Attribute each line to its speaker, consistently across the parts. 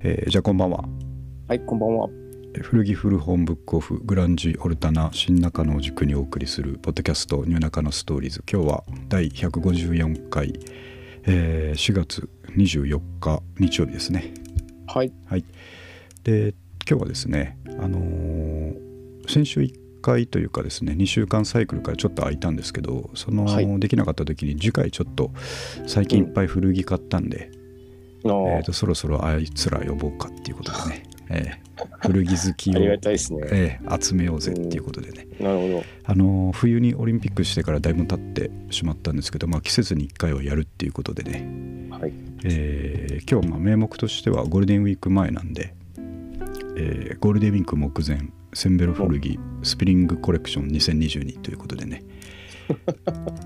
Speaker 1: えーじゃあこんばんは。
Speaker 2: はい、こんばんは。
Speaker 1: えー古着古本ブックオフグランジオルタナ新中野を軸にお送りするポッドキャスト「ニューナカのストーリーズ」今日は第154回、えー4月24日日曜日ですね。
Speaker 2: はい。
Speaker 1: で今日はですね、あのー先週1回というかですね2週間サイクルからちょっと空いたんですけどその、
Speaker 2: はい
Speaker 1: できなかった時に次回ちょっと最近いっぱい古着買ったんで、
Speaker 2: あー
Speaker 1: えー、とそろそろあいつら呼ぼうかっていうことでね、えー古着好き
Speaker 2: あ
Speaker 1: を
Speaker 2: り、がたいですね。
Speaker 1: えー集めようぜっていうことでね、
Speaker 2: なるほど。
Speaker 1: あのー冬にオリンピックしてからだいぶ経ってしまったんですけど、まあ、季節に1回はやるっていうことでね、
Speaker 2: はい。
Speaker 1: えー今日まあ名目としてはゴールデンウィーク前なんで、えーゴールデンウィーク目前センベロ古着スプリングコレクション2022ということ でね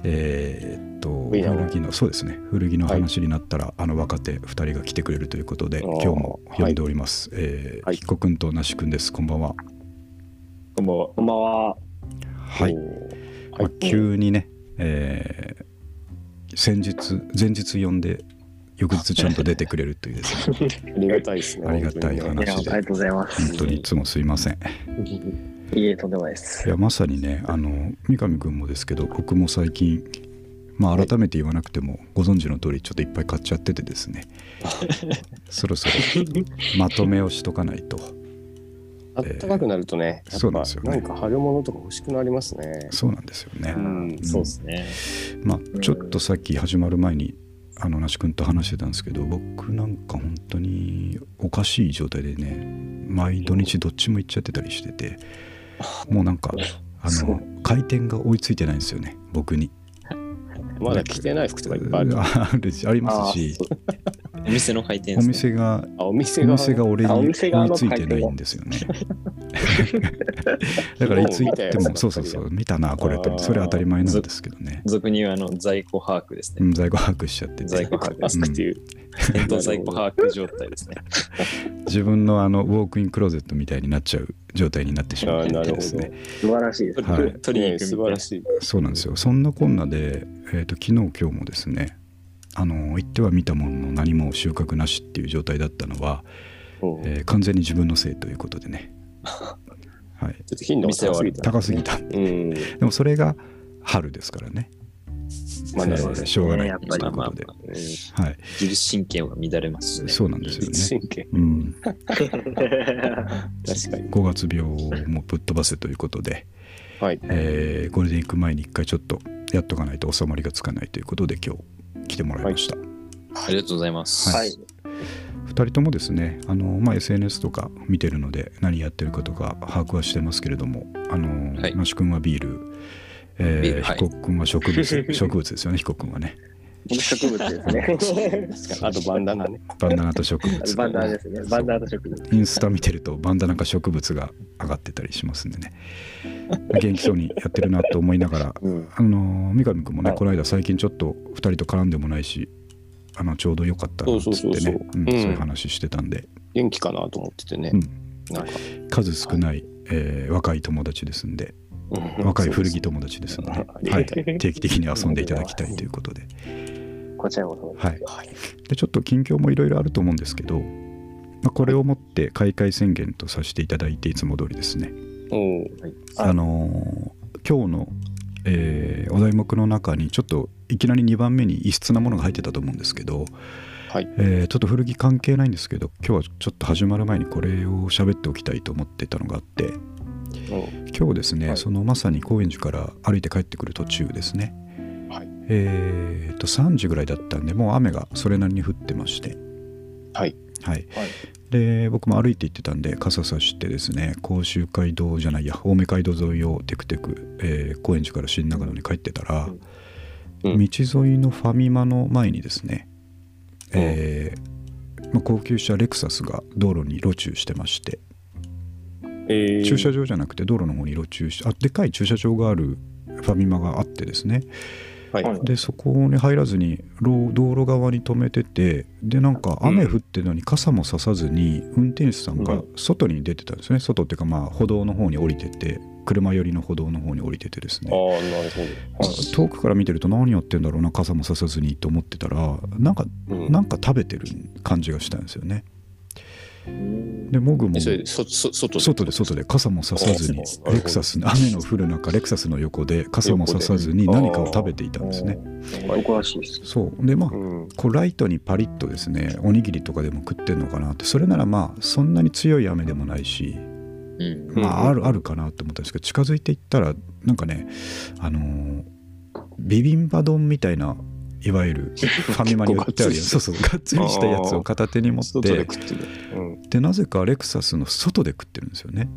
Speaker 1: えーっと
Speaker 2: いいな
Speaker 1: 古着のそうですね古着の話になったら、あの若手2人が来てくれるということで
Speaker 2: あ
Speaker 1: 今
Speaker 2: ー
Speaker 1: 日も呼んでおります、え
Speaker 2: は
Speaker 1: ー、
Speaker 2: い
Speaker 1: ひっこくんとなしくんですこんばんは
Speaker 2: こんばんは。こんばんは。
Speaker 1: はい、
Speaker 2: おー。
Speaker 1: まあ、急にね、えー先日前日呼んで翌日ちゃんと出てくれるというですね
Speaker 2: ありがたいですね。
Speaker 1: ありがたい
Speaker 2: 本
Speaker 3: いや、あ
Speaker 1: 話
Speaker 3: り
Speaker 1: で
Speaker 3: がとうございます。
Speaker 1: 本当にいつもすいません
Speaker 2: 当にね。
Speaker 3: いえ、とんでもないで
Speaker 1: い
Speaker 3: す。
Speaker 1: やまさにねあの三上君もですけど僕も最近まあ改めて言わなくてもご存知の通りちょっといっぱい買っちゃっててですねそろそろまとめをしとかないと
Speaker 2: あったかくなるとね、や
Speaker 1: そ
Speaker 2: っ
Speaker 1: うなん
Speaker 2: ぱ
Speaker 1: ですよね
Speaker 2: なんか春物とか欲しくなりますね。
Speaker 1: そうなんですよね
Speaker 2: うん
Speaker 1: そうっ
Speaker 3: すね。
Speaker 1: まあちょっとさっき始まる前にあの那須君と話してたんですけど僕なんか本当におかしい状態でね毎土日どっちも行っちゃってたりしててもうなんかあ
Speaker 3: そ
Speaker 1: の回転が追いついてないんですよね僕に。
Speaker 2: まだ着てない服とかいっぱいある。
Speaker 1: あるしありますし
Speaker 4: お店の回転
Speaker 1: お
Speaker 4: 数
Speaker 1: 店が
Speaker 2: あ、お
Speaker 1: お
Speaker 2: 店が。
Speaker 1: 店が俺に
Speaker 3: あお
Speaker 1: 追いつ
Speaker 3: 店側の
Speaker 1: いてないんですよねだからいつ行ってもそうそうそう見たなこれってそれ当たり前なんですけどね
Speaker 4: 俗に言うあの在庫把握です
Speaker 1: う
Speaker 4: ね。
Speaker 1: ん在庫把握しちゃって
Speaker 4: 在
Speaker 1: て
Speaker 4: 庫把握です。
Speaker 2: マスクっていう。
Speaker 4: 店頭在庫把握状態ですね。
Speaker 1: 自分のあのウォークインクローゼットみたいになっちゃう状態になってしまっ
Speaker 2: あーな
Speaker 1: て
Speaker 2: る
Speaker 1: で
Speaker 2: ほ
Speaker 1: す
Speaker 2: ど。
Speaker 1: ね
Speaker 3: 素晴らしいです。
Speaker 1: はい
Speaker 4: 取りに
Speaker 2: ね
Speaker 4: 行く
Speaker 2: 素
Speaker 4: み
Speaker 2: 晴
Speaker 4: たい
Speaker 2: ら
Speaker 4: な。
Speaker 2: しい。
Speaker 1: そうなんですよそんなこんなで、えー、と昨日今日もですねあの行っては見たものの何も収穫なしっていう状態だったのは、
Speaker 2: うんちょ
Speaker 1: えー完全に自分のせいということで ね、はい、
Speaker 2: っと頻度が高すぎた。
Speaker 1: 高すぎた
Speaker 2: うん。
Speaker 1: でもそれが春ですからね。
Speaker 2: まあなるほ
Speaker 1: え
Speaker 2: ど
Speaker 1: ー。しょうがない
Speaker 3: ねやっ
Speaker 1: と
Speaker 3: ぱり
Speaker 1: いうことで。
Speaker 2: うん
Speaker 1: はい。
Speaker 4: 自律神経は乱れますしね。
Speaker 1: そうなんですよね。
Speaker 2: 神経。
Speaker 1: うん、
Speaker 2: 確かに。
Speaker 1: 5月病もぶっ飛ばせということで、
Speaker 2: はい。
Speaker 1: えー、ゴールデンウィーク前に一回ちょっとやっとかないと収まりがつかないということで今日来てもらいました、
Speaker 4: ありがとうございます。
Speaker 3: はい。
Speaker 1: 2人ともですねあの、まあ、SNS とか見てるので何やってるかとか把握はしてますけれどもあの、
Speaker 4: はい
Speaker 1: 那須君はビール
Speaker 4: ビー
Speaker 1: えー、
Speaker 4: ルはい
Speaker 1: 彦君は植 物植物ですよね彦君はね
Speaker 3: 植物ですね。
Speaker 2: あとバンダナね。
Speaker 1: バンダナと植物
Speaker 3: バンダーですね。バンダーと植物。
Speaker 1: インスタ見てるとバンダナか植物が上がってたりしますんでね元気そうにやってるなと思いながら
Speaker 2: うん。
Speaker 1: あのー三上君もね、
Speaker 2: はい
Speaker 1: この間最近ちょっと2人と絡んでもないしあのちょうどよかったなっつってね
Speaker 2: そうそうそうそう
Speaker 1: うん
Speaker 2: うん
Speaker 1: そういう話してたんで、
Speaker 2: 元気かなと思っててね。なんか。
Speaker 1: 数少ない、えー若い友達ですんで若い古着友達ですんで,、
Speaker 2: そうそう
Speaker 1: は
Speaker 2: あ
Speaker 1: い、
Speaker 2: りがた
Speaker 1: 定期的に遊んでいただきたいということで,、
Speaker 3: こちらもそうです。
Speaker 1: はい、
Speaker 2: はい。
Speaker 1: でちょっと近況もいろいろあると思うんですけど、まあ、これをもって開会宣言とさせていただいていつも通りですね
Speaker 2: おう
Speaker 1: あのー今日の、えーお題目の中にちょっといきなり2番目に異質なものが入ってたと思うんですけど、
Speaker 2: はい
Speaker 1: えーちょっと古着関係ないんですけど今日はちょっと始まる前にこれを喋っておきたいと思ってたのがあって今日ですね、
Speaker 2: はい
Speaker 1: そのまさに高円寺から歩いて帰ってくる途中ですね、
Speaker 2: はい
Speaker 1: えーっと3時ぐらいだったんでもう雨がそれなりに降ってまして
Speaker 2: はい
Speaker 1: はい、
Speaker 2: はい
Speaker 1: で僕も歩いて行ってたんで傘さしてですね甲州街道じゃないや青梅街道沿いをテクテク、えー高円寺から新長野に帰ってたら、
Speaker 2: うん
Speaker 1: 道沿いのファミマの前にですね、えーまあ、高級車レクサスが道路に路駐してまして
Speaker 2: えー
Speaker 1: 駐車場じゃなくて道路の方に路駐しあでかい駐車場があるファミマがあってですね
Speaker 2: はい。
Speaker 3: はい
Speaker 1: でそこに入らずにろ道路側に止めててでなんか雨降ってるのに傘もささずに運転手さんが外に出てたんですね外っていうかまあ歩道の方に降りてて車寄りの歩道の方に降りててです
Speaker 2: ああ
Speaker 1: ね、
Speaker 2: なるほ
Speaker 1: あ遠くから見てると何やってんだろうな傘もささずにと思ってたらなんか
Speaker 2: ど。うん
Speaker 1: なんか食べてる感じがしたんですよね。
Speaker 3: うん
Speaker 1: でモグも
Speaker 2: えそれ、そ、そ、外
Speaker 1: 外で外で傘もささずに
Speaker 2: あそう
Speaker 1: レクサスの雨の降る中レクサスの横で傘もささずに
Speaker 2: 横で
Speaker 1: 何かを食べていたんですね。
Speaker 3: お詳しいです。
Speaker 1: そうでまあ
Speaker 2: うん。
Speaker 1: こうライトにパリッとですねおにぎりとかでも食ってんのかなってそれならまあそんなに強い雨でもないし、
Speaker 4: うん。
Speaker 1: まあ、
Speaker 2: うん
Speaker 1: あるあるかなって思ったんですけど近づいていったらなんかねあのービビンバ丼みたいないわゆるファミマに売ってあるやつそうそうがっつりしたやつを片手に持っ
Speaker 2: 外で
Speaker 1: て
Speaker 2: 食ってる。うん。
Speaker 1: でなぜかレクサスの外で食ってるんですよね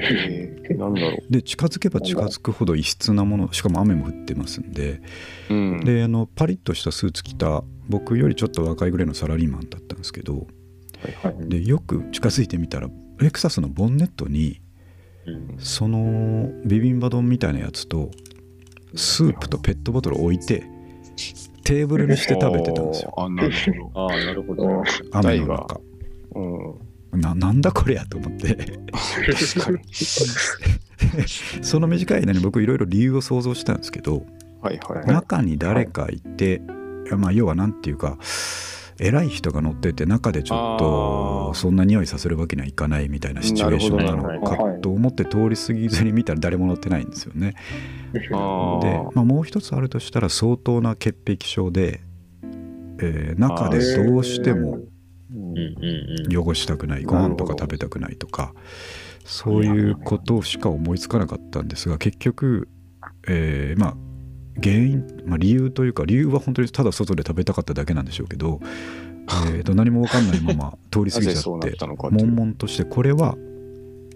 Speaker 2: えー、なんだろ
Speaker 1: で近づけば近づくほど異質なものしかも雨も降ってますんで
Speaker 2: う。うん。
Speaker 1: であのパリッとしたスーツ着た僕よりちょっと若いぐらいのサラリーマンだったんですけど
Speaker 2: はいはい。
Speaker 1: でよく近づいてみたらレクサスのボンネットに
Speaker 4: うん
Speaker 1: そのビビンバ丼みたいなやつとスープとペットボトル置いてテーブルにして食べてたんですよ
Speaker 2: あー。あ、なるほ
Speaker 4: ああ、なるほど。
Speaker 3: うん
Speaker 1: 雨の中
Speaker 2: ど。うん。
Speaker 1: ななんだこれやと思って
Speaker 2: 確かに。
Speaker 1: その短い間に僕いろいろ理由を想像したんですけど
Speaker 2: はいはいはい。
Speaker 1: 中に誰かいて、いやまあ要はなんていうか偉い人が乗ってて中でちょっと
Speaker 2: あー
Speaker 1: そんな匂いさせるわけにはいかないみたいなシチュエーションな
Speaker 4: な
Speaker 1: の
Speaker 4: る
Speaker 2: ほ
Speaker 1: か
Speaker 3: どはい
Speaker 1: と思って通り過ぎずに見たら誰も乗ってないんですよね。
Speaker 2: あ
Speaker 1: で
Speaker 2: ー、
Speaker 1: まあ、もう一つあるとしたら相当な潔癖症で、えー中でどうしても
Speaker 4: うんうんうん。
Speaker 1: 汚したくない
Speaker 2: うん
Speaker 1: ご飯とか食べたくないとかそういうことしか思いつかなかったんですが結局、えーまあ原因、まあ、理由というか理由は本当にただ外で食べたかっただけなんでしょうけど、えー と何も分かんないまま通り過
Speaker 2: な
Speaker 1: ぎ
Speaker 2: ぜ
Speaker 1: ちゃ
Speaker 2: そう
Speaker 1: っ
Speaker 2: なってたのかってい
Speaker 1: 悶
Speaker 2: う。
Speaker 1: 々としてこれは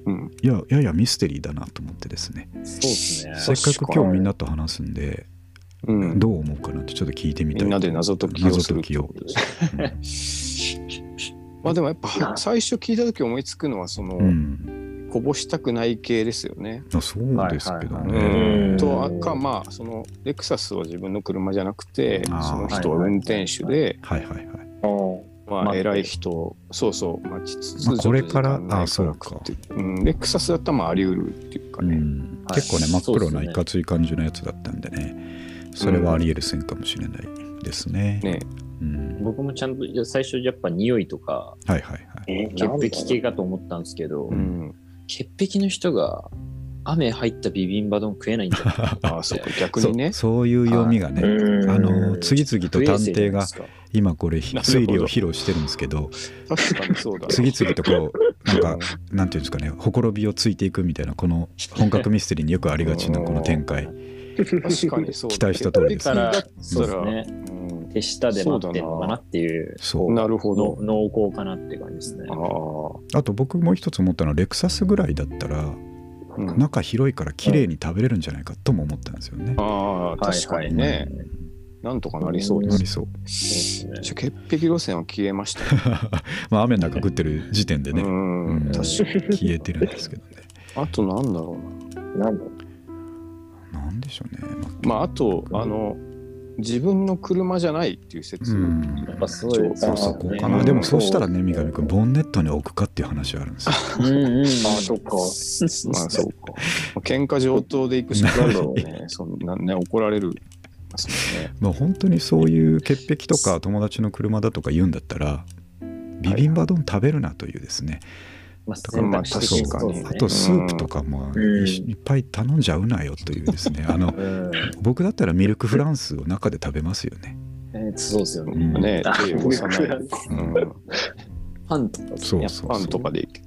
Speaker 2: うん。
Speaker 1: いやややミステリーだなと思ってですね
Speaker 4: そうですね。
Speaker 1: せっか
Speaker 2: 確か
Speaker 1: く
Speaker 2: に
Speaker 1: 今日みんなと話すんで
Speaker 2: うん。
Speaker 1: どう思うかなってちょっと聞いてみたい
Speaker 2: みんなで謎解きをするってことですね。まあでもやっ
Speaker 3: いや
Speaker 2: ぱ最初聞いた時思いつくのはその、
Speaker 1: うん、
Speaker 2: こぼしたくない系ですよね。
Speaker 1: あそうですけど
Speaker 4: はいはい
Speaker 1: ね。
Speaker 4: はうん
Speaker 2: とあかまあそのレクサスは自分の車じゃなくてそ
Speaker 1: あー
Speaker 2: の人は運転手で、
Speaker 1: はいはいはい。
Speaker 3: あー
Speaker 2: ま
Speaker 4: 待っ
Speaker 2: あ、
Speaker 4: て
Speaker 2: 偉い人そうそう待ちつつ、
Speaker 1: まあこれから
Speaker 2: ちょっと時間ない
Speaker 1: あそうか
Speaker 2: 食ってうん、レクサスだったらまああり得るっていうか
Speaker 1: う
Speaker 2: ね、
Speaker 1: ん
Speaker 4: はい
Speaker 1: 結構ね真っ黒
Speaker 4: そ
Speaker 1: な
Speaker 4: うです
Speaker 1: い
Speaker 4: ね
Speaker 1: かつい感じのやつだったんでねそれはありえる線かもしれないですね。
Speaker 2: ね
Speaker 1: うん
Speaker 4: 僕もちゃんといや最初やっぱ匂いとか
Speaker 1: はいはいはい。
Speaker 3: えー
Speaker 4: 潔癖系かと思ったんですけど、
Speaker 2: うん、
Speaker 4: 潔癖の人が雨入ったビビンバ丼食えないんじゃないかなと
Speaker 2: あ
Speaker 4: 思
Speaker 2: あ
Speaker 4: っ
Speaker 2: そう
Speaker 4: て
Speaker 2: か逆にね
Speaker 1: そそう いう読みがね、
Speaker 3: うん
Speaker 1: あの次々と
Speaker 4: 不衛
Speaker 1: 探
Speaker 4: 生じゃ
Speaker 1: 偵
Speaker 4: ない
Speaker 1: が
Speaker 4: ですか
Speaker 1: 今これ
Speaker 2: なるほど
Speaker 1: 推理を披露してるんですけど
Speaker 2: 確かにそうだね
Speaker 1: 次々とこうなん
Speaker 2: う
Speaker 1: か
Speaker 2: ん
Speaker 1: なんていうんですかねほころびをついていくみたいなこの本格ミステリーによくありがちなこの展開
Speaker 2: 確かにそ う
Speaker 1: 期待した通りで
Speaker 4: だ
Speaker 1: す
Speaker 4: か
Speaker 1: ね
Speaker 4: ら
Speaker 2: だった、
Speaker 4: そうですね。
Speaker 2: うん
Speaker 4: 手下で待ってんのかなっていう、
Speaker 1: そう
Speaker 2: なるほ
Speaker 4: の
Speaker 2: ど
Speaker 4: 濃厚かなって感じですね
Speaker 2: あ。あ
Speaker 1: あと僕もう一つ思ったのはレクサスぐらいだったら
Speaker 2: うん
Speaker 1: 中広いから綺麗に食べれるんじゃないかとも思ったんですよね。
Speaker 2: ああ確かにね、
Speaker 4: うん
Speaker 2: なんとかなりそうで
Speaker 1: な
Speaker 2: す、
Speaker 1: りそう。
Speaker 4: そうですね。
Speaker 2: ちょ潔癖路線は消えました
Speaker 1: まあ雨の中食ってる時点で
Speaker 2: ね
Speaker 1: ね、
Speaker 2: うん
Speaker 1: うん
Speaker 2: 確かに
Speaker 1: 消えてるんですけどね。
Speaker 2: あとなんだろうな
Speaker 3: なんだろ
Speaker 1: なんでしょうね。
Speaker 2: まあ、あと、あの、自分の車じゃないっていう説。
Speaker 1: うん。
Speaker 4: やっぱそうです
Speaker 1: そ
Speaker 4: よ
Speaker 1: う
Speaker 4: ね
Speaker 1: そこか
Speaker 2: う
Speaker 1: な。
Speaker 2: ん
Speaker 1: でもそうしたらね、三上君、ボンネットに置くかっていう話はあるんですよ。
Speaker 4: うんうん。 あ
Speaker 3: あそっか
Speaker 2: まあ、そうか。まあ喧嘩上等で行くしかないだろうね。そんなね、怒られる。そうね。
Speaker 1: まあ本当にそういう潔癖とか友達の車だとか言うんだったら、ビビンバ丼食べるなというですね。
Speaker 4: まあ、
Speaker 2: から
Speaker 4: 選
Speaker 2: まあ
Speaker 4: 択肢として
Speaker 2: 確か
Speaker 4: そう
Speaker 2: に
Speaker 4: ですね
Speaker 1: あとスープとかも
Speaker 3: うん
Speaker 1: いいっぱい頼んじゃうなよというですね。あの
Speaker 4: うん
Speaker 1: 僕だったらミルクフランスを中で食べますよね。
Speaker 4: えーそうですよね。
Speaker 1: うん
Speaker 2: ね、
Speaker 3: あ
Speaker 2: 手を押さない。
Speaker 1: う
Speaker 2: うんん、
Speaker 4: パンとかです
Speaker 1: そ
Speaker 4: ね
Speaker 1: うそう
Speaker 2: パ
Speaker 1: そ
Speaker 2: ン
Speaker 1: う。
Speaker 2: とかで行く。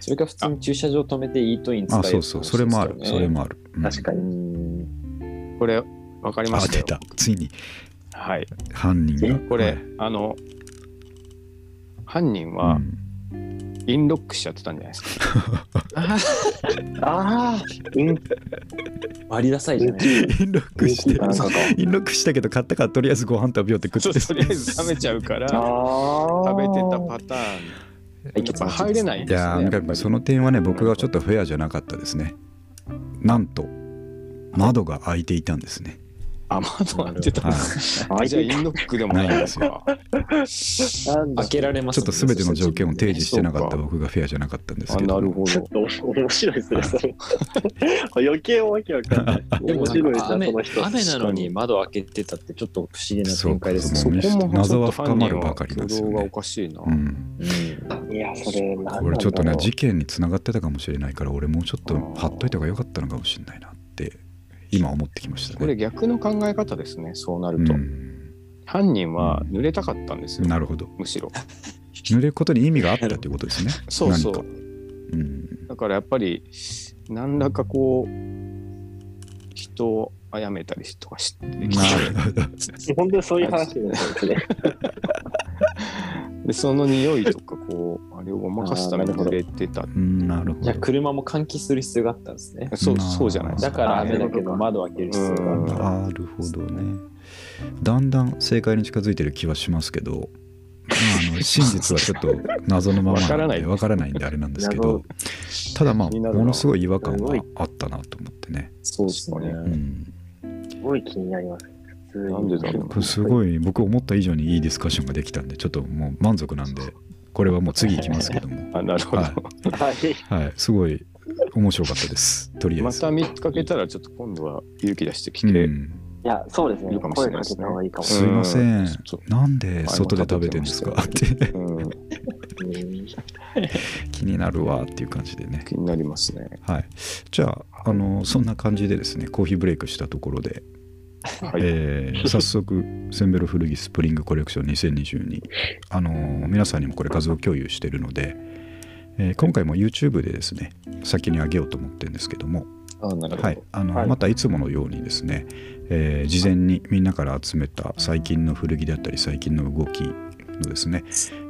Speaker 4: それか普通に駐車場止めてイートイン使え
Speaker 1: あ、
Speaker 4: る
Speaker 1: そうそう。それもある。それもある。うん
Speaker 3: う確か
Speaker 4: う
Speaker 3: に。
Speaker 4: ん。
Speaker 2: これ、わかりま
Speaker 1: あ、
Speaker 2: した
Speaker 1: 出
Speaker 2: よ。
Speaker 1: た。ついに
Speaker 2: はい。
Speaker 1: 犯人が。
Speaker 2: こ
Speaker 1: は
Speaker 2: れ
Speaker 1: い、
Speaker 2: あの、犯人
Speaker 1: う
Speaker 2: は
Speaker 1: ん
Speaker 2: インロックしちゃってたんじゃないですか。
Speaker 3: ああ、うん、
Speaker 4: 割りなさいじゃない
Speaker 1: インロック して
Speaker 3: あそうか
Speaker 1: インロックしたけど買ったからとりあえずご飯食べようって食
Speaker 2: ちょ
Speaker 1: っ
Speaker 2: っと
Speaker 1: て
Speaker 2: とりあえず食べちゃうから、食
Speaker 3: 食
Speaker 2: べてたパターン。
Speaker 4: 解決
Speaker 2: やっぱ入れないん
Speaker 1: い
Speaker 2: ですね。
Speaker 1: やー三上君その点はね僕がちょっとフェアじゃなかったですねなんと窓が開いていたんですね、
Speaker 2: あ、窓開いて た
Speaker 1: は
Speaker 2: んだ。
Speaker 1: い、
Speaker 2: あじゃあインロックでもないんですか。
Speaker 3: なんだ
Speaker 4: 開けられます
Speaker 1: ちょっと全ての条件を提示してなかっ
Speaker 2: そ
Speaker 1: た
Speaker 2: うか
Speaker 1: 僕がフェアじゃなかったんです
Speaker 2: あ
Speaker 1: けど
Speaker 2: なるほ
Speaker 3: ちょっ
Speaker 2: ど。
Speaker 3: と面白いですね、それ。 余計わけわかんない。
Speaker 4: でも
Speaker 3: 面
Speaker 4: なん
Speaker 3: 白い
Speaker 4: か
Speaker 3: じゃん、
Speaker 4: 雨
Speaker 3: その人。
Speaker 4: 雨なのに窓開けてたってちょっと不思議な
Speaker 1: そう
Speaker 4: 展
Speaker 1: か
Speaker 4: 開です
Speaker 1: そ
Speaker 4: ね。
Speaker 1: うか
Speaker 2: こも
Speaker 1: 謎は深まるばかり
Speaker 2: ち
Speaker 1: な
Speaker 2: ょっ
Speaker 1: んで
Speaker 2: と
Speaker 1: すよ
Speaker 2: 犯人は挙動がお
Speaker 1: ね
Speaker 2: かしいな。
Speaker 1: うん、
Speaker 4: うん
Speaker 3: いや、それ、なんなんだろ
Speaker 1: こ
Speaker 3: う
Speaker 1: れちょっとね事件につながってたかもしれないから俺もうちょっと貼っといた方が良かったのかもしれないなって今思ってきました
Speaker 2: これ
Speaker 1: ね。
Speaker 2: 逆の考え方ですね、そうな
Speaker 1: う
Speaker 2: ると。
Speaker 1: ん、
Speaker 2: 犯人は濡れたかったんですよ、
Speaker 1: なるほど
Speaker 2: むしろ。
Speaker 1: 濡れることに意味があったということですね。
Speaker 2: そうそ
Speaker 1: 何か
Speaker 2: う。
Speaker 1: うん、
Speaker 2: だからやっぱり、何らかこう、人を殺めたりとかしてき
Speaker 1: な
Speaker 2: て、
Speaker 1: るほど
Speaker 3: 本当にそういう話になってますね。
Speaker 2: でその匂いとか、こう、あれをごまかすために濡れてた。
Speaker 1: うんなるほ
Speaker 4: じゃあ
Speaker 1: ど。
Speaker 4: 車も換気する必要があったんですね。
Speaker 2: そう
Speaker 1: な
Speaker 2: そうじゃないです
Speaker 4: だ
Speaker 2: か。
Speaker 4: から
Speaker 3: あー
Speaker 4: 雨だけど窓を開ける必要があっ
Speaker 2: うん
Speaker 1: なるほどね。だんだん正解に近づいてる気はしますけど、まあ、あの真実はちょっと謎のまま
Speaker 2: わから
Speaker 1: ん
Speaker 2: ない
Speaker 1: でわからないんであれなんですけど、ただまあ
Speaker 2: 気になるな
Speaker 1: ものすごい違和感はあったなと思ってね。
Speaker 4: た。そうですね。
Speaker 1: う
Speaker 2: 確
Speaker 1: ん、
Speaker 3: すごい気になります。普通に
Speaker 2: なんでだろう
Speaker 1: これすごい僕思った以上にいいディスカッションができたんでちょっともう満足なんでこれはもう次いきますけども
Speaker 2: あ、なるほ
Speaker 1: は
Speaker 2: ど。
Speaker 3: はい。
Speaker 1: はいすごい面白かったですとりあえ
Speaker 2: ま
Speaker 1: ず
Speaker 2: た見かけたら、ちょっと今度は勇気出してき
Speaker 1: う
Speaker 2: て、
Speaker 1: ん、
Speaker 3: いや、そうです
Speaker 2: い
Speaker 3: ね。
Speaker 2: るかもしれ
Speaker 3: 声
Speaker 2: ないで
Speaker 3: かけ
Speaker 2: すね
Speaker 3: た方がいいかも。
Speaker 1: すいません
Speaker 2: うんちょっ
Speaker 1: なんで外で食べてるんですかって
Speaker 2: うん、
Speaker 4: うん
Speaker 1: 気になるわっていう感じでね
Speaker 2: 気になりますね。
Speaker 1: はいじゃああのそんな感じでですねコーヒーブレイクしたところで、
Speaker 2: はい。
Speaker 1: えー早速センベロ古着スプリングコレクション2022あの皆さんにもこれ画像共有してるので、えー今回も YouTube でですね先に上げようと思ってるんですけども
Speaker 2: あ、なるほど。
Speaker 1: はい、あの
Speaker 3: はい
Speaker 1: またいつものようにですね、えー事前にみんなから集めた最近の古着であったり最近の動きのですね、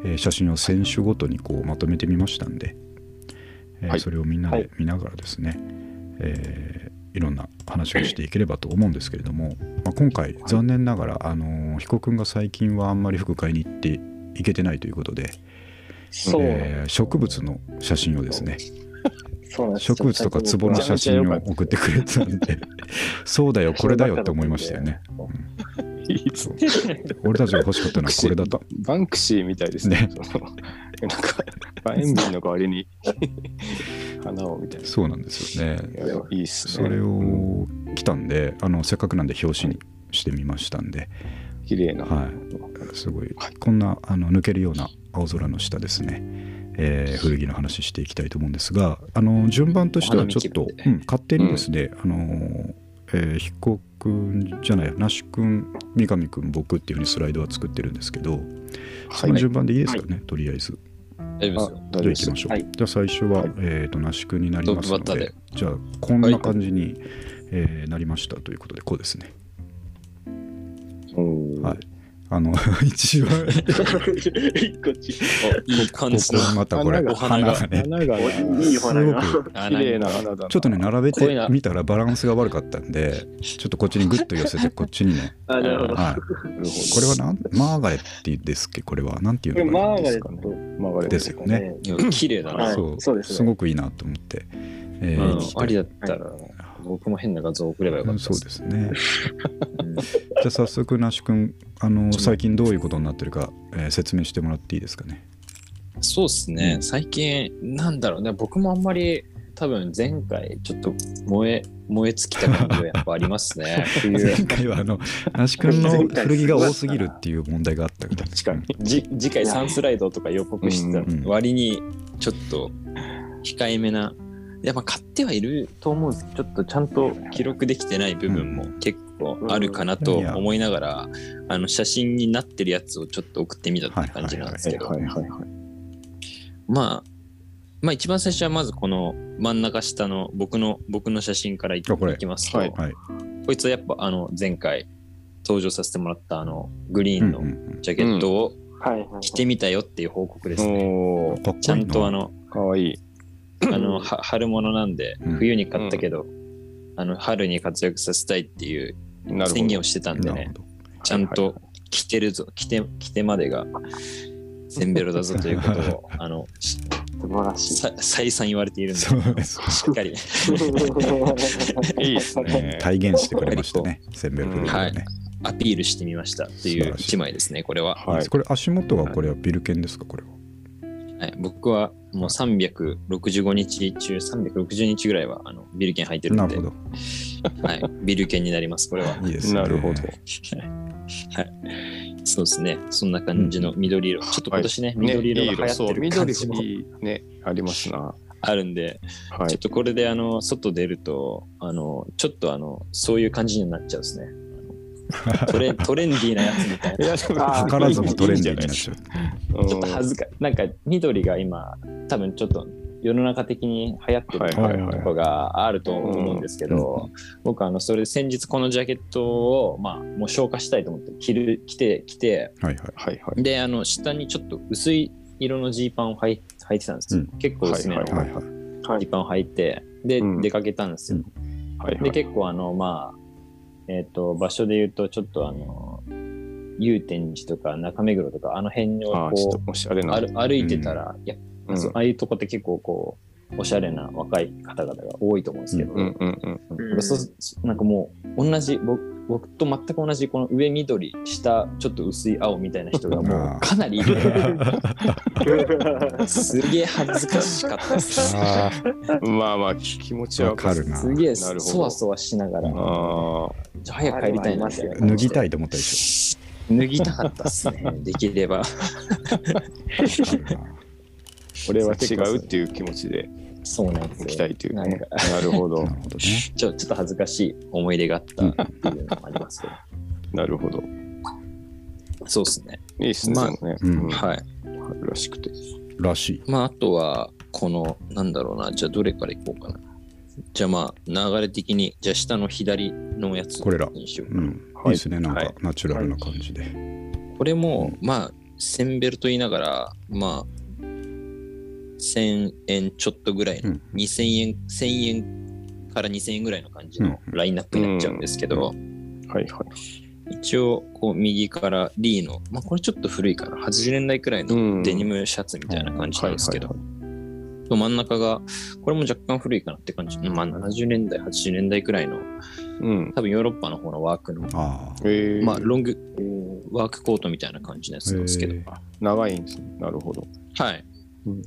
Speaker 1: えー写真を選手ごとにこうまとめてみましたんで、えー
Speaker 2: はい
Speaker 1: それをみんな
Speaker 3: は
Speaker 1: で
Speaker 3: い
Speaker 1: 見ながらですね、いえーいろんな話をしていければと思うんですけれども、まあ、今回残念ながら、あのー彦君が最近はあんまり服買いに行っていけてないということで、
Speaker 3: そうなんで
Speaker 1: えー植物の写真をですね
Speaker 3: す。そうなんです。
Speaker 1: 植物とか壺の写真を送ってく れたんでそうだよこれだよって思いましたよね
Speaker 2: いいです
Speaker 1: そう俺たちが欲しかったのはこれ だと
Speaker 2: バンクシーみたいですね。
Speaker 1: ね
Speaker 2: そのなんか、バエンビンの代わりに花をみたいな。
Speaker 1: そうなんですよね
Speaker 2: いやいいっす
Speaker 1: そ
Speaker 2: ね。
Speaker 1: れ
Speaker 2: うん
Speaker 1: を来たんであのせっかくなんで表紙にしてみましたんで、
Speaker 2: 綺麗な。
Speaker 1: はすごいこんなあの抜けるような青空の下ですね、えー古着の話していきたいと思うんですがあの順番としてはちょっと
Speaker 4: お花見気、
Speaker 1: う
Speaker 4: 分
Speaker 1: ん、勝手にですね、あのーえー彦君じゃない那須君三上君僕っていうふうにスライドは作ってるんですけどその順番でいいですかね、とりあえず
Speaker 4: 大丈
Speaker 2: あ
Speaker 4: 夫です
Speaker 1: じゃあ行
Speaker 2: 大丈夫で
Speaker 4: よ。
Speaker 1: きま。
Speaker 2: す
Speaker 1: しょう、
Speaker 3: はい
Speaker 1: じゃあ最初は、
Speaker 2: はい
Speaker 1: えー、と那須君になりますの
Speaker 4: トップバッ
Speaker 1: で
Speaker 4: タ
Speaker 1: じゃあこんな感じに、えーなりましたということでこうですね
Speaker 2: うん
Speaker 1: はいあの 一番
Speaker 3: 一個ち
Speaker 4: あいい感じの。
Speaker 1: ここまたこれ
Speaker 2: 花が
Speaker 4: 花が
Speaker 1: ね
Speaker 2: 花が
Speaker 3: おいい
Speaker 1: す
Speaker 3: 花が
Speaker 1: ごく
Speaker 4: あ
Speaker 2: 綺麗な花だな。
Speaker 1: ちょっとね並べ
Speaker 4: こういう
Speaker 1: て
Speaker 4: の
Speaker 1: みたらバランスが悪かったんでちょっとこっちにグッと寄せてこっちに ね、
Speaker 3: あ、なるほど。
Speaker 1: はい、
Speaker 2: なるほど
Speaker 1: これはなんマーガレットですっけこれはなんていうのか
Speaker 3: マ
Speaker 1: な
Speaker 3: ーガレッ
Speaker 2: こ
Speaker 3: ト
Speaker 2: 曲がれて
Speaker 1: で
Speaker 2: る
Speaker 1: すよね。
Speaker 4: なんか綺麗だ
Speaker 3: は
Speaker 4: な。
Speaker 3: い
Speaker 1: そう
Speaker 3: そうですね
Speaker 1: ごくいいなと思って、え
Speaker 4: う
Speaker 1: ー
Speaker 4: ん
Speaker 1: 聞きた
Speaker 4: あ
Speaker 1: い
Speaker 4: りだったら、僕も変な画像送ればよか
Speaker 1: う
Speaker 4: っ
Speaker 1: ん
Speaker 4: た。
Speaker 1: そうですすね
Speaker 4: うん
Speaker 1: じゃあ早速那須君あの最近どういうことになってるか、えー説明してもらっていいですかね
Speaker 4: そうですね。最近、なんだろうね。僕もあんまり、多分前回、ちょっと燃え、燃え尽きた感じがやっぱありますね。冬
Speaker 1: 前。回はあの那須君の古着が多すぎるっていう問題があったから
Speaker 2: 確かに。
Speaker 4: じ次回サンスライドとか予告してたのに
Speaker 1: うん
Speaker 4: 割にちょっと控えめな。いやまあ買ってはいると思うんですけどちょっとちゃんと記録できてない部分も結構あるかなと思いながら、あの写真になってるやつをちょっと送ってみたって感じなんですけど、
Speaker 2: はいはいは
Speaker 4: まあまあ一番最初はまずこの真ん中下の僕の僕の写真からい
Speaker 1: あこれ
Speaker 4: いきますと、
Speaker 2: はい
Speaker 1: はい
Speaker 4: こいつはやっぱあの前回登場させてもらったあのグリーンの
Speaker 1: うんうん
Speaker 4: ジャケットを
Speaker 3: はいはい。
Speaker 4: 着てみたよっていう報告で
Speaker 2: い。
Speaker 4: すね。
Speaker 2: おお
Speaker 1: うん、かっこいいな
Speaker 4: ちゃんとあの
Speaker 2: かわいい。
Speaker 4: あのは春物なんで
Speaker 1: うん
Speaker 4: 冬に買ったけど、あの春に活躍させたいっていう
Speaker 2: なるほ
Speaker 4: 宣言
Speaker 2: ど。
Speaker 4: をしてたんで
Speaker 1: なる
Speaker 4: ね
Speaker 1: ほど
Speaker 4: ちゃんと着てるぞ着て着てまでがセンベロだぞということをあのし
Speaker 3: 素晴らしい。
Speaker 4: さ再三言われているんで
Speaker 1: そうです
Speaker 4: しっかり
Speaker 2: いいですね。
Speaker 1: 体現してくれましたね、せんべいフルーツをね。
Speaker 4: アピールしてみましたって
Speaker 1: 素
Speaker 4: い
Speaker 1: 晴
Speaker 4: う
Speaker 1: らしい
Speaker 4: 一枚ですねこれは、
Speaker 2: はい。
Speaker 1: これ足元はこれはビルケンですか、これは。
Speaker 4: はい、僕はもう365日中360日ぐらいはあのビルケン履いてる
Speaker 1: なんる
Speaker 4: で
Speaker 1: ほど。
Speaker 4: はい、ビルケンになりますこれは
Speaker 1: いいですね。
Speaker 2: なるほど。
Speaker 4: はいそうですね。そんな感じの緑色。ちょっと今年ね、緑色が流行ってる感じも
Speaker 2: いいね、ありますな。は
Speaker 4: あるんで、ちょっ
Speaker 2: い。
Speaker 4: とこれであの外出るとあのちょっとあのそういう感じになっちゃうですね。トレトレンディーなやつみたいな。
Speaker 2: いや、で
Speaker 3: あー
Speaker 1: 図らずもトレンディーに
Speaker 2: いい
Speaker 1: なっちゃう。
Speaker 2: んうん
Speaker 4: ちょっと恥ずかなんか緑が今多分ちょっと世の中的に流行ってる
Speaker 1: はいはいはい
Speaker 4: とかがあると思うんですけど、僕あのそれ先日このジャケットをまあもう消化したいと思って着る着て着て
Speaker 1: はいはい。
Speaker 2: はいはい。
Speaker 4: であの下にちょっと薄い色のジーパンをはい履いてたんですよ、
Speaker 1: うん
Speaker 4: 結構薄めの
Speaker 2: はい
Speaker 4: ジ
Speaker 1: はい はい。
Speaker 4: ーパンを履いてで、
Speaker 2: うん
Speaker 4: 出かけたんですよ。
Speaker 2: はいは
Speaker 4: で
Speaker 2: い。
Speaker 4: 結構あのまあえっ、と場所で言うとちょっとあの祐天寺とか中目黒とかあの辺を
Speaker 2: あーちょっ
Speaker 4: こと
Speaker 2: おしゃれ
Speaker 4: う
Speaker 2: な。
Speaker 4: 歩歩いてたら、いや
Speaker 2: うん
Speaker 4: そうああいうとこって結構こうおしゃれな若い方々が多いと思うんですけど、
Speaker 2: うんうんうん。
Speaker 4: なんかそうなんかもう同じ僕僕と全く同じこの上緑下ちょっと薄い青みたいな人がもうかなりいるすげえ恥ずかしかったです
Speaker 1: あ
Speaker 2: まあまあ、気持ちはわ
Speaker 1: わかるな
Speaker 4: すげえ
Speaker 2: なるほど
Speaker 4: そわそわしながら
Speaker 1: うん
Speaker 2: ああ、
Speaker 4: じゃあ早く帰りたいなみたいな
Speaker 1: あ、脱ぎ
Speaker 4: い
Speaker 1: たいと思ったでし
Speaker 4: 脱ぎたかったっすね。できれば。
Speaker 1: ょ。わかるな
Speaker 2: 俺は違うっていう気持ちで
Speaker 4: そうな んですよ。
Speaker 2: 行きたいという
Speaker 4: な
Speaker 2: ね。
Speaker 4: んか
Speaker 2: なるほど
Speaker 1: な。るほどね。
Speaker 4: ちょちょっと恥ずかしい思い出があったっていうのもありますけ
Speaker 2: なるほど。
Speaker 4: ど。そうですね。
Speaker 2: いいっすね。
Speaker 4: まあ
Speaker 2: でもね
Speaker 1: うん
Speaker 2: うん
Speaker 4: はい。
Speaker 2: 春らしくて。
Speaker 1: らしい。
Speaker 4: まあ、あとは、この、なんだろうな。じゃあ、どれからいこうかな。じゃあ、まあ、流れ的に、じゃあ、下の左のやつ
Speaker 1: これら
Speaker 4: にしようか
Speaker 1: う
Speaker 4: な。
Speaker 1: ん。い
Speaker 2: はいい
Speaker 1: ですね。なん
Speaker 2: は
Speaker 1: か
Speaker 2: い
Speaker 1: ナチュラルな感じで。
Speaker 4: これも、まあ、センベルと言いながら、まあ、1000円ちょっとぐらいの、
Speaker 1: うん
Speaker 4: 2000円、1000円から2000円ぐらいの感じのラインナップになっちゃうんですけど、
Speaker 2: はいはい。
Speaker 4: 一応こう右からリーの、まあ、これちょっと古いから80年代くらい
Speaker 2: うん
Speaker 4: のデニムシャツみたいな感じなんですけど、
Speaker 2: はい
Speaker 4: と真ん中がこれも若干古いかなって感じ、まあ、70年代80年代くらいの
Speaker 2: うん。
Speaker 4: 多分ヨーロッパの方のワークの、
Speaker 1: ああ。
Speaker 2: えー、
Speaker 4: まあ、ロングワークコートみたいな感じのやつなんですけど、
Speaker 1: えー
Speaker 2: 長いんですね。なるほど。
Speaker 4: はい
Speaker 2: うん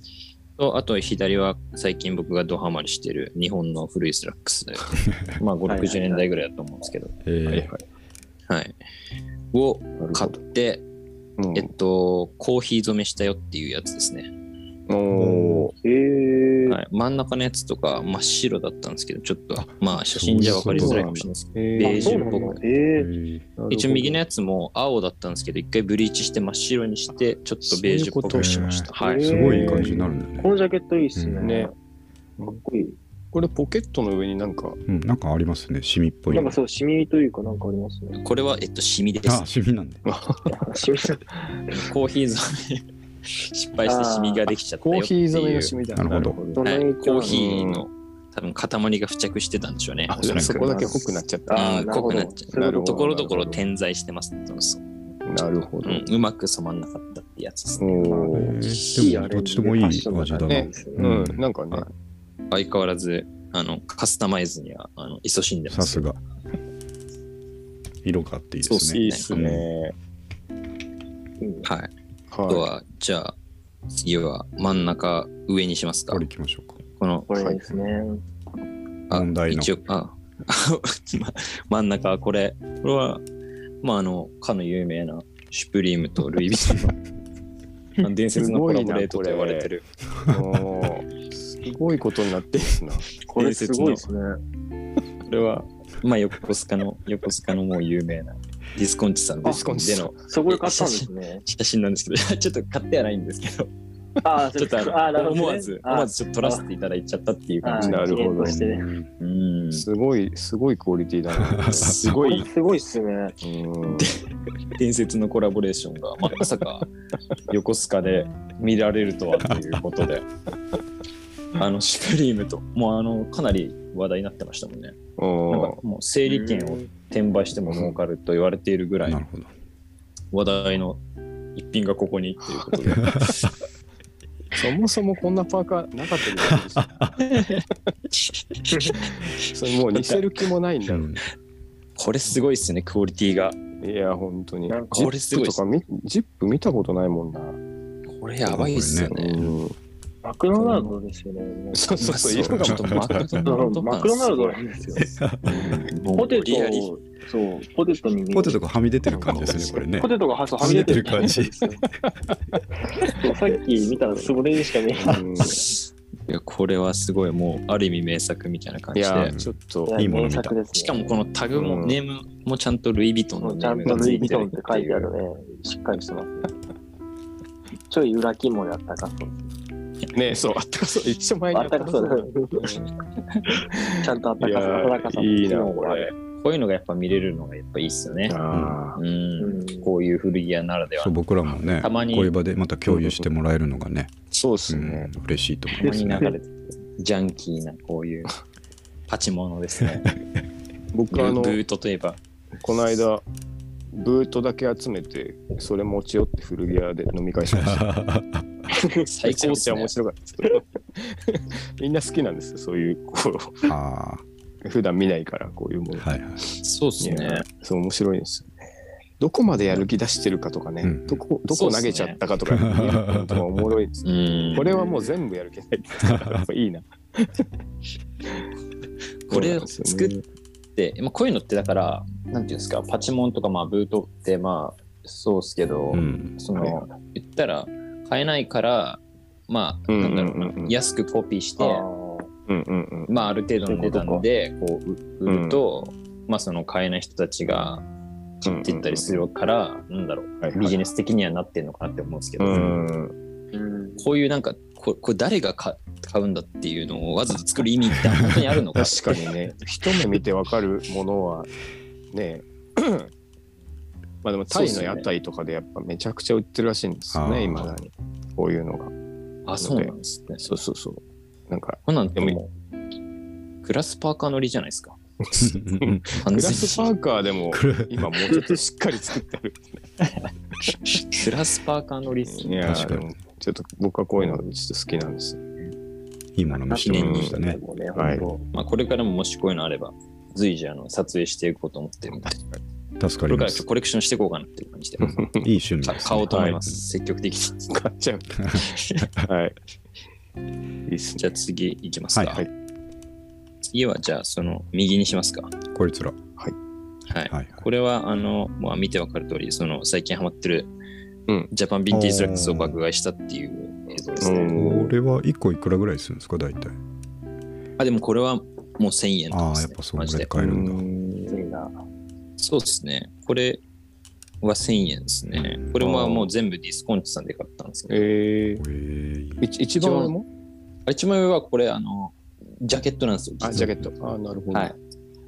Speaker 4: とあと左は最近僕がドハマりしてる日本の古いスラッ クスでまあ
Speaker 3: はいはいはい
Speaker 4: 560年代ぐらいだと思うんですけど、
Speaker 1: え
Speaker 2: はいは
Speaker 1: ー
Speaker 2: い。
Speaker 4: はい、を
Speaker 2: なるほど
Speaker 4: 買って
Speaker 2: うん
Speaker 4: えっと、コーヒー染めしたよっていうやつですね。
Speaker 2: おー
Speaker 3: えー
Speaker 4: はい、真ん中のやつとか真っ白だったんですけど、ちょっと、まあ写真じゃ分かりづらいかもしれないですけ
Speaker 2: え
Speaker 4: ベー
Speaker 2: ー
Speaker 4: ジ
Speaker 3: そう
Speaker 4: ュ
Speaker 3: な
Speaker 4: っ
Speaker 3: ん
Speaker 4: ぽ
Speaker 3: だ
Speaker 4: く
Speaker 1: え
Speaker 3: えー
Speaker 1: ー
Speaker 4: ど、一応右のやつも青だったんですけど、一回ブリーチして真っ白にして、ちょっとベージュっぽくしました。
Speaker 3: そ
Speaker 4: は
Speaker 3: ういうこと
Speaker 4: い。
Speaker 3: へ
Speaker 1: す
Speaker 3: ー
Speaker 1: ごいいい感じになるんだ
Speaker 3: こ
Speaker 1: ね。
Speaker 3: のジャケットいいっすね。
Speaker 1: うん
Speaker 2: ね
Speaker 3: かっこいい。
Speaker 2: これポケットの上になんか、
Speaker 1: うん。なんかありますね。シミっぽい
Speaker 3: なん
Speaker 1: の。
Speaker 3: かそう、シミというかなんかありますね。
Speaker 4: これは、えっと、シミで
Speaker 1: あ
Speaker 4: す
Speaker 1: あ、。シミなんで。
Speaker 3: シミ
Speaker 4: コーヒー染め、失敗してシミができちゃった
Speaker 2: コ
Speaker 4: よ
Speaker 2: ー
Speaker 4: って
Speaker 2: ヒ
Speaker 4: いう。
Speaker 2: ー染めのシミだ
Speaker 1: なるほど
Speaker 3: どの
Speaker 4: はい
Speaker 3: 影
Speaker 4: コ
Speaker 3: 響
Speaker 4: ーヒーの、多分塊が付着してたんでしょうね。
Speaker 2: あ、
Speaker 4: おそらく
Speaker 2: そこだけ濃くなっちゃった。
Speaker 3: あー
Speaker 4: うん
Speaker 3: なる
Speaker 4: 濃
Speaker 3: ほ
Speaker 4: く
Speaker 3: ど
Speaker 4: なっち
Speaker 2: な
Speaker 4: ゃ
Speaker 2: る
Speaker 4: う。
Speaker 2: ほど
Speaker 4: ところど
Speaker 2: な
Speaker 4: ころ
Speaker 2: るほど
Speaker 4: 点在してます。そう
Speaker 2: なるほど。
Speaker 4: うんうまく染まんなかったってやつですね。
Speaker 1: え
Speaker 2: おー
Speaker 1: ーでも、どっちともいい味だな。
Speaker 3: ね
Speaker 1: ね。
Speaker 2: うん、なんかね、
Speaker 4: 相変わらずあのカスタマイズにはあの勤しんでます
Speaker 1: さすが。色があっていいで
Speaker 4: そうっ
Speaker 1: す
Speaker 4: す
Speaker 1: ね。
Speaker 2: いいっすね。
Speaker 4: はいあと
Speaker 2: は
Speaker 4: はじゃあ次は真ん中上にしますか
Speaker 1: これ行きましょうか。
Speaker 4: この
Speaker 3: これですね。
Speaker 4: あ
Speaker 1: 問題の
Speaker 4: 一応あま真ん中はこれこれはまああのかの有名なシュプリームとルイ・ヴィトンのあの伝説のコラボレートと言われてる
Speaker 2: い。おーすごいことになってるな。
Speaker 3: これすごいですね。
Speaker 4: これはまあ横須賀の横須賀のもう有名なディスコンチさんで
Speaker 2: ディスコンチさん
Speaker 4: の
Speaker 3: そこで買ったんですね。
Speaker 4: 写真なんですけどちょっと買ってはないんですけど
Speaker 3: あ
Speaker 4: ちょっとあの思わず、思わずちょっと撮らせていただいちゃったっていう感じ
Speaker 2: な
Speaker 4: で。
Speaker 2: るほど
Speaker 3: すね
Speaker 1: うん
Speaker 4: うん。
Speaker 2: すごい、すごいクオリティだな。
Speaker 4: す
Speaker 3: こ
Speaker 4: ご
Speaker 3: れ
Speaker 4: い
Speaker 3: すごいっすね。
Speaker 2: うん
Speaker 4: 伝説のコラボレーションが、まあまさか横須賀で見られるとはということで、あの、シュプリームと、もうあの、かなり話題になってましたもんね。なんか
Speaker 2: お
Speaker 4: もう整理券を転売しても儲かると言われているぐら
Speaker 1: ないるほど。
Speaker 4: 話題の一品がここにっていうことで。
Speaker 2: ーそもそもこんなパーカーなかったじゃないですか それもう似せる気もないんだ
Speaker 1: う
Speaker 2: ろ
Speaker 1: ん
Speaker 4: これすごいっすね、クオリティが。
Speaker 2: う。いや、本当に。ジ
Speaker 3: なんか
Speaker 4: これす
Speaker 2: ッ
Speaker 4: ご
Speaker 2: プ
Speaker 4: いっ
Speaker 2: と
Speaker 4: す
Speaker 2: かみ、ジップ見たことないもんな。
Speaker 4: これやばいっすよ
Speaker 2: う
Speaker 4: ね。
Speaker 2: ん。
Speaker 3: マクドナルドですよね。もう
Speaker 2: そうそうそう、
Speaker 4: ち
Speaker 2: 色が
Speaker 4: ょっとマクドナルド
Speaker 3: マクドナルドなんですよ。ポテト
Speaker 4: リ
Speaker 3: を、そう、ポテトに見える
Speaker 1: ポテトがはみ出てる感じですね、これね
Speaker 3: ポ。テトがははみ出てる
Speaker 1: はみ出てる
Speaker 3: そうさっき見たらそれにしか見えない。
Speaker 2: うん
Speaker 4: いやこれはすごいもうある意味名作みたいな感じ
Speaker 2: いや
Speaker 4: でちょっと
Speaker 1: いいもの見た
Speaker 3: 名作ですね
Speaker 4: しかもこのタグも、
Speaker 2: うん
Speaker 4: ネームもちゃんとルイ・ヴィトン
Speaker 3: も
Speaker 4: の
Speaker 3: う
Speaker 4: ネ
Speaker 3: ちゃ
Speaker 4: ー
Speaker 3: ん
Speaker 4: ム
Speaker 3: と
Speaker 4: が
Speaker 3: ル
Speaker 4: つ
Speaker 3: イ・
Speaker 4: い
Speaker 3: ヴィ
Speaker 4: て
Speaker 3: ト
Speaker 4: る
Speaker 3: ン
Speaker 4: っ
Speaker 3: ってて書いて
Speaker 4: い
Speaker 3: あ
Speaker 4: う
Speaker 3: るね。しっかりしてます。ちょい裏肝であったかそう。
Speaker 2: ねそう、あったかそう。一緒前に
Speaker 3: あったかそうだ。ちゃんとあった
Speaker 2: い
Speaker 3: かさ、
Speaker 2: や
Speaker 3: 暖かさ。
Speaker 2: ー、いいな、これ。
Speaker 4: こういうのがやっぱ見れるのがやっぱいいっすよね
Speaker 2: あ
Speaker 4: うん、
Speaker 3: うん
Speaker 4: こういう古着屋ならでは
Speaker 1: そう僕らもね、
Speaker 4: たまに
Speaker 1: こういう場でまた共有してもらえるのがね、
Speaker 4: そうっす
Speaker 1: う
Speaker 4: ね
Speaker 1: ん、嬉しいと思
Speaker 4: た
Speaker 1: い
Speaker 4: ま
Speaker 1: ますね。
Speaker 4: に流れてくるジャンキーなこういうパチモノですね
Speaker 2: 僕、
Speaker 4: ブ
Speaker 2: あの
Speaker 4: ブ、ートといえば
Speaker 2: この間、ブートだけ集めて、それ持ち寄って古着屋で飲み会しま した。
Speaker 4: 最高っすね
Speaker 2: めちゃめちゃ面白かったですけど。 みんな好きなんですよ、そういう、こ う、
Speaker 1: ああ
Speaker 2: 普段見ないから、こういうもの。
Speaker 1: ー、はいはい。
Speaker 4: そうっす
Speaker 2: い
Speaker 4: ね
Speaker 2: やそう、面白いんですよね。どこまでやる気出してるかとかね、
Speaker 1: うん
Speaker 2: どこどこ投げちゃったかとか、
Speaker 1: そうっすね
Speaker 2: 見るのとかおもろいです
Speaker 4: う
Speaker 2: ね。
Speaker 4: ん
Speaker 2: これはもう全部やる気ないですからやっぱいいな。そうなん
Speaker 4: これを
Speaker 2: ですよ
Speaker 4: 作って、まあ、こういうのってだからなんていうんですかパチモンとかまあブートってまあそうっすけど、
Speaker 1: うん。
Speaker 4: そ
Speaker 2: は
Speaker 4: の言ったら買えないからまあ
Speaker 2: うんう
Speaker 4: なんん
Speaker 2: うんう
Speaker 4: だ
Speaker 2: ん
Speaker 4: ろうな安くコピーして
Speaker 2: うんうんうん。
Speaker 4: まあある程度の値段でこうう売ると、まあその買えない人たちが買っていったりするから、なんだろう
Speaker 2: はいはい
Speaker 4: ビジネス的にはなってるのかなって思うんですけど、
Speaker 2: うん。
Speaker 3: うん
Speaker 4: こういうなんかここれ誰が買買うんだっていうのをわざわざ作る意味って本当にあるのか
Speaker 2: 確かにね、一目見てわかるものはね、 まあでもタイの屋台とかでやっぱめちゃくちゃ売ってるらしいんですよ
Speaker 1: あー
Speaker 2: ね、いまだに。こういうのが。
Speaker 4: あそうなんですね
Speaker 2: そうそうそう。なんか、
Speaker 4: こんなんてもうグラスパーカー乗りじゃないですか完
Speaker 2: グラ
Speaker 4: 全に
Speaker 2: スパーカーでも
Speaker 1: これ
Speaker 2: 今もうちょっとしっかり作ってある。
Speaker 4: グラスパーカー乗りっす
Speaker 2: いや
Speaker 1: 確かに
Speaker 2: でもちょっと僕はこういうのちょっと好きなんです よ。
Speaker 1: いいもの見せてもらいましたね。
Speaker 3: もうね
Speaker 2: はい
Speaker 3: 本
Speaker 4: まあ、これからももしこういうのあれば随時あの撮影していこうと思ってるんで
Speaker 1: 助か
Speaker 4: こ
Speaker 1: り
Speaker 4: れか
Speaker 1: ま
Speaker 4: ら
Speaker 1: す。
Speaker 4: コレクションしていこうかなっていう感じで
Speaker 1: いい趣味
Speaker 4: か
Speaker 1: です、ね。
Speaker 4: 買おうと思います、
Speaker 1: は
Speaker 4: 積極的に
Speaker 2: 買っちゃう。 はい。いいっすね。
Speaker 4: じゃあ次いきますか、
Speaker 1: はい。
Speaker 4: 次はじゃあその右にしますかはい
Speaker 1: こいつら。
Speaker 4: い、
Speaker 1: はい。
Speaker 4: これはあの、まあ、見てわかる通りその最近ハマってる、
Speaker 2: うん
Speaker 4: ジャパンビンテージラックスを爆買いしたっていう映像ですね、
Speaker 2: うん
Speaker 1: これは1個いくらぐらいするんですか、大体。
Speaker 4: あでもこれはもう1000円と
Speaker 1: あ
Speaker 4: かで
Speaker 1: あ、
Speaker 4: す、
Speaker 1: やっ
Speaker 4: ね、
Speaker 1: ぱその
Speaker 4: マ
Speaker 1: ぐ
Speaker 4: ジ
Speaker 1: らい
Speaker 4: で
Speaker 1: 買えるんだ。
Speaker 3: 当にな
Speaker 4: そうですね。これは1000円ですね。これはもう全部ディスコンチさんで買ったんですけど、
Speaker 2: え
Speaker 1: え
Speaker 2: ー、いち一番上も
Speaker 4: 一枚上はこれ、あの、ジャケットなんですよ。
Speaker 2: あ、ジャケット。あ、なるほど。
Speaker 4: はい。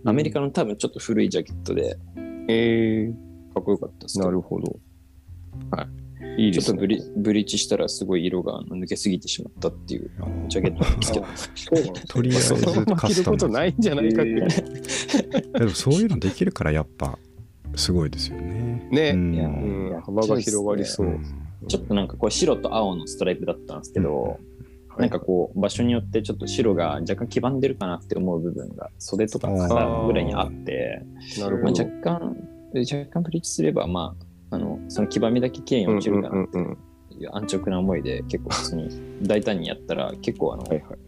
Speaker 4: アメリカの多分ちょっと古いジャケットで、か
Speaker 2: え
Speaker 4: っこよかったです
Speaker 2: ー、な
Speaker 4: けど。
Speaker 2: るほど。。
Speaker 4: はい
Speaker 2: いいで
Speaker 4: ちょっと
Speaker 2: す
Speaker 4: ブ
Speaker 2: ね。
Speaker 4: リブリッジしたらすごい色があの抜けすぎてしまったっていうジャケットなんですけど、
Speaker 3: そうなんです
Speaker 1: とりあえず
Speaker 2: そのまま
Speaker 1: カ
Speaker 2: 着
Speaker 1: ス
Speaker 2: る
Speaker 1: タム
Speaker 2: こと
Speaker 1: で
Speaker 2: ないんじゃないかっていう。
Speaker 1: もそういうのできるからやっぱすごいですよね。
Speaker 2: ね、
Speaker 1: うん
Speaker 4: いや
Speaker 2: う
Speaker 4: うんいや
Speaker 2: 幅が広がりそうう。
Speaker 1: ん
Speaker 4: ちょっとなんかこう白と青のストライプだったんですけど、
Speaker 2: はい
Speaker 4: なんかこう場所によってちょっと白が若干黄ばんでるかなって思う部分が袖とか肩ぐらいにあって、
Speaker 2: なる
Speaker 4: まあ、
Speaker 2: ほ
Speaker 4: 若
Speaker 2: ど。
Speaker 4: 干若干ブリッジすればまああのその黄ばみだけ綺麗に落ちるかなって
Speaker 2: うんうんうん
Speaker 4: いう安直な思いで結構普通に大胆にやったら結構あの
Speaker 2: はいはい。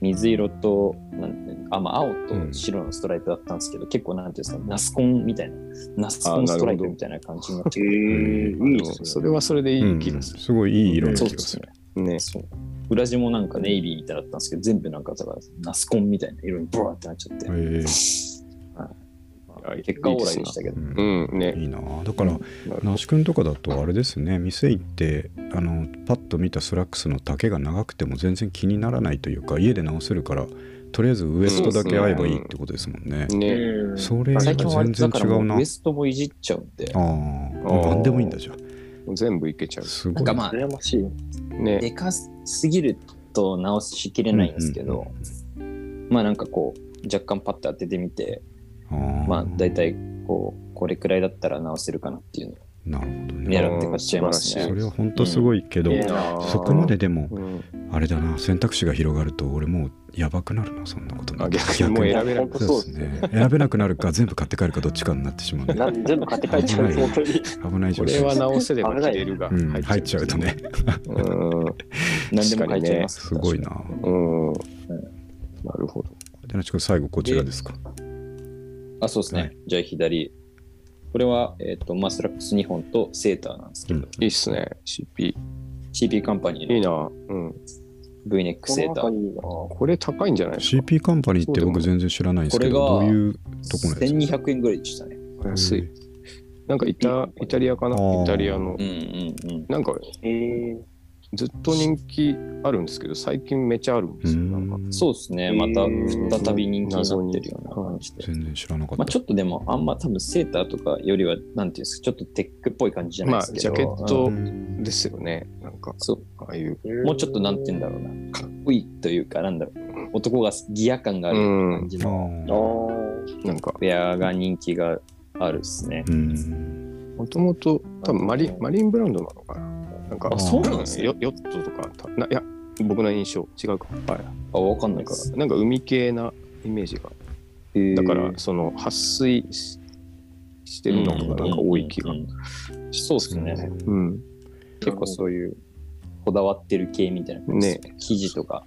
Speaker 4: 水色となんてあ、まあ、青
Speaker 1: うん
Speaker 4: と白のストライプだったんですけど、結構なんていうんですかナスコンみたいなナスコンストライプみたいな感じになっ ちゃ
Speaker 3: えー、いい
Speaker 2: あ
Speaker 3: で
Speaker 2: の
Speaker 3: す
Speaker 2: そ
Speaker 3: ね。
Speaker 2: れはそれでいい気
Speaker 1: う
Speaker 2: が
Speaker 1: ん
Speaker 2: す
Speaker 1: すごいいい色の
Speaker 4: う
Speaker 2: ん
Speaker 1: 気
Speaker 4: そ
Speaker 1: が
Speaker 4: うです
Speaker 1: す
Speaker 4: ね
Speaker 1: る。
Speaker 2: る。ね。
Speaker 4: そう裏地もなんかネイビーみたいだったんですけど、全部なんかだからナスコンみたいな色にブワーってなっちゃって、
Speaker 1: え
Speaker 4: まあ結果オーライでしたけど、
Speaker 1: ー
Speaker 2: うん、ね
Speaker 1: う。んいいなあだから
Speaker 2: なるほど
Speaker 1: 那須君とかだとあれですね店行ってあのパッと見たスラックスの丈が長くても全然気にならないというか家で直せるからとりあえずウエストだけ合えばいいってことですもんね。
Speaker 2: ね。
Speaker 3: うん
Speaker 1: それ
Speaker 4: 最近は
Speaker 1: 全
Speaker 4: だ
Speaker 1: 然
Speaker 4: か
Speaker 1: 違
Speaker 4: らも
Speaker 1: うな
Speaker 4: うウエ。ストもいじっちゃうんで
Speaker 1: ああ、
Speaker 2: ー
Speaker 1: 何でもいいんだじゃ
Speaker 2: 全部いけちゃ
Speaker 1: あ。
Speaker 2: う。
Speaker 1: すごい。
Speaker 4: なんかまあ
Speaker 3: 羨ましい。
Speaker 2: ね。
Speaker 4: でかすぎると直しきれないんですけど、まあなんかこう若干パッと当ててみて
Speaker 1: あー
Speaker 4: まあ大体こうこれくらいだったら直せるかなっていうのを
Speaker 1: なるほどね。
Speaker 4: 狙って買っちゃいます
Speaker 2: う
Speaker 4: ね
Speaker 2: ん
Speaker 1: それは本当すごいけど、
Speaker 3: うんいや
Speaker 1: そこまででも、
Speaker 2: うん
Speaker 1: あれだな、選択肢が広がると、俺もうやばくなるな、そんなことな
Speaker 2: あ
Speaker 1: ると
Speaker 2: 逆にもう選べな
Speaker 3: 本
Speaker 2: く
Speaker 3: 当
Speaker 2: て
Speaker 3: そう
Speaker 1: そう
Speaker 3: です
Speaker 1: で
Speaker 3: ね。
Speaker 1: すね。選べなくなるか、全部買って帰るか、どっちかになってしまうんで、
Speaker 3: な全部買って帰っちゃうんです、本当に。
Speaker 1: 危ない状
Speaker 2: これ
Speaker 1: 態で
Speaker 2: は
Speaker 1: す。
Speaker 2: 直せれば切れるが
Speaker 1: うん、入っちゃうとね。、
Speaker 2: うん
Speaker 4: 何でも買えちゃいます。
Speaker 1: すごいな。
Speaker 2: うん。なるほど。
Speaker 1: で、なちくん、最後こちらですか。
Speaker 4: あ、そうですね。
Speaker 1: はい
Speaker 4: じゃあ左。これは、えっ、と、まあ、スラックス2本とセーターなんですけど、
Speaker 1: うん
Speaker 2: いいっすね。CP。
Speaker 4: CP カンパニ
Speaker 2: いい
Speaker 4: ーの
Speaker 2: な。うん。
Speaker 4: V ネック
Speaker 3: こ
Speaker 4: セー
Speaker 3: の
Speaker 4: タ
Speaker 3: 中
Speaker 4: ー。
Speaker 3: にいいな。
Speaker 2: これ高いんじゃないですか
Speaker 1: CP カンパニーって僕全然知らないんですけど、ど
Speaker 4: こ
Speaker 1: う
Speaker 4: れが
Speaker 1: いう、どこのやつ
Speaker 4: 1200円ぐらいでしたね。
Speaker 2: 安い。なんかイタイタリアかな
Speaker 1: あー
Speaker 2: イタリアの
Speaker 4: う。んうんうん。
Speaker 2: なんか
Speaker 3: えー、
Speaker 2: ずっと人気あるんですけど、最近めちゃあるんですよ。なんか
Speaker 1: うん
Speaker 4: そうですね。また再び人気になってるような感じで。
Speaker 1: 全然知らなかっ
Speaker 4: ま
Speaker 1: た
Speaker 4: あ、。ちょっとでも、あんま多分セーターとかよりは、なんていうんですか、ちょっとテックっぽい感じじゃないですけど、
Speaker 2: まあジャケット
Speaker 4: う
Speaker 2: ょ
Speaker 4: ん
Speaker 1: うん
Speaker 2: ですよね。なんか、
Speaker 4: そう
Speaker 2: ああいう。
Speaker 4: もうちょっと、なんていうんだろうな、かっこいいというか、なんだろう、男がギア感がある感じ
Speaker 1: あ
Speaker 4: の
Speaker 3: あ
Speaker 1: ー
Speaker 3: ー
Speaker 2: なんか、
Speaker 4: ウェアが人気があるですね。
Speaker 1: うん
Speaker 2: もともと、多分マリマリンブランドなのかな。なんか、
Speaker 1: あそう
Speaker 4: なんですね
Speaker 2: よヨットとかたないや、僕の印象、違うか。はい。
Speaker 4: あ、わかんな
Speaker 2: ないん
Speaker 4: か
Speaker 2: か、なんか海系なイメージがだから、その、撥水ししてるのがなんか多い気が
Speaker 4: う。んそうですね。
Speaker 2: うん。
Speaker 4: 結構そういう、こだわってる系みたいな感じですね生地とか、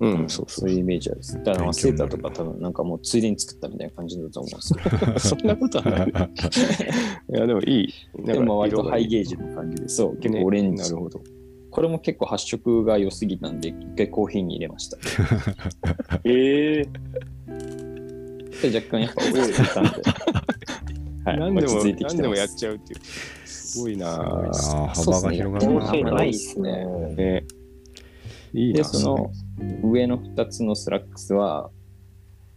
Speaker 2: うん、 そうそ
Speaker 4: そういうイメージあるです。だからまあ、セ
Speaker 1: 勉強
Speaker 4: ー
Speaker 1: に
Speaker 4: タ
Speaker 1: なる
Speaker 4: ーとか多分、なんかもうついでに作ったみたいな感じだと思うんですけど、
Speaker 2: う。そんなことは ない。いや、でもいい。なん
Speaker 4: で
Speaker 2: か
Speaker 4: も割とハイゲー
Speaker 2: ジ。
Speaker 4: ジの感じで、そう、
Speaker 2: ね
Speaker 4: 結構オレンジ。
Speaker 2: なるほど。
Speaker 4: これも結構発色が良すぎたんで、一回コーヒーに入れました。
Speaker 3: えー、
Speaker 4: で若干やっ ぱ落ち着い たんで。はい、
Speaker 2: 何で
Speaker 4: 落
Speaker 2: も、
Speaker 4: ち着いてき
Speaker 2: 何
Speaker 4: て
Speaker 2: で
Speaker 4: ま
Speaker 2: もやっ
Speaker 4: す。
Speaker 2: ちゃうっていう。すごいな
Speaker 1: すごいな
Speaker 2: ぁ。
Speaker 1: あ
Speaker 4: そうっ
Speaker 1: 幅
Speaker 4: す
Speaker 1: が
Speaker 4: ね
Speaker 1: 広がる
Speaker 3: 面
Speaker 1: な。
Speaker 3: 白いないっすね。
Speaker 2: ね。いい
Speaker 4: で、
Speaker 2: な
Speaker 4: その上の2つのスラックスは、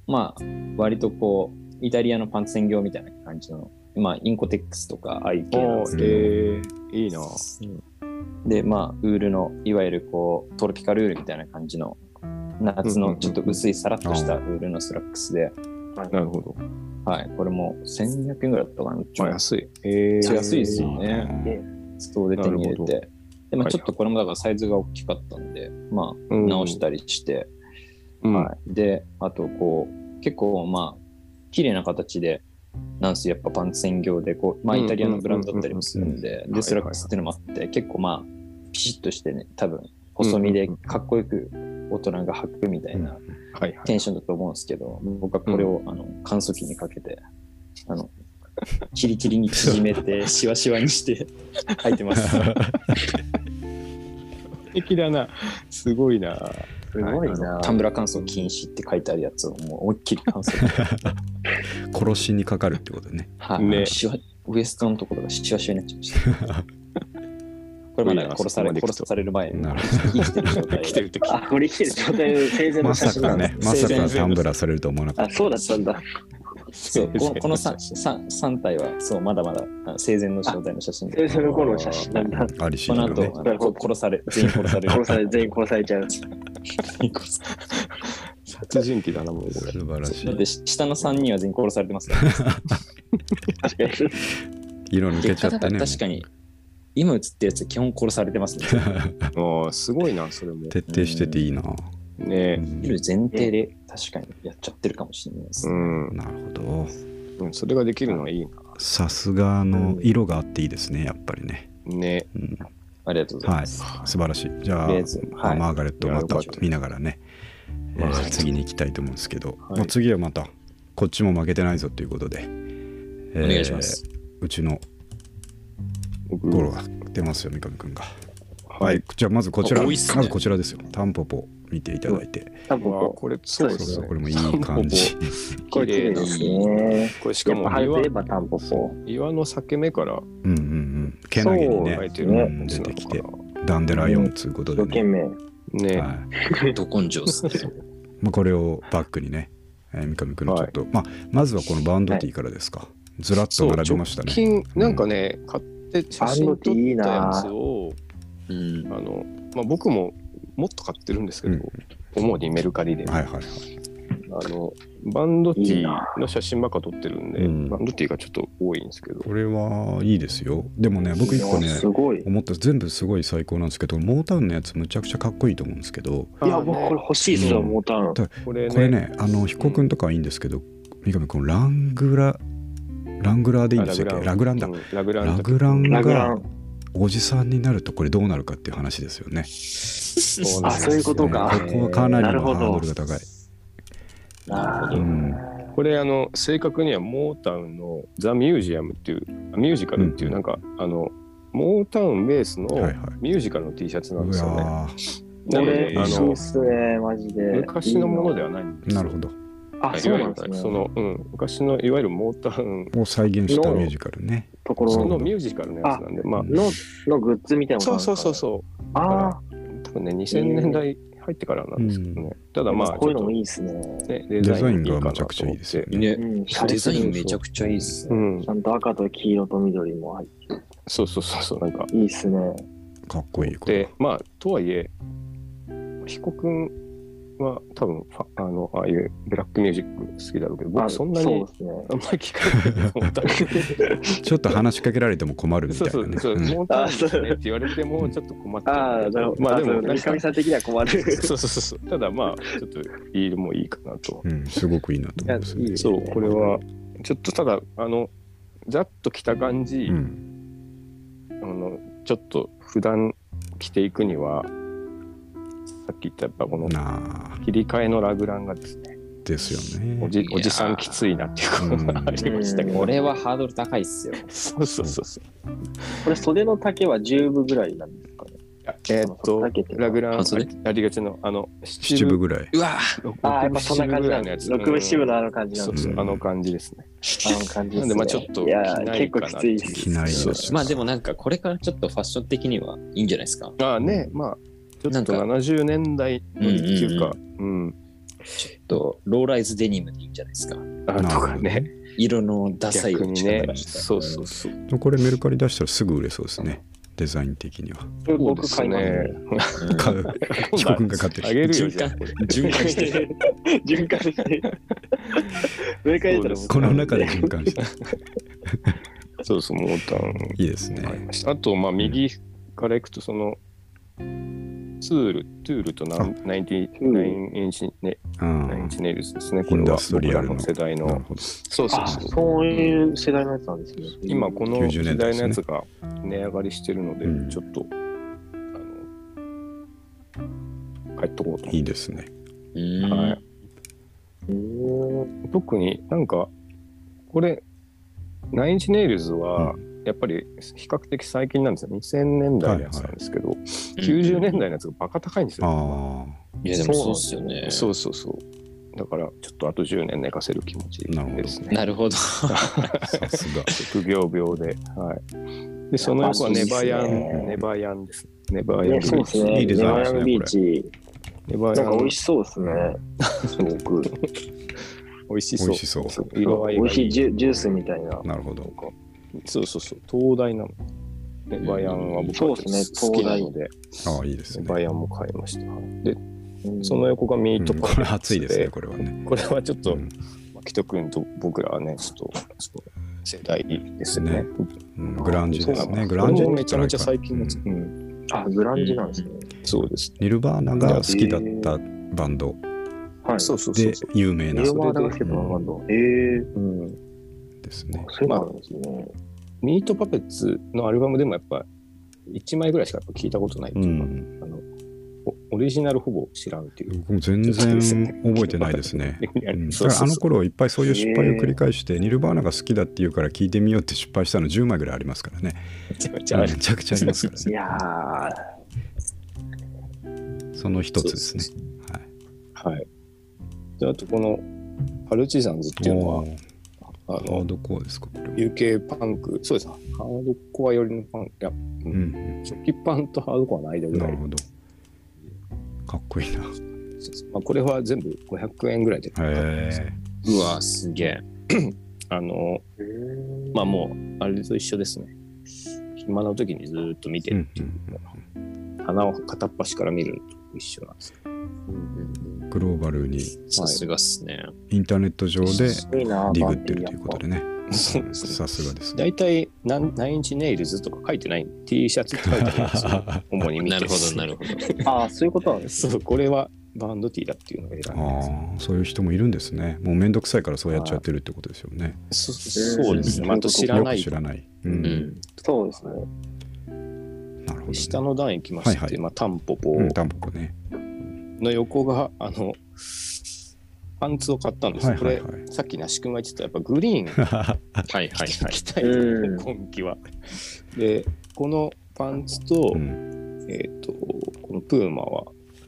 Speaker 4: まあ、割とこう、イタリアのパンツ専業みたいな感じの、まあ、インコテックスとか、ああいう系なん
Speaker 2: お
Speaker 4: です
Speaker 2: ー
Speaker 4: け
Speaker 2: えー、いいな
Speaker 4: ど、で、まあ、ウールの、いわゆるこう、トロピカルウールみたいな感じの、夏のちょっと薄いさらっとしたウールのスラックスで、
Speaker 2: なるほど。
Speaker 4: はい、これも1200円ぐらいだったかな、ち
Speaker 2: ま
Speaker 4: ょ
Speaker 2: あ、
Speaker 4: っ
Speaker 2: 安い。え
Speaker 4: と
Speaker 2: ー、
Speaker 4: 安いですよ
Speaker 1: う
Speaker 4: ね。
Speaker 1: ん
Speaker 4: ストーで手に入れ
Speaker 2: な
Speaker 4: て。でも
Speaker 2: はい
Speaker 4: ちょっとこれもだからサイズが大きかったんで、まあ
Speaker 2: うん
Speaker 4: 直したりして、
Speaker 2: うん。
Speaker 4: はい、で、あとこう、結構まあ、綺麗な形で、なんすよやっぱパンツ専業で、こう、まあ
Speaker 2: うん
Speaker 4: イタリアのブランドだったりもするんで、
Speaker 2: うんうん
Speaker 4: で、スラックスっていうのもあって、結構まあ、ピシッとしてね、多分、細身で
Speaker 2: うんうん
Speaker 4: かっこよく大人が履くみたいな
Speaker 2: はいはい。
Speaker 4: テンションだと思うんですけど、僕はこれをあの乾燥機にかけて、あの、キリキリに縮 めて、シワシワにして履いてます。
Speaker 2: 素敵だな。すごいなぁ。
Speaker 3: すごいな。
Speaker 4: タンブラー乾燥禁止って書いてあるやつをもう思いっきり乾燥。
Speaker 1: 殺しにかかるってことね。
Speaker 4: はい、
Speaker 2: ね
Speaker 4: シワウエストのところがシワシワになっちゃいました。これまだ殺され
Speaker 2: いいなそこまで行くと
Speaker 4: 殺される前に
Speaker 1: なる
Speaker 4: 生きてる状態
Speaker 2: 来て
Speaker 4: で
Speaker 2: る時。
Speaker 3: あ、これ生きてる状態の生前の
Speaker 1: ま
Speaker 3: 写
Speaker 1: さ
Speaker 3: 真な
Speaker 1: か
Speaker 3: んだ
Speaker 1: ね、まさかタンブラーされると思わなかっ
Speaker 3: あ、そうだったんだ。
Speaker 4: そうこのこの 3,
Speaker 2: 生
Speaker 4: 三三体はそうまだまだあ生前の状態の写真
Speaker 3: 生
Speaker 4: で、
Speaker 3: 前の頃の写真なんだ。
Speaker 1: た。ありし
Speaker 4: この
Speaker 1: の
Speaker 4: 後、
Speaker 1: ね。
Speaker 4: あのこ殺され、全員殺される
Speaker 3: 殺。され、全員殺されちゃう。
Speaker 2: 殺人鬼だな、もうこ れ。
Speaker 1: 素晴らし
Speaker 4: だっ
Speaker 1: い
Speaker 4: て。下の3人は全員殺されてますから、ね。
Speaker 3: 確かに。
Speaker 1: 色抜けちゃったね。
Speaker 4: 確かに、今映ってるやつは基本殺されてますね。
Speaker 2: ああ、すごいな、それも。
Speaker 1: 徹底してていいな。
Speaker 2: ね
Speaker 4: 見る前提で確かにやっちゃってるかもしれないです。
Speaker 2: うん、
Speaker 1: なるほど。
Speaker 2: うんそれができるのはいいな。
Speaker 1: さすがの色があっていいですね、やっぱりね。
Speaker 2: ね、
Speaker 1: うん
Speaker 4: ありがとうござい
Speaker 1: は
Speaker 4: ま
Speaker 1: い、
Speaker 4: す。
Speaker 1: 素晴らしい。じゃあ、
Speaker 4: とりあえずはい
Speaker 1: マーガレット
Speaker 2: いや
Speaker 1: また
Speaker 2: よかった
Speaker 1: 見ながらね、えー
Speaker 2: マーガレット
Speaker 1: 次に行きたいと思うんですけど、
Speaker 2: い
Speaker 1: まあ、次はまたこっちも負けてないぞということで、えー
Speaker 4: お願いします。
Speaker 1: うちの
Speaker 2: 僕
Speaker 1: ゴロが出ますよ、三上くんが。
Speaker 2: は
Speaker 1: はいい。、じゃあまずこちら、
Speaker 4: あ多いっすね
Speaker 1: まずこちらですよ。タンポポ見ていただいて、
Speaker 3: 多分
Speaker 2: うわ
Speaker 3: こ
Speaker 2: これ、そうで
Speaker 1: そう
Speaker 2: す
Speaker 1: そう
Speaker 2: ね。
Speaker 1: これもいい感 じ。
Speaker 3: う、これ綺麗ですね。
Speaker 2: これし
Speaker 3: や
Speaker 2: か
Speaker 3: っ
Speaker 2: も
Speaker 3: ぱ生えて
Speaker 2: 岩
Speaker 3: ればタンポポ。
Speaker 2: 岩の裂け目から
Speaker 1: うんうんうん。けなげにね
Speaker 2: 生えてる
Speaker 1: う
Speaker 2: や
Speaker 1: ん
Speaker 2: つ
Speaker 1: 出
Speaker 2: な
Speaker 1: てきて
Speaker 2: の、か
Speaker 1: ダンデライオンということで
Speaker 3: 一生懸
Speaker 1: ね。
Speaker 3: 命。
Speaker 2: な。
Speaker 1: は
Speaker 2: ね、
Speaker 1: い
Speaker 4: ど根性っすね。
Speaker 1: まあ、これをバックにね、えー三上くんのちょっと、まあ、まずはこのバンドティーからですか、ずらっと
Speaker 2: そう、
Speaker 1: 並びました
Speaker 2: 直
Speaker 1: ね
Speaker 2: 近、なんかね、買って写真撮ったやつを、
Speaker 4: うん
Speaker 2: あの、まあ僕ももっと買ってるんですけど、主にメルカリで。
Speaker 1: はいはいはい
Speaker 2: あのバンドティーの写真ばっか撮ってるんで
Speaker 1: うん
Speaker 2: バンドティーがちょっと多いんですけど
Speaker 1: これはいいですよでもね僕一個ね
Speaker 3: すごい。い
Speaker 1: 思った全部すごい最高なんですけどモータウンのやつむちゃくちゃかっこいいと思うんですけど
Speaker 3: や、僕これ欲しいっすよ、
Speaker 1: うん
Speaker 3: モータウン。
Speaker 2: これね
Speaker 1: これねあの彦君とかはいいんですけど三上君ラングララングラーでいいん
Speaker 2: あ
Speaker 1: で
Speaker 2: ラ
Speaker 1: す
Speaker 2: グ
Speaker 1: よ
Speaker 2: ラン
Speaker 1: ラグランだ
Speaker 2: うんラグラン
Speaker 1: ラ
Speaker 2: だ
Speaker 1: グラン
Speaker 3: ラグラ
Speaker 1: が
Speaker 3: ン
Speaker 1: おじさんになるとこれどうなるかっていう話ですよね。
Speaker 2: そうなん
Speaker 3: あ、
Speaker 2: です
Speaker 3: そういうことか。
Speaker 1: ここはかなり
Speaker 3: なる
Speaker 1: のハ
Speaker 3: ほど
Speaker 1: ードルが高い。
Speaker 3: なるほど。
Speaker 1: うん
Speaker 2: これあの正確にはモータウンの「ザ・ミュージアム」っていうミュージカルっていううんなんか、あのモータウンベースの
Speaker 1: はいはい。
Speaker 2: ミュージカルの T シャツなん
Speaker 1: う
Speaker 2: ですよね。
Speaker 1: わ
Speaker 3: こ
Speaker 2: なの
Speaker 3: れ
Speaker 2: で、
Speaker 3: い
Speaker 2: あ
Speaker 3: い
Speaker 2: の
Speaker 3: っすね、マジで。
Speaker 2: 昔のものではないんで
Speaker 1: ー
Speaker 2: すよ
Speaker 1: なるほど。
Speaker 3: あ、そうなんですね。
Speaker 2: その、うん、昔のいわゆるモータウン
Speaker 1: を再現したミュージカルね。
Speaker 3: とこ
Speaker 2: そ
Speaker 3: ろ
Speaker 2: のミュージカルのやつなんで、まあ、
Speaker 3: の、のグッズみたいなの
Speaker 2: そうそうそう
Speaker 3: う。
Speaker 2: そう
Speaker 3: ああ、
Speaker 2: 多分ね2000年代入ってからなんですけどね、ただまあ
Speaker 3: こういうのも
Speaker 2: ち
Speaker 3: いいっすね。
Speaker 2: ょっとねデ
Speaker 1: デザイン
Speaker 2: い
Speaker 1: が
Speaker 2: いか
Speaker 1: め
Speaker 2: な
Speaker 1: ちゃくちゃいいですよ
Speaker 2: と思って
Speaker 4: ね
Speaker 3: う、ん、シャレて
Speaker 4: デ
Speaker 3: る
Speaker 4: ザインめちゃくちゃいいっす
Speaker 2: う
Speaker 4: ね。
Speaker 2: ん
Speaker 3: ちゃんと赤と黄色と緑も入って
Speaker 2: そうそうそうそうなんか
Speaker 3: いいっすね。
Speaker 1: かっこいい。これ
Speaker 2: でまあとはいえ彦君は多分ファあのああいうブラックミュージック好きだろうけど
Speaker 3: あ
Speaker 2: 僕そんなに
Speaker 3: そうですね。
Speaker 2: あんまり聞かないと思った
Speaker 1: ちょっと話しかけられても困るみ
Speaker 2: そ
Speaker 1: たい
Speaker 2: うそ
Speaker 1: な
Speaker 2: う
Speaker 1: ね
Speaker 2: そう、
Speaker 1: うん。
Speaker 2: モーターですねって言われてもちょっと困っちゃう
Speaker 3: ああ、なるほど。
Speaker 2: ま
Speaker 3: ま
Speaker 2: あ
Speaker 3: あ
Speaker 2: で
Speaker 3: で
Speaker 2: も
Speaker 3: も、
Speaker 2: なんか
Speaker 3: 三上さん的には困 る。
Speaker 2: そうそうそうそう。ただまあ、ちょっといいもいいかなと。
Speaker 1: うん、すごくいいなと
Speaker 3: い
Speaker 1: 思
Speaker 3: や
Speaker 1: いますね。
Speaker 3: いい
Speaker 2: そう、これは、ちょっとただ、あの、ざっと着た感じ、
Speaker 1: うん、
Speaker 2: あの、ちょっと普段着ていくには、さっき言ったやっぱこの
Speaker 1: なあ
Speaker 2: 切り替えのラグランがですね、
Speaker 1: ですよ
Speaker 2: お
Speaker 1: ね。
Speaker 2: じ
Speaker 4: いやー
Speaker 2: おじさんきついなっていうことがありましたけ
Speaker 3: うん
Speaker 2: ど
Speaker 4: こ、れはハードル高いっすよ。
Speaker 2: そうそうそうそう。
Speaker 3: これ、袖の丈は10分ぐらいなんですかね。
Speaker 2: えーっと
Speaker 3: 避けて、る
Speaker 2: ラグラン
Speaker 4: あそれ
Speaker 2: ありがちの、あの、
Speaker 1: 七分ぐらい。
Speaker 4: うわ
Speaker 2: 六
Speaker 3: ああ、やっぱそんな感じ
Speaker 2: ぐら
Speaker 3: ないん
Speaker 2: のや
Speaker 3: です。
Speaker 2: つ
Speaker 3: 6分支部のあの感じな
Speaker 2: そ
Speaker 3: ん
Speaker 2: う
Speaker 3: です
Speaker 2: そう
Speaker 3: ね。
Speaker 1: うん
Speaker 2: あの感じですね。
Speaker 3: あの感じです
Speaker 2: なん
Speaker 3: ね。
Speaker 2: でまあちょっと
Speaker 3: いや
Speaker 2: 着
Speaker 3: ー、
Speaker 2: ない
Speaker 3: 結
Speaker 2: か
Speaker 3: 構
Speaker 2: な
Speaker 3: きついです。
Speaker 1: 着ない
Speaker 4: そ
Speaker 1: よ
Speaker 4: うそうまあでもなんかこれからちょっとファッション的にはいいんじゃないですか。
Speaker 2: まあね、まあ、ちょ
Speaker 4: な
Speaker 2: っ
Speaker 4: ん
Speaker 2: と
Speaker 4: か
Speaker 2: 70年代のっていうか、うん。
Speaker 4: ちょっとローライズデニムでいいんじゃないですか。
Speaker 2: あ
Speaker 1: なる
Speaker 2: と
Speaker 1: ほど
Speaker 2: かね、
Speaker 4: 色のダサい
Speaker 2: 逆
Speaker 4: 打
Speaker 2: に
Speaker 4: ち方
Speaker 2: ね
Speaker 4: が。した
Speaker 2: そうそうそう。
Speaker 1: これメルカリ出したらすぐ売れそうですね。デザイン的には。
Speaker 3: これ僕買いますね。
Speaker 4: うん
Speaker 1: 買う。被告人が買ってる
Speaker 2: あげるよ、
Speaker 4: 循
Speaker 2: じゃあ
Speaker 4: 環。 循環して る。
Speaker 3: 循環して。上から出たら僕
Speaker 1: この中で循環して。
Speaker 2: そうそう、モータン
Speaker 1: いいです
Speaker 2: 買い
Speaker 1: ね。
Speaker 2: ました。あと、まあ、右からいくと、その、ツール、トゥールとナ
Speaker 1: あ
Speaker 2: ン99インチネ
Speaker 1: うん。
Speaker 2: ナイン
Speaker 1: な
Speaker 2: チネイルズですね。こ
Speaker 1: イ
Speaker 2: れ
Speaker 1: ンダ
Speaker 2: は
Speaker 1: スト
Speaker 2: 僕
Speaker 1: リア
Speaker 2: ら
Speaker 1: ルの
Speaker 2: の世代
Speaker 1: る
Speaker 2: の。
Speaker 1: ほど。
Speaker 2: そうそう
Speaker 3: あ、
Speaker 2: そう。
Speaker 3: そういう世代のやつなんですね。
Speaker 2: 今、この
Speaker 1: 90
Speaker 2: 世
Speaker 1: 年代で
Speaker 2: 代
Speaker 1: す
Speaker 2: の
Speaker 1: ね
Speaker 2: やつが値上がりしてるので
Speaker 1: うん、
Speaker 2: ちょっと、あの、帰っとこうと思って
Speaker 1: いいですね。
Speaker 4: うん
Speaker 2: は
Speaker 3: うーん。
Speaker 2: 特になんかこれナインチネイルズはやっぱり比較的最近なんですよ2000年代のやつなんですけど、90年代のやつがバカ高いんですよ、
Speaker 1: ああ、
Speaker 4: いやでもそうっすよね。
Speaker 2: そうそうそうだからちょっとあと10年寝かせる気持ちですね
Speaker 4: なるほど。
Speaker 1: さすが。
Speaker 2: 職業病ではいでその横はネバヤ
Speaker 3: い
Speaker 2: ン、
Speaker 3: やまあそうですね
Speaker 2: ネバヤンですネバヤン
Speaker 3: ね、
Speaker 2: ビ
Speaker 3: そう
Speaker 2: ー
Speaker 3: です
Speaker 2: チ
Speaker 3: ね。
Speaker 1: いいデ
Speaker 3: ネ
Speaker 1: ザインで
Speaker 3: バヤ
Speaker 1: すね
Speaker 3: ンビーチ、
Speaker 2: ネバヤ
Speaker 3: なん
Speaker 2: ン
Speaker 3: か美味しそうですね。すごく。
Speaker 2: 美味し
Speaker 1: 美
Speaker 2: そう
Speaker 1: 味しそう。
Speaker 2: 色合い
Speaker 3: 美
Speaker 2: が
Speaker 3: 味しいジュジュースみたいな。
Speaker 1: なるほど。
Speaker 2: そうそうそう東大なのネバヤンは僕はちょっと好きなので
Speaker 1: ああ、いいです
Speaker 2: ネ
Speaker 1: ね。
Speaker 2: バヤンも買いましたで
Speaker 3: うん
Speaker 2: その横がミ
Speaker 1: う
Speaker 2: ー
Speaker 1: ん
Speaker 2: ト
Speaker 1: こ
Speaker 2: パン、
Speaker 1: れ熱いですね、これはね。
Speaker 2: これはちょっと、
Speaker 1: うん
Speaker 2: まあ、キト君と僕らはね、ちょっと、ちょっと世代ですよね。
Speaker 1: ねうんグランジです
Speaker 2: そうな
Speaker 1: ね。
Speaker 2: の
Speaker 1: グランジ
Speaker 2: これもめちゃめちゃ最近のやつ、
Speaker 1: うん
Speaker 2: うん
Speaker 3: あ、グランジなんですね。
Speaker 2: そうです。
Speaker 1: ニルバーナが好きだったバンド
Speaker 3: はい。
Speaker 2: そうそうそ
Speaker 1: で
Speaker 2: うそ
Speaker 1: 有名
Speaker 3: ニ
Speaker 1: な
Speaker 3: ル
Speaker 1: ん
Speaker 3: バーナが好きだったバンド。ええ
Speaker 2: う、うん。
Speaker 1: ですね。
Speaker 3: そうなんですね。
Speaker 2: ミートパペッツのアルバムでもやっぱ、1枚ぐらいしかやっぱ聞いたことないって
Speaker 1: う
Speaker 2: いうか、
Speaker 1: ん。
Speaker 2: あのおオリジナルほぼ知らんっていう。
Speaker 1: 僕も全然覚えてないですね。 うん、だ
Speaker 2: そ
Speaker 1: か
Speaker 2: う
Speaker 1: らあ
Speaker 2: そう
Speaker 1: の
Speaker 2: そう
Speaker 1: 頃いっぱいそういう失敗を繰り返して、ニルバーナが好きだって言うから聞いてみようって失敗したの10枚ぐらいありますからね。
Speaker 2: めちゃめちゃあ
Speaker 1: め
Speaker 2: る
Speaker 1: ちゃくちゃありますから
Speaker 3: い
Speaker 1: ね。
Speaker 3: やー、
Speaker 1: その一つですね。はい。
Speaker 2: はい。で、あとこの、パルチザンズっていうのは
Speaker 1: お、ー
Speaker 2: あ
Speaker 1: ハー
Speaker 2: の、
Speaker 1: ドコアですか、これは。
Speaker 2: UK パンク、そうです。ハードコア寄りのパンク、いや、
Speaker 1: うん、
Speaker 2: 初期パンとハードコアの間
Speaker 1: うん。
Speaker 2: ぐ
Speaker 1: な
Speaker 2: ら
Speaker 1: る
Speaker 2: い
Speaker 1: ほど。かっこいいな。
Speaker 2: まあ、これは全部500円ぐらいで買ったん
Speaker 1: へ
Speaker 2: ですよ
Speaker 1: え。
Speaker 4: うわ、すげえ。
Speaker 2: あのまあもうあれと一緒ですね暇な時にずーっと見て
Speaker 1: う
Speaker 2: る
Speaker 1: んうん
Speaker 2: 花を片っ端から見るのと一緒なんですよ
Speaker 4: うんうんうん
Speaker 1: グローバルに
Speaker 4: さすがっすね。
Speaker 1: インターネット上で
Speaker 3: いいな
Speaker 1: ディグってるということでね。
Speaker 2: そうですね。
Speaker 1: さすがですね。
Speaker 2: 大体、なんナインチネイルズとか書いてない、T シャツって書いてないん ですよ。主に見て
Speaker 4: なるほど、なるほど。
Speaker 3: ああ、そういうことなんです。
Speaker 2: そう、これはバンド T だっていうのを選んでます。
Speaker 1: ああそういう人もいるんですね。もうめんどくさいからそうやっちゃってるってことですよね。
Speaker 2: そそうですね。まああと知ら
Speaker 1: よ
Speaker 2: な
Speaker 1: く
Speaker 2: い
Speaker 1: 知らない。う。
Speaker 4: うんん。
Speaker 3: そうですね。
Speaker 1: なるほどね。
Speaker 2: 下の段行きまして、
Speaker 1: はいはい
Speaker 2: まあ、タンポポ
Speaker 1: うんタンポポね。
Speaker 2: の横が、あの、パンツを買ったんです
Speaker 1: はい
Speaker 2: よ。こ
Speaker 1: はい
Speaker 2: れ
Speaker 1: は、 い。
Speaker 2: さっき那須君が言ってた、やっぱグリーン
Speaker 4: はいはい
Speaker 2: 着て
Speaker 4: はいい。
Speaker 2: きたい、
Speaker 3: うん
Speaker 2: 今季は。で、このパンツと、
Speaker 1: うん
Speaker 2: えっ、と、このプーマは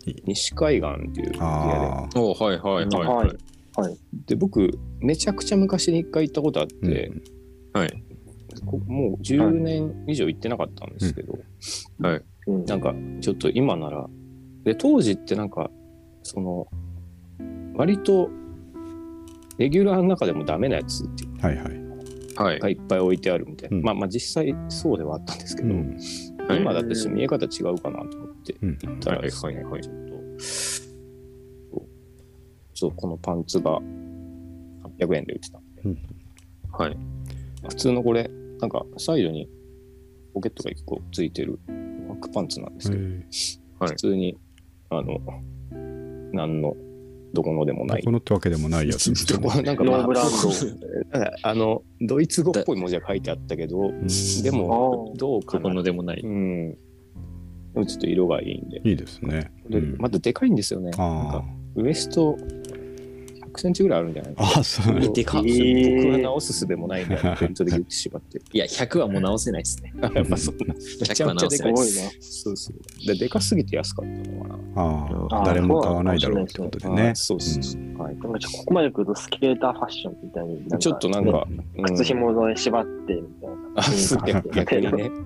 Speaker 2: い西海岸っていうエリア
Speaker 1: ああ。
Speaker 4: おはいはいはい
Speaker 3: は
Speaker 4: はいい。
Speaker 2: で、で、僕、めちゃくちゃ昔に一回行ったことあっ
Speaker 1: うん
Speaker 2: て、こもう10年以上行ってなかったんですけど、
Speaker 3: うん
Speaker 2: なんかちょっと今なら、で、当時ってなんか、その、割と、レギュラーの中でもダメなやつっていう
Speaker 1: はいはい。
Speaker 4: はい
Speaker 2: か。いっぱい置いてあるみたいな、
Speaker 1: うん
Speaker 2: まあまあ実際そうではあったんですけ
Speaker 1: う
Speaker 2: ど、
Speaker 1: ん。
Speaker 4: はい
Speaker 2: 今だってちょっと見え方違うかなと思って
Speaker 1: うん
Speaker 2: 行ったらです
Speaker 4: は
Speaker 2: ね
Speaker 4: いはいはい
Speaker 2: ちょっとちょっとこのパンツが800円で売ってたんで
Speaker 4: はい。
Speaker 2: 普通のこれなんかサイドにポケットが1個ついてるワークパンツなんですけど、
Speaker 4: はい
Speaker 2: 普通にあの何のどこのでもない
Speaker 1: このってわけでもないやつ ですよ
Speaker 2: ど
Speaker 1: ね。
Speaker 2: こなんかま
Speaker 3: ノ
Speaker 2: あ
Speaker 3: ーブラン
Speaker 2: なん かあのドイツ語っぽい文字が書いてあったけど
Speaker 1: うん
Speaker 2: でも
Speaker 3: あー
Speaker 2: どうか
Speaker 4: どこ
Speaker 2: な
Speaker 4: のでもない。
Speaker 2: うん。でもちょっと色がいいんで。
Speaker 1: いいですね。
Speaker 2: で
Speaker 1: うん
Speaker 2: またでかいんですよね。なん
Speaker 1: あ
Speaker 2: かウエスト100センチぐらいあるんじゃない
Speaker 1: あ。ああ、そう。
Speaker 2: 僕
Speaker 4: でかっ
Speaker 2: 僕は直すすべもないん で、
Speaker 1: えー
Speaker 2: ベルトで言ってしまって。
Speaker 4: いや、100はもう直せないですね。
Speaker 2: やっぱそんな、めちゃめちゃでかい
Speaker 3: す
Speaker 2: で
Speaker 3: ご
Speaker 2: す。
Speaker 3: いな。
Speaker 2: そうそう。で、でかすぎて安かったのかな。
Speaker 1: あ
Speaker 4: あ
Speaker 1: あ、
Speaker 4: ー
Speaker 1: 誰も買わないだろうってことでね
Speaker 2: あ。そうそうそう。はい。
Speaker 3: なんかちょっとここまで来るとスケーターファッションみたいになんか、
Speaker 2: ちょっとな
Speaker 1: うん
Speaker 2: か、
Speaker 1: ん
Speaker 2: うん
Speaker 3: 靴紐で縛ってみたいな。
Speaker 2: あそう逆逆 にね、
Speaker 3: も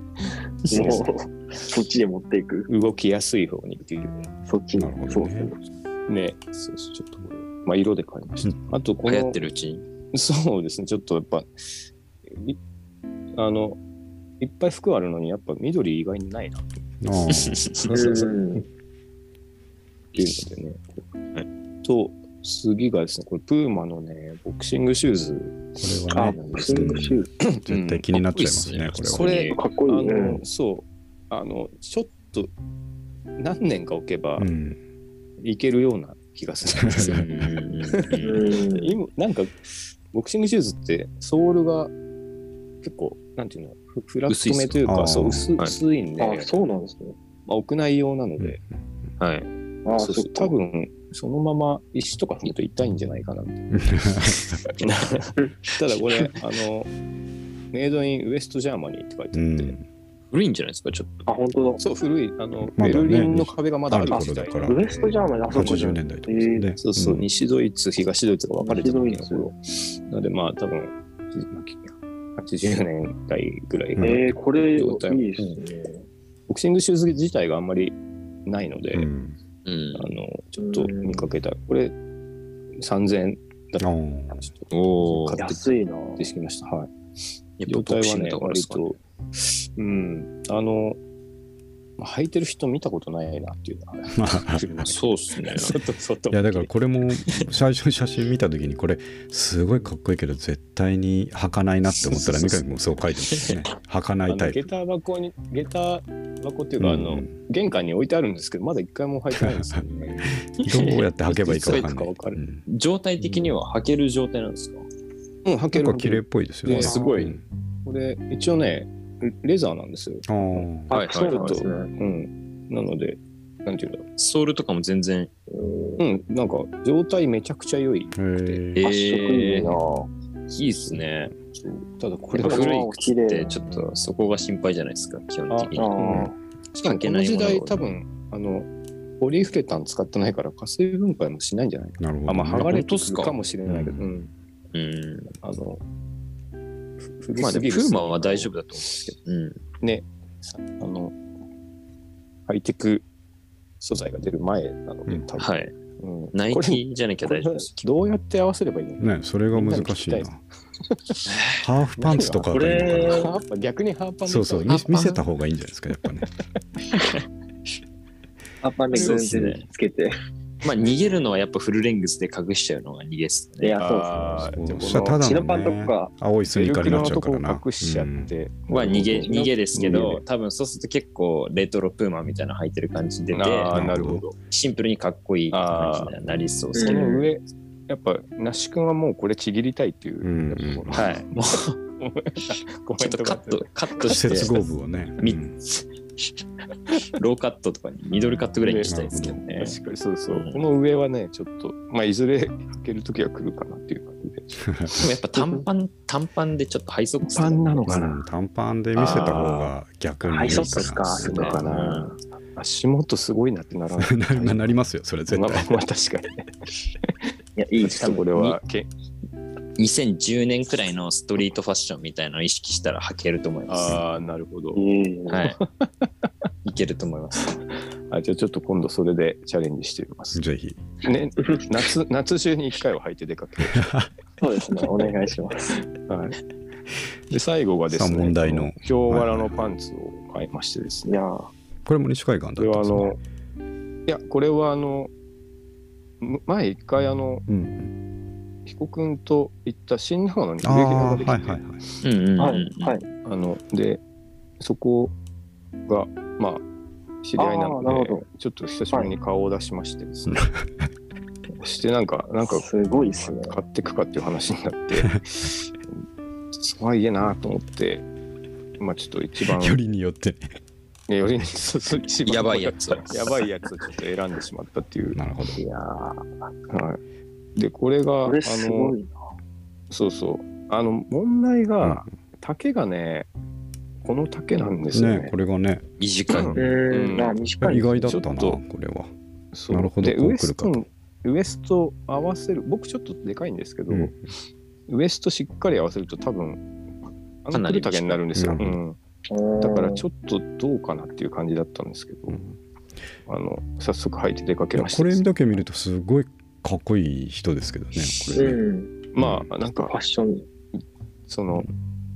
Speaker 3: う、そっちで持っていく。
Speaker 2: 動きやすい方にっていうね。
Speaker 3: そっちに
Speaker 1: なるほどね
Speaker 3: そうですね。
Speaker 2: ね、そうそう、ちょっとこれ、まあ、色で買いまし
Speaker 1: う
Speaker 2: た。あと、こ
Speaker 4: 流
Speaker 2: の
Speaker 4: 行ってるうちに。
Speaker 2: そうですね、ちょっとやっぱ、いあの、いっぱい服あるのに、やっぱ緑以外にないなって
Speaker 1: ああ
Speaker 2: そうそうそういうのでね。と、次がですね、これ、プーマのね、ボクシングシューズ。
Speaker 1: これ
Speaker 3: あ
Speaker 1: は
Speaker 2: あ
Speaker 1: ね、
Speaker 2: の
Speaker 3: ボクシングシューズ。
Speaker 1: 絶対気になっちゃいます
Speaker 4: う
Speaker 1: ね
Speaker 4: ん、
Speaker 1: これは。
Speaker 2: これ
Speaker 3: かっこ
Speaker 2: あ
Speaker 3: いいね。
Speaker 2: の、そう、あの、ちょっと、何年か置けば
Speaker 1: うん。
Speaker 2: いけるような気がするん ですよ。
Speaker 3: うん
Speaker 2: 今、なんか、ボクシングシューズって、ソールが結構、なんていうの、フフラットめとい
Speaker 1: 薄い
Speaker 2: う
Speaker 1: っすねあ
Speaker 2: か、
Speaker 1: ー
Speaker 2: そう薄
Speaker 4: はい
Speaker 2: 薄いんで、
Speaker 3: あ、そうなんですね。
Speaker 2: まあ、屋内用なので、
Speaker 4: はい。
Speaker 3: あ
Speaker 2: そうそう多
Speaker 3: そっか
Speaker 2: 分そのまま石とか見ると痛いんじゃないかなって ただこれあのメイドインウエストジャーマニーって書いて
Speaker 1: う
Speaker 2: あって、
Speaker 1: ん。
Speaker 4: 古いんじゃないですか、ちょっ
Speaker 3: あ、本当
Speaker 2: そう古いあの、
Speaker 1: まだね
Speaker 2: ベルリンの壁がまだある時代
Speaker 1: ある頃だから
Speaker 3: だ。ウエストジャーマン、あそこじゃ
Speaker 1: 80
Speaker 3: ん
Speaker 1: 年代とかですよね。
Speaker 2: そうそう、
Speaker 1: ん
Speaker 2: 西ドイツ東ドイツが分かれてた時の
Speaker 3: 西ド
Speaker 2: 頃なのでまあ多分80年代ぐらい、
Speaker 1: うん
Speaker 3: えー、これ、いい
Speaker 2: 状態
Speaker 3: っすね。
Speaker 2: ボクシングシューズ自体があんまりないので、
Speaker 1: うん。
Speaker 4: と。うん
Speaker 2: あのちょっと見かけたこれ3000円
Speaker 1: ああ
Speaker 2: ちょっと
Speaker 4: お
Speaker 2: 買
Speaker 4: ー
Speaker 2: っ。
Speaker 3: 安いな。
Speaker 2: 買ってきましたはい
Speaker 4: やっぱ
Speaker 2: 状
Speaker 4: ボ
Speaker 2: 態
Speaker 4: クシ
Speaker 2: は
Speaker 4: ング
Speaker 2: ね、
Speaker 4: だからで
Speaker 2: 割
Speaker 4: すかね
Speaker 2: と、うん、あの、まあ、履いてる人見たことないなっていうのは、
Speaker 1: まあ。
Speaker 4: そうっすね。
Speaker 2: 外、外。
Speaker 1: いやだからこれも最初写真見た時にこれすごいかっこいいけど絶対に履かないなって思ったら
Speaker 2: そうそ
Speaker 1: 三
Speaker 2: うそう
Speaker 1: 上もそう書いてますね 履かな
Speaker 2: あ
Speaker 1: いタ
Speaker 2: の
Speaker 1: イプ
Speaker 2: 下駄箱に、下駄箱っていう
Speaker 1: う
Speaker 2: か、
Speaker 1: ん
Speaker 2: あの、 玄関に置いてあるんですけど、まだ一回も履いてないんですよね。
Speaker 1: どうやって履けばいいかわかんない
Speaker 2: いつ履くかわかる
Speaker 1: うん
Speaker 4: 状態的には履ける状態 なんですか
Speaker 2: うん、履
Speaker 1: 結
Speaker 2: ける
Speaker 1: 構。綺麗っぽいですよね
Speaker 2: ねすごい
Speaker 1: うん
Speaker 2: これ、一応ね、レレザーなんですよ。
Speaker 1: あー
Speaker 4: はい
Speaker 3: あそうなんですね。
Speaker 2: うん。なので、なんていうんだろ
Speaker 4: ソールとかも全然。
Speaker 2: う。うん、なんか、状態めちゃくちゃ良い。
Speaker 1: へ
Speaker 4: え
Speaker 1: え
Speaker 3: 発色いい
Speaker 4: ー
Speaker 3: な。
Speaker 4: いいっすね。
Speaker 2: ただ、これ
Speaker 3: やっぱ
Speaker 2: は、
Speaker 4: 古い靴ってちょっとそこが心配じゃないですか、基本的
Speaker 3: あ
Speaker 4: に。
Speaker 2: しかもこの時代、多分、あの、ポリフレタン使ってないから、化水分解もしないんじゃない
Speaker 1: なるほどね
Speaker 2: あまあ、剥がれて
Speaker 4: 本当っす
Speaker 2: く
Speaker 4: か
Speaker 2: かもしれないけど、
Speaker 1: う
Speaker 2: うん
Speaker 4: うん。
Speaker 2: あの、ふ
Speaker 4: まあ
Speaker 2: 古す
Speaker 4: でも、
Speaker 2: ぎる
Speaker 4: プーマは大丈夫だと思うんですけど。うん。
Speaker 2: ね、さあの、ハイテク素材が出る前なので、
Speaker 1: うん
Speaker 2: 多分。
Speaker 4: はい。
Speaker 2: うん
Speaker 4: ナイ
Speaker 2: これ
Speaker 4: キじゃなきゃ
Speaker 2: これ
Speaker 4: 大丈夫です。
Speaker 2: どうやって合わせればいいの
Speaker 1: ねそれが難しい
Speaker 2: みん
Speaker 1: な ハーフパンツとかがいいのか
Speaker 3: これ
Speaker 1: な
Speaker 2: ハーパ逆にハーパン
Speaker 1: そうそう
Speaker 2: み
Speaker 1: 見見せた方がいいんじゃないですかやっぱね
Speaker 3: アパンで軍手につけて。
Speaker 4: まあ逃げるのはやっぱフルレングスで隠しちゃうのが逃げっす
Speaker 3: い
Speaker 4: ね。
Speaker 3: や、そう
Speaker 2: あー
Speaker 1: そう
Speaker 2: じゃあ
Speaker 1: そしたら
Speaker 2: こ
Speaker 1: ただ
Speaker 2: の
Speaker 3: ですね。
Speaker 1: の
Speaker 3: チノパンとか、
Speaker 1: 青いス
Speaker 2: セ
Speaker 1: イ
Speaker 2: ル
Speaker 1: カ
Speaker 2: ク
Speaker 1: に
Speaker 2: ラ
Speaker 1: なっ
Speaker 2: の
Speaker 1: ちゃ
Speaker 2: と
Speaker 1: うか
Speaker 2: こ
Speaker 1: らな。
Speaker 2: 隠しちゃって、
Speaker 4: は逃げ逃げですけ
Speaker 2: 逃
Speaker 4: ど
Speaker 2: げ、
Speaker 4: 多分そうすると結構レトロプーマみたいなの履いてる感じでて、
Speaker 2: ああ
Speaker 1: ー
Speaker 2: なるほど
Speaker 4: シンプルにかっこいいって感じになりそうです
Speaker 2: そ
Speaker 4: けど、
Speaker 2: の上やっぱ那須君はもうこれちぎりたいっていう、
Speaker 1: うんうん
Speaker 2: やっぱこの
Speaker 4: はい、もうち
Speaker 2: コ
Speaker 4: ょ
Speaker 2: メ
Speaker 4: っ
Speaker 2: ン
Speaker 4: と
Speaker 2: ト
Speaker 4: カ
Speaker 2: が
Speaker 4: ットカット
Speaker 1: うん
Speaker 4: して
Speaker 1: 接合部をね。
Speaker 4: み
Speaker 1: うん
Speaker 4: ローカットとかにミドルカットぐらいにしたいですけどね。
Speaker 2: 確かにそうそう、
Speaker 4: うん
Speaker 2: この上はねちょっとまあいずれ履ける時は来るかなっていう感じで
Speaker 4: で もやっぱ短パン短パンでちょっとハイソックスとか
Speaker 2: 短パンなのか
Speaker 1: うん短パンで見せた方が逆にいいかな。
Speaker 3: ハイソックスか、そう
Speaker 2: のか
Speaker 3: か。
Speaker 2: な、足元すごいなってならない
Speaker 1: なななりますよ、それ絶
Speaker 2: まあ
Speaker 1: 対。
Speaker 2: まあまあ確かにね
Speaker 4: いやいい
Speaker 2: ちょっとこれはけ
Speaker 4: 2010年くらいのストリートファッションみたいなのを意識したら履けると思います。は
Speaker 2: ああなるほど
Speaker 3: うん。
Speaker 4: い。いけると思います。
Speaker 2: あじゃあちょっと今度それでチャレンジしてみます、
Speaker 1: ぜひ。
Speaker 2: ね、夏夏中に1回は履いて出かける、
Speaker 3: そうですね、お願いします。
Speaker 2: はい、で最後がです
Speaker 1: さ
Speaker 2: ね
Speaker 1: あ問題の
Speaker 2: ヒョウ柄のパンツを買いましてです
Speaker 3: い
Speaker 2: ね
Speaker 3: やー、
Speaker 1: これも西海岸だっ
Speaker 2: こ
Speaker 1: た
Speaker 2: れ
Speaker 1: ん
Speaker 2: は
Speaker 1: で
Speaker 2: あ
Speaker 1: すね
Speaker 2: の。いやこれはあのむ前一回あの
Speaker 1: うん、
Speaker 2: 彦君と行った新長野に
Speaker 1: あ
Speaker 2: 古着
Speaker 1: あー、はい
Speaker 2: 屋ができて
Speaker 1: はいはい。
Speaker 4: うんうんうん、
Speaker 3: はい、はい。
Speaker 2: あのでそこがまあ知り合いなの
Speaker 3: あーな
Speaker 2: で
Speaker 3: るほど
Speaker 2: ちょっと久しぶりに顔を出しましてで すね、してなんかなんか
Speaker 3: すごいっすね。
Speaker 2: 買ってくかっていう話になって とはいえなと思ってまあちょっと一番
Speaker 1: よりによって。
Speaker 2: ねよりにそうそう一番
Speaker 4: やばいやつを
Speaker 2: やばいやつをちょっと選んでしまったっていう、
Speaker 1: なるほど。
Speaker 3: いやー、
Speaker 2: はい、でこれが
Speaker 3: これす
Speaker 2: あ
Speaker 3: ご
Speaker 2: の
Speaker 3: いな。
Speaker 2: そうそうあの問題が、丈がねこの丈なんですよね
Speaker 1: ねこれがね、
Speaker 4: 短い。
Speaker 2: うん
Speaker 3: え
Speaker 2: うん
Speaker 3: ー、あ短い
Speaker 1: 意
Speaker 3: ですね。
Speaker 1: 外だったな、
Speaker 2: ちょ
Speaker 1: こ
Speaker 2: っ
Speaker 1: れは。
Speaker 2: そう
Speaker 1: なるほど
Speaker 2: で
Speaker 1: こう
Speaker 2: ウ
Speaker 1: 来
Speaker 2: エ
Speaker 1: るか
Speaker 2: ストウエスト合わせる僕ちょっとでかいんですけど、
Speaker 1: うん
Speaker 2: ウエストしっかり合わせると多分あ
Speaker 4: か
Speaker 2: の
Speaker 4: な
Speaker 2: 来る
Speaker 4: り
Speaker 2: 丈になるんですよ、
Speaker 1: うん
Speaker 2: うんだからちょっとどうかなっていう感じだったんですけど、あの早速履いて出かけました
Speaker 1: これだけ見ると、すごいかっこいい人ですけどね、これね。
Speaker 3: うん。
Speaker 2: まあなん
Speaker 3: ファ
Speaker 2: か
Speaker 3: ッション。
Speaker 2: その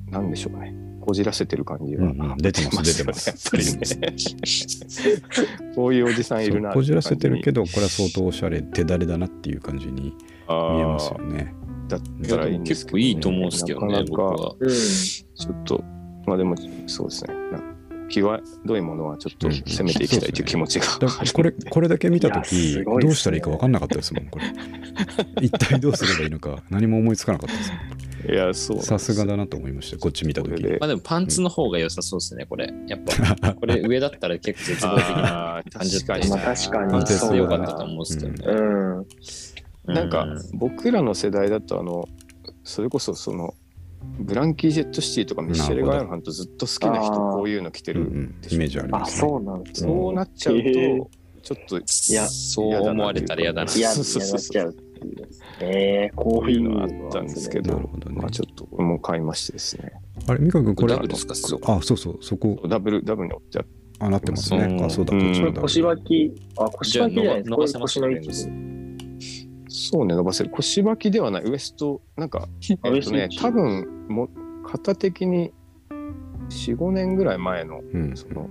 Speaker 2: なんでしょうねこじらせてる感じ
Speaker 1: う
Speaker 2: が、
Speaker 1: んうん出てます、出てます。
Speaker 2: よねやっぱりねこういうおじさんいるな
Speaker 1: そうこじらせてるけ
Speaker 2: ど
Speaker 1: ど、これは相当おしゃれ、手だれだなっていう感じに見えますよね。
Speaker 2: だったらいいんです
Speaker 4: 結
Speaker 2: けど、
Speaker 4: 構いいと思うんですけどね、
Speaker 2: なかな
Speaker 4: 僕
Speaker 2: か
Speaker 4: は。
Speaker 3: うん。
Speaker 2: ちょっと、まあでも、そうですね。な際どいものはちょっと
Speaker 1: うんうん
Speaker 2: 攻めていきたいという気持ちが
Speaker 1: だから
Speaker 2: ある。
Speaker 1: これこれだけ見たと
Speaker 3: いや
Speaker 1: き、
Speaker 3: す
Speaker 1: ど
Speaker 3: ごいっすね
Speaker 1: うしたらいいか分かんなかったですもん、これ。一体どうすればいいのか、何も思いつかなかったですもん。
Speaker 2: いや、そう。
Speaker 1: さすがだなと思いました、こっち見たと
Speaker 2: これ
Speaker 1: き。
Speaker 2: で
Speaker 4: まあでもパンツの方が良さそうですね、これ。やっぱ、これ上だったら結構絶望的な。
Speaker 2: ああ、
Speaker 4: 感じ
Speaker 2: 確
Speaker 4: だ
Speaker 2: か
Speaker 4: っ
Speaker 2: に。
Speaker 4: た
Speaker 3: まあ確か
Speaker 4: パン
Speaker 3: に
Speaker 4: ツ
Speaker 3: そう
Speaker 4: で
Speaker 3: だ
Speaker 4: 良
Speaker 3: よ
Speaker 4: かったと思うんですけどね。
Speaker 3: うん。
Speaker 2: なんか、僕らの世代だと、あの、それこそ、その、ブランキー・ジェット・シティとかミッシェル・ガイアンハンとずっと好きな人、
Speaker 3: なるほど
Speaker 2: こういうの着 て
Speaker 1: うんう
Speaker 2: る。
Speaker 1: ん、イメージありま
Speaker 3: あ、
Speaker 1: す、ね。
Speaker 3: そうなんですね。
Speaker 2: そうなっちゃうと
Speaker 3: へえ、
Speaker 2: ちょっと、
Speaker 4: いや、そう思われたら嫌だな。
Speaker 3: いや、
Speaker 2: そうそう
Speaker 3: 嫌
Speaker 2: そ
Speaker 3: な
Speaker 2: う
Speaker 3: っ
Speaker 2: そ
Speaker 3: ち
Speaker 2: う
Speaker 3: ゃうっていう。えー、こ
Speaker 2: こ
Speaker 3: う
Speaker 2: うい
Speaker 3: いうう
Speaker 2: の
Speaker 3: の
Speaker 2: あ
Speaker 3: あ
Speaker 2: っ
Speaker 3: ったた
Speaker 2: ん
Speaker 3: ん
Speaker 2: で
Speaker 3: ですす
Speaker 2: け
Speaker 3: け
Speaker 2: ど
Speaker 3: ど。
Speaker 1: なるほどね
Speaker 2: まあ。ちょっと、もう買いましてですね。
Speaker 1: あれ、美香君、これ
Speaker 4: ダブルスかそう
Speaker 1: あ、そうそう、そこ、
Speaker 2: ダブル、ダブルに折っちゃって。
Speaker 1: あ、なってますね。
Speaker 4: うん
Speaker 1: あ、そうだ、
Speaker 2: う
Speaker 1: こ
Speaker 2: ん
Speaker 1: っちもダブル
Speaker 3: 腰脇、あ、腰脇じゃな
Speaker 4: じゃあ伸ば
Speaker 3: いですか。これ
Speaker 4: 伸ばせ
Speaker 3: 腰の位
Speaker 4: ま
Speaker 3: 置
Speaker 4: す。
Speaker 2: そうね、伸ばせる。腰履きではない。ウエスト、なんか、えっとね、多分も型的に45年ぐらい前の
Speaker 1: うん
Speaker 2: その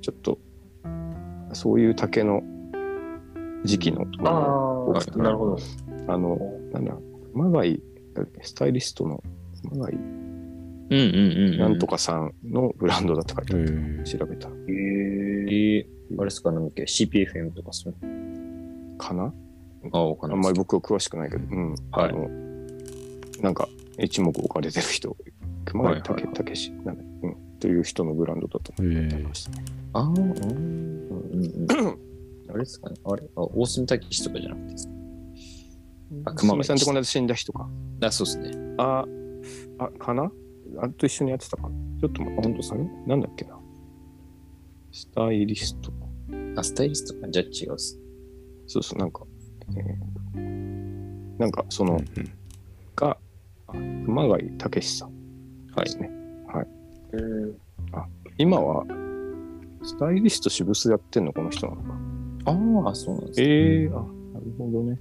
Speaker 2: ちょっとそういう竹の時期の
Speaker 3: あ
Speaker 2: あ
Speaker 3: あ、なるほど。
Speaker 2: のなんだ熊谷スタイリストの熊谷
Speaker 4: うんうんうんうん。
Speaker 2: なんとかさんのブランドだって書いてあ
Speaker 1: へ
Speaker 2: る
Speaker 1: え
Speaker 2: 調べた
Speaker 3: え
Speaker 4: え
Speaker 3: ー、
Speaker 4: ー。あれですか、なんだっけ、CPFM とかそういう
Speaker 2: かな
Speaker 4: の。あ、わかん
Speaker 2: あ
Speaker 4: ない
Speaker 2: んます
Speaker 4: で
Speaker 2: り僕は詳しくないけど、うん
Speaker 4: はい
Speaker 2: あのなんか一目置かれてる人熊谷
Speaker 4: はいはい
Speaker 2: 武
Speaker 4: はい
Speaker 2: 武志なんだうんという人のブランドだと思ってました、
Speaker 4: あーうんうんうん。あれですかねあれあ大隅武史とかじゃなくてですか
Speaker 2: 熊
Speaker 4: あ
Speaker 2: 谷
Speaker 4: 熊谷
Speaker 2: さんってこの間死んだ人か
Speaker 4: あ、そうですね。
Speaker 2: あ、あ、かなあと一緒にやってたかなちょっと待って。
Speaker 4: 本当ですか
Speaker 2: あれなんだっけなスタイリスト。
Speaker 4: あ、スタイリストか。じゃあ違うっす。
Speaker 2: そうそう、なんか、えーなんかその、が、あ熊谷武さんですね。
Speaker 3: うん、
Speaker 2: 今は、スタイリスト渋須やってんのこの人なのか。
Speaker 4: ああ、そうなんですね。
Speaker 2: ええあ、なるほどね。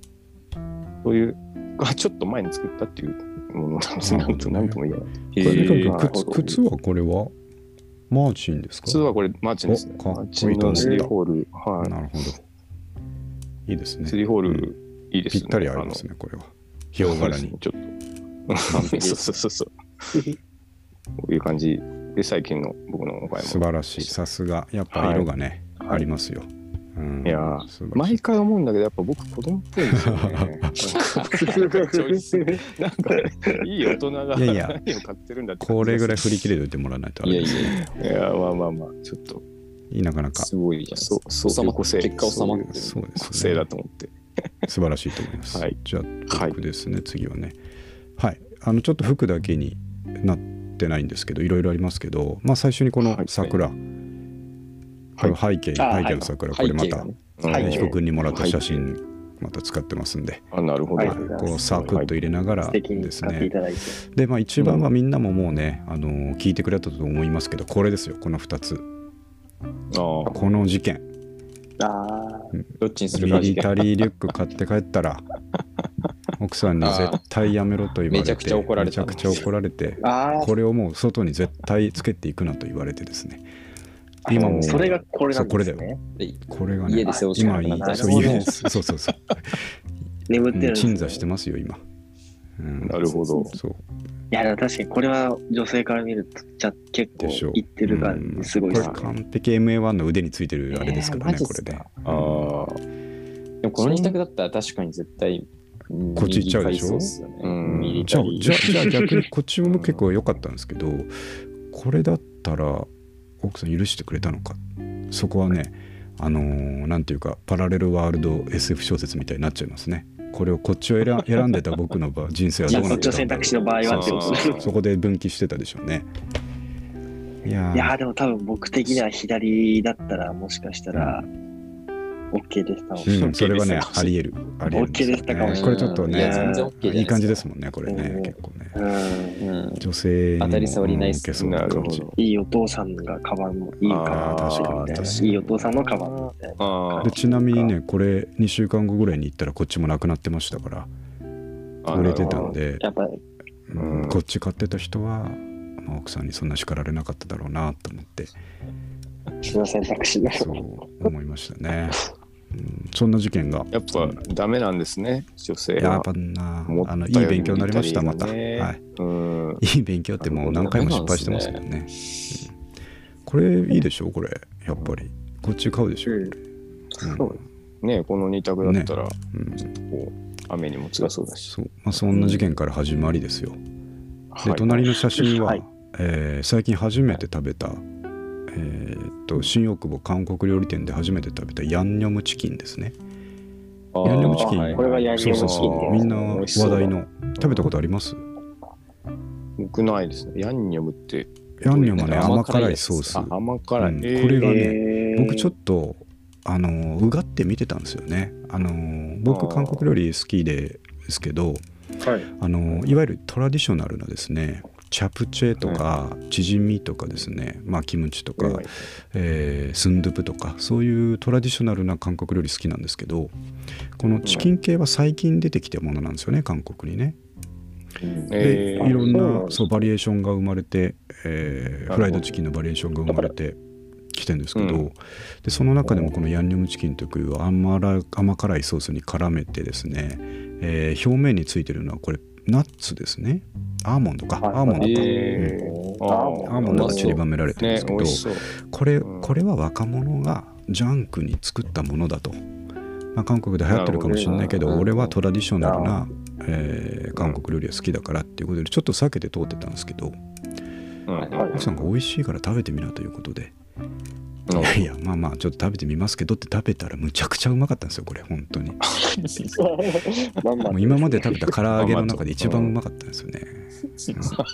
Speaker 2: そういう、がちょっと前に作ったっていうものなんですね。
Speaker 1: な
Speaker 2: な
Speaker 1: るほど
Speaker 2: んと、
Speaker 1: ね
Speaker 2: なんとも言えない。
Speaker 4: え
Speaker 1: これ美香
Speaker 2: え
Speaker 1: 君
Speaker 2: ー
Speaker 1: 靴靴はこれはマーチンですか
Speaker 2: 普通はこれ、マーチンですね。
Speaker 1: おかっ
Speaker 2: マ
Speaker 1: こいい
Speaker 2: ーチンの
Speaker 3: と
Speaker 2: ス
Speaker 3: 思う
Speaker 2: リーホール。はい。
Speaker 1: なるほいいですね
Speaker 2: スリーホー
Speaker 1: うん
Speaker 2: ルいいです
Speaker 1: ぴ
Speaker 2: ね。
Speaker 1: ったり合いますねこれはヒョウ柄に
Speaker 2: ちょっと。そうそうそうそう。こういう感じで最近の僕のお買い
Speaker 1: 素
Speaker 2: 物。
Speaker 1: 晴らしいさすがやっぱ色がね、
Speaker 2: はい
Speaker 1: ありますよ、うん
Speaker 2: いやー
Speaker 1: 素晴らしい
Speaker 2: 毎回思うんだけど、やっぱ僕子供っぽいんです よね。なんか、いい大人が
Speaker 1: いやい
Speaker 2: 何
Speaker 1: や
Speaker 2: を買ってるんだって。
Speaker 1: これぐら
Speaker 2: い。
Speaker 1: い振り切れておいてもらわないとあ
Speaker 4: い
Speaker 1: れ
Speaker 4: や い
Speaker 1: です
Speaker 4: やいや、
Speaker 2: いや、まあまあまあ、ちょっと、
Speaker 1: いいなかなか
Speaker 4: すごいじゃん。
Speaker 2: そう、そう、
Speaker 4: 収まって
Speaker 2: 個性
Speaker 4: 結果収まってる
Speaker 1: そうですね
Speaker 2: 個性だと思って。
Speaker 1: 素晴らしいと思います。
Speaker 2: はい
Speaker 1: じゃあ
Speaker 2: はい
Speaker 1: 僕ですね、次はね。はい、あのちょっと服だけになってないんですけどいろいろありますけど、まあ、最初にこの
Speaker 2: はい
Speaker 1: 桜、この背景、
Speaker 3: あ
Speaker 1: 背景の桜、
Speaker 4: 背
Speaker 1: これま
Speaker 4: 景
Speaker 1: た
Speaker 4: が、ね。
Speaker 1: ね
Speaker 3: はい
Speaker 1: 被告人にもらった写真また使ってますんで、
Speaker 2: あ、なるほど。
Speaker 3: は
Speaker 1: はいいこうサクッと入れながら
Speaker 3: 素敵に
Speaker 1: です
Speaker 3: 使ってい
Speaker 1: ね
Speaker 3: ただいて。
Speaker 1: で、まあ、一番はみんなももうね、あのー聞いてくれたと思いますけどこれですよこの2つ
Speaker 2: あ
Speaker 1: この事件
Speaker 3: ああ、
Speaker 4: どっちにする
Speaker 1: ミ
Speaker 4: か
Speaker 1: リタリーリュック買って帰ったら奥さんに絶対やめろと言われて
Speaker 4: めちゃくちゃ怒られた
Speaker 1: めちゃくちゃ怒られて
Speaker 3: ああ、
Speaker 1: これをもう外に絶対つけていくなと言われてですね今も
Speaker 3: それがこれな
Speaker 1: そうんこ
Speaker 3: で
Speaker 1: れ
Speaker 3: す
Speaker 1: だよ
Speaker 3: ね。
Speaker 1: これが
Speaker 4: 家
Speaker 1: ね
Speaker 4: で背負うしか
Speaker 1: 今
Speaker 4: なくなっ
Speaker 3: なる
Speaker 1: そう
Speaker 3: ほど
Speaker 1: 家でそうそうそう、
Speaker 3: 眠っ
Speaker 1: う
Speaker 3: てるん
Speaker 1: ん、
Speaker 3: ですね
Speaker 1: 鎮座してますよ今、うん
Speaker 2: あ、なるほど。
Speaker 1: そう
Speaker 3: いや、でも確かにこれは女性から見ると、じゃ結構
Speaker 1: でしょう
Speaker 3: いってる感
Speaker 1: うん
Speaker 3: じすごい
Speaker 1: こ
Speaker 3: で
Speaker 1: れ
Speaker 3: すね。
Speaker 1: 完璧 MA1 の腕についてるあれですからね、
Speaker 4: えーマジっ
Speaker 1: これ
Speaker 4: すか
Speaker 1: で
Speaker 2: ああ、
Speaker 4: でもこの二択だったら確かに絶対うん
Speaker 1: こっち行っちゃうでしょ
Speaker 4: 右買いそうっすよね
Speaker 2: うん
Speaker 4: ミリ
Speaker 1: じゃ
Speaker 4: タ
Speaker 1: あ
Speaker 4: リー
Speaker 1: じゃあじゃあ逆にこっちも結構良かったんですけどこれだったら奥さん許してくれたのかそこはねあのーなんていうかパラレルワールド SF 小説みたいになっちゃいますねこれをこっちを 選選んでた僕の場合人生はどうな
Speaker 3: こ
Speaker 1: っ
Speaker 3: ってち
Speaker 1: た
Speaker 3: の
Speaker 1: んだろう
Speaker 3: 選択肢の場合はってことね
Speaker 2: そうそう
Speaker 1: そこで分岐してたでしょうねいやー
Speaker 3: いやーでも多分僕的には左だったらもしかしたら OK でしたもんね
Speaker 1: うん、それはねありえるありえるんすよね
Speaker 3: OK でしたかも
Speaker 4: しれない
Speaker 1: これちょっと
Speaker 3: いや
Speaker 1: ね
Speaker 3: 全
Speaker 4: 然 OK じゃないですか
Speaker 1: いい感じですもんねこれね
Speaker 3: うん
Speaker 1: 結構ね
Speaker 3: うん
Speaker 4: うん
Speaker 1: 女性にも
Speaker 4: 当たり障りないっすね
Speaker 1: 受けそうな感じ
Speaker 2: なるほ
Speaker 3: いいお父さんがカバンもいいか
Speaker 1: あー確かに
Speaker 3: なみたい
Speaker 1: 確
Speaker 3: な
Speaker 1: か
Speaker 3: い
Speaker 1: に
Speaker 3: いお父さんのカバンみたいな
Speaker 2: あ
Speaker 1: でちなみにねこれ2週間後ぐらいに行ったらこっちもなくなってましたから
Speaker 2: あ、
Speaker 1: 売れてたんで、
Speaker 3: やっぱ
Speaker 2: うん
Speaker 1: うんこっち買ってた人は、まあ、奥さんにそんな叱られなかっただろうなと思って
Speaker 3: その選択肢だ
Speaker 1: そう思いましたね、うん、そんな事件が
Speaker 2: やっぱダメなんですね、女性
Speaker 1: やっ
Speaker 2: は。
Speaker 1: ぱな
Speaker 2: 思っ
Speaker 1: あのいい
Speaker 2: たより
Speaker 1: 勉強になりました
Speaker 2: み
Speaker 1: また、
Speaker 2: たいな
Speaker 1: は
Speaker 2: ねうん。
Speaker 1: い、いい勉強ってもう何回も失敗してますもんねうんこれいいでしょこれやっぱりこっち買うでしょ、
Speaker 3: うんそう
Speaker 2: ねこの二択だったら、こ
Speaker 1: うん
Speaker 2: う、雨にも強そうだし。
Speaker 1: そうまあ、そんな事件から始まりですよ、で
Speaker 2: はい
Speaker 1: 隣の写真は、
Speaker 3: はい
Speaker 1: えー最近初めて食べた、えーっと新大久保韓国料理店で初めて食べたヤンニョムチキンですね
Speaker 2: あー
Speaker 1: ヤンニョムチキン、
Speaker 2: はい
Speaker 3: これがヤンニョムチキ
Speaker 1: そ
Speaker 3: ン
Speaker 1: うそうそう
Speaker 2: ね
Speaker 1: みんな話題の食べたことあります
Speaker 2: 僕ないですね。ヤンニョムって、
Speaker 1: ヤンニョムはね
Speaker 4: うん
Speaker 1: 甘辛いソース
Speaker 2: あ、甘辛い。
Speaker 1: うん
Speaker 2: えー
Speaker 1: これがね
Speaker 3: えー
Speaker 1: 僕ちょっとあのーうがって見てたんですよねあのー僕
Speaker 2: あー
Speaker 1: 韓国料理好きですけど
Speaker 3: はい
Speaker 1: あのーいわゆるトラディショナルなですねチャプチェとかチヂミとかですね、まあ、キムチとか、
Speaker 2: はい
Speaker 1: えースンドゥブとかそういうトラディショナルな韓国料理好きなんですけどこのチキン系は最近出てきたものなんですよね韓国にね。で
Speaker 2: えー
Speaker 1: いろん
Speaker 3: そうなん
Speaker 1: な
Speaker 3: だ
Speaker 1: そうバリエーションが生まれて、えー
Speaker 2: ほど
Speaker 1: フライドチキンのバリエーションが生まれてきてるんですけど、
Speaker 2: うん
Speaker 1: でその中でもこのヤンニョムチキンという甘ら甘辛いソースに絡めてですね、えー表面についてるのはこれナッツですねアーモンドか
Speaker 3: はい
Speaker 1: アーモンドか、
Speaker 2: えーあ
Speaker 1: うん
Speaker 2: ー
Speaker 1: アーモンド
Speaker 2: う
Speaker 1: が
Speaker 2: まそう
Speaker 1: 散りばめられてるんで
Speaker 2: ね
Speaker 1: す、け
Speaker 2: 美
Speaker 1: ど、
Speaker 2: 味しそう。
Speaker 1: これ
Speaker 2: うん
Speaker 1: これは若者がジャンクに作ったものだと、まあ、韓国で流行ってるかもしれないけど
Speaker 2: なるほど
Speaker 1: 俺
Speaker 2: ね
Speaker 1: はトラディショナルな、えー韓国料理が好きだからっていうことでちょっと避けて通ってたんですけど
Speaker 2: うん
Speaker 3: はい
Speaker 1: 奥さんが美味しいから食べてみなということで
Speaker 2: うん
Speaker 1: いやいやまあまあちょっと食べてみますけどって食べたらむちゃくちゃうまかったんですよこれ本当にも
Speaker 3: まんま
Speaker 1: う今まで食べた唐揚げの中で一番うまかったんですよ ね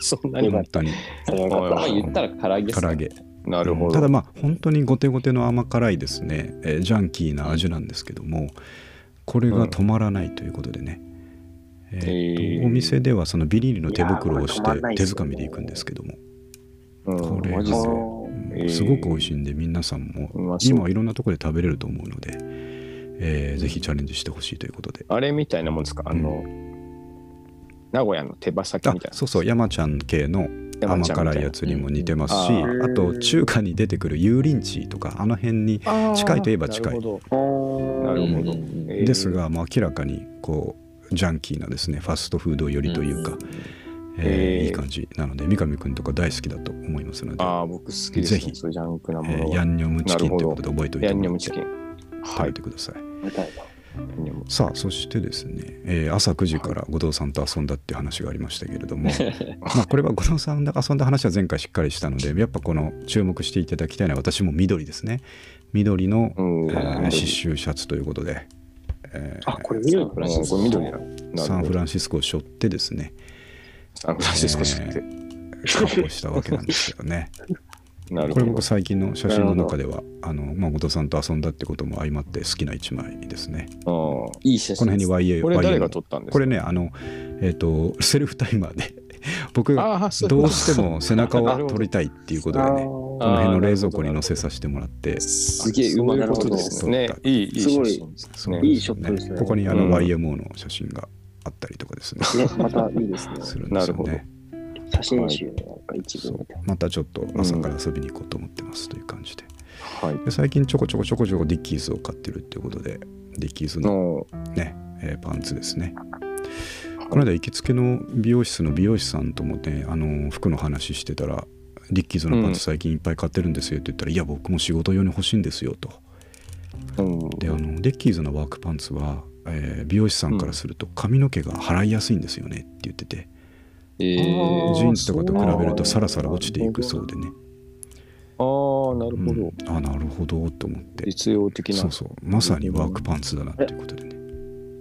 Speaker 2: そんなに
Speaker 1: 本当に
Speaker 3: それはよ
Speaker 4: ま
Speaker 3: か
Speaker 4: あ
Speaker 3: っ
Speaker 4: 言ったら唐揚げっす
Speaker 1: 唐
Speaker 4: ね
Speaker 1: 揚げ
Speaker 2: なるほど。
Speaker 1: ただまあ本当に後手後手の甘辛いですね、えージャンキーな味なんですけどもこれが止まらないということでね、えーっと
Speaker 2: へー
Speaker 1: お店ではそのビリールの手袋をし
Speaker 3: いやーこれ
Speaker 1: て
Speaker 3: 止まんない
Speaker 1: 手
Speaker 3: ですよね
Speaker 1: づかみでいくんですけども、
Speaker 2: うん
Speaker 1: これ
Speaker 2: マジ
Speaker 3: た
Speaker 2: で
Speaker 1: あ
Speaker 3: そう
Speaker 2: へー
Speaker 1: すごく美味しいんで皆さんも
Speaker 2: うまそう
Speaker 1: 今いろんなところで食べれると思うので、えーぜひチャレンジしてほしいということで。
Speaker 2: あれみたいなもんですかあの、名古屋の手羽先
Speaker 1: あ
Speaker 2: みたいな。
Speaker 1: そうそう山ちゃん系の、甘辛いやつにも似てますし、
Speaker 2: うん
Speaker 1: あと中華に出てくる油淋鶏とかあの辺に近いといえば近い
Speaker 2: なるほどな
Speaker 3: な
Speaker 2: るほど
Speaker 4: うんうんうん
Speaker 2: えー
Speaker 1: ですが、まあ、明らかにこうジャンキーなですねファストフード寄りというか、えー
Speaker 2: えー
Speaker 1: いい感じなので三上君とか大好きだと思いますので、
Speaker 2: ああ、僕好きです、
Speaker 1: ぜ
Speaker 2: ね。
Speaker 1: ひ
Speaker 2: そういうジャンクな
Speaker 1: え
Speaker 2: もの
Speaker 1: ー
Speaker 2: は。
Speaker 1: ヤンニョムチキンと
Speaker 2: なる
Speaker 1: いう
Speaker 2: ほ
Speaker 1: こと
Speaker 2: ど
Speaker 1: で覚えておい
Speaker 2: ヤ
Speaker 1: て
Speaker 2: ン
Speaker 1: も
Speaker 2: ニョ
Speaker 1: らっ
Speaker 2: ム
Speaker 1: て
Speaker 2: チキン。
Speaker 1: 食
Speaker 2: は
Speaker 1: べ
Speaker 2: い。
Speaker 1: てください、
Speaker 3: みたいな。
Speaker 2: ヤンニョム
Speaker 1: さあそしてですね、えー朝9時から後藤さんと遊んだっていう話がありましたけれ ども、まあこれは後藤さんと遊んだ話は前回しっかりしたのでやっぱこの注目していただきたいのは私も緑ですね緑の、
Speaker 2: うん。
Speaker 1: えー刺繍シャツということで、えー
Speaker 3: あ、これ
Speaker 2: 緑
Speaker 3: 緑
Speaker 2: のフ
Speaker 3: の話です
Speaker 2: これ緑だ。な
Speaker 1: サンフ
Speaker 2: ン
Speaker 1: ランシスコを背負ってですね
Speaker 2: サンフランシスコして。
Speaker 1: 確保したわけなんですよね。
Speaker 2: なる
Speaker 1: こ
Speaker 2: ほ
Speaker 1: れ
Speaker 2: ど
Speaker 1: 僕。最近の写真の中ではあの、まあ、後藤さんと遊んだってことも相まって好きな一枚ですね。
Speaker 2: あ
Speaker 4: いい写
Speaker 1: この
Speaker 4: 真
Speaker 1: 辺
Speaker 4: です
Speaker 1: に YA
Speaker 2: ーこれ誰
Speaker 1: YA
Speaker 2: が
Speaker 1: の
Speaker 2: 撮ったんですか
Speaker 1: これねあのえっ、とセルフタイマーで 僕が
Speaker 2: ああ、そう
Speaker 1: どうして も背中
Speaker 2: なる
Speaker 1: を
Speaker 2: ほど
Speaker 1: 撮りたいっていうことでねこ
Speaker 2: あー
Speaker 1: の辺の冷蔵庫に載せさせてもらって
Speaker 4: すげえう
Speaker 2: う
Speaker 4: ま
Speaker 2: ま
Speaker 4: い
Speaker 2: い
Speaker 3: なる
Speaker 2: こ
Speaker 3: ほ
Speaker 2: と
Speaker 3: ど
Speaker 2: ですね
Speaker 1: そう。だ
Speaker 2: いい、いい
Speaker 3: すごい
Speaker 2: 写真です
Speaker 1: そう
Speaker 2: ね。
Speaker 1: で
Speaker 3: いいショットですね
Speaker 1: ここにあの
Speaker 2: うん
Speaker 1: YMO の写真があったりとかですね、
Speaker 3: ね、またいいですね。
Speaker 1: するんですよ
Speaker 2: なるほど
Speaker 1: ね。
Speaker 3: 写真集のなんか一部みたいな。
Speaker 1: またちょっと朝から遊びに行こうと思ってますという感じで。
Speaker 2: はい。
Speaker 1: で最近ちょこちょこちょこちょこディッキーズを買ってるっていうことでディッキーズの、
Speaker 2: の、
Speaker 1: ねえーパンツですねこの間行きつけの美容室の美容師さんともねあのー服の話してたらディッキーズのパンツ最近いっぱい買ってるんですよって言ったら、いや僕も仕事用に欲しいんですよと
Speaker 2: うん。
Speaker 1: であのディッキーズのワークパンツは、えー美容師さんからすると髪の毛が払いやすいんですよねって言ってて、
Speaker 4: えー
Speaker 2: あ
Speaker 1: ジーンズとかと比べると
Speaker 2: そう
Speaker 1: サラサラ落ちていくそうでね
Speaker 2: ああ、なるほど。
Speaker 1: うんあなるほどと思って
Speaker 2: 実用的な
Speaker 1: そう。そうまさにワークパンツだなっていうことでね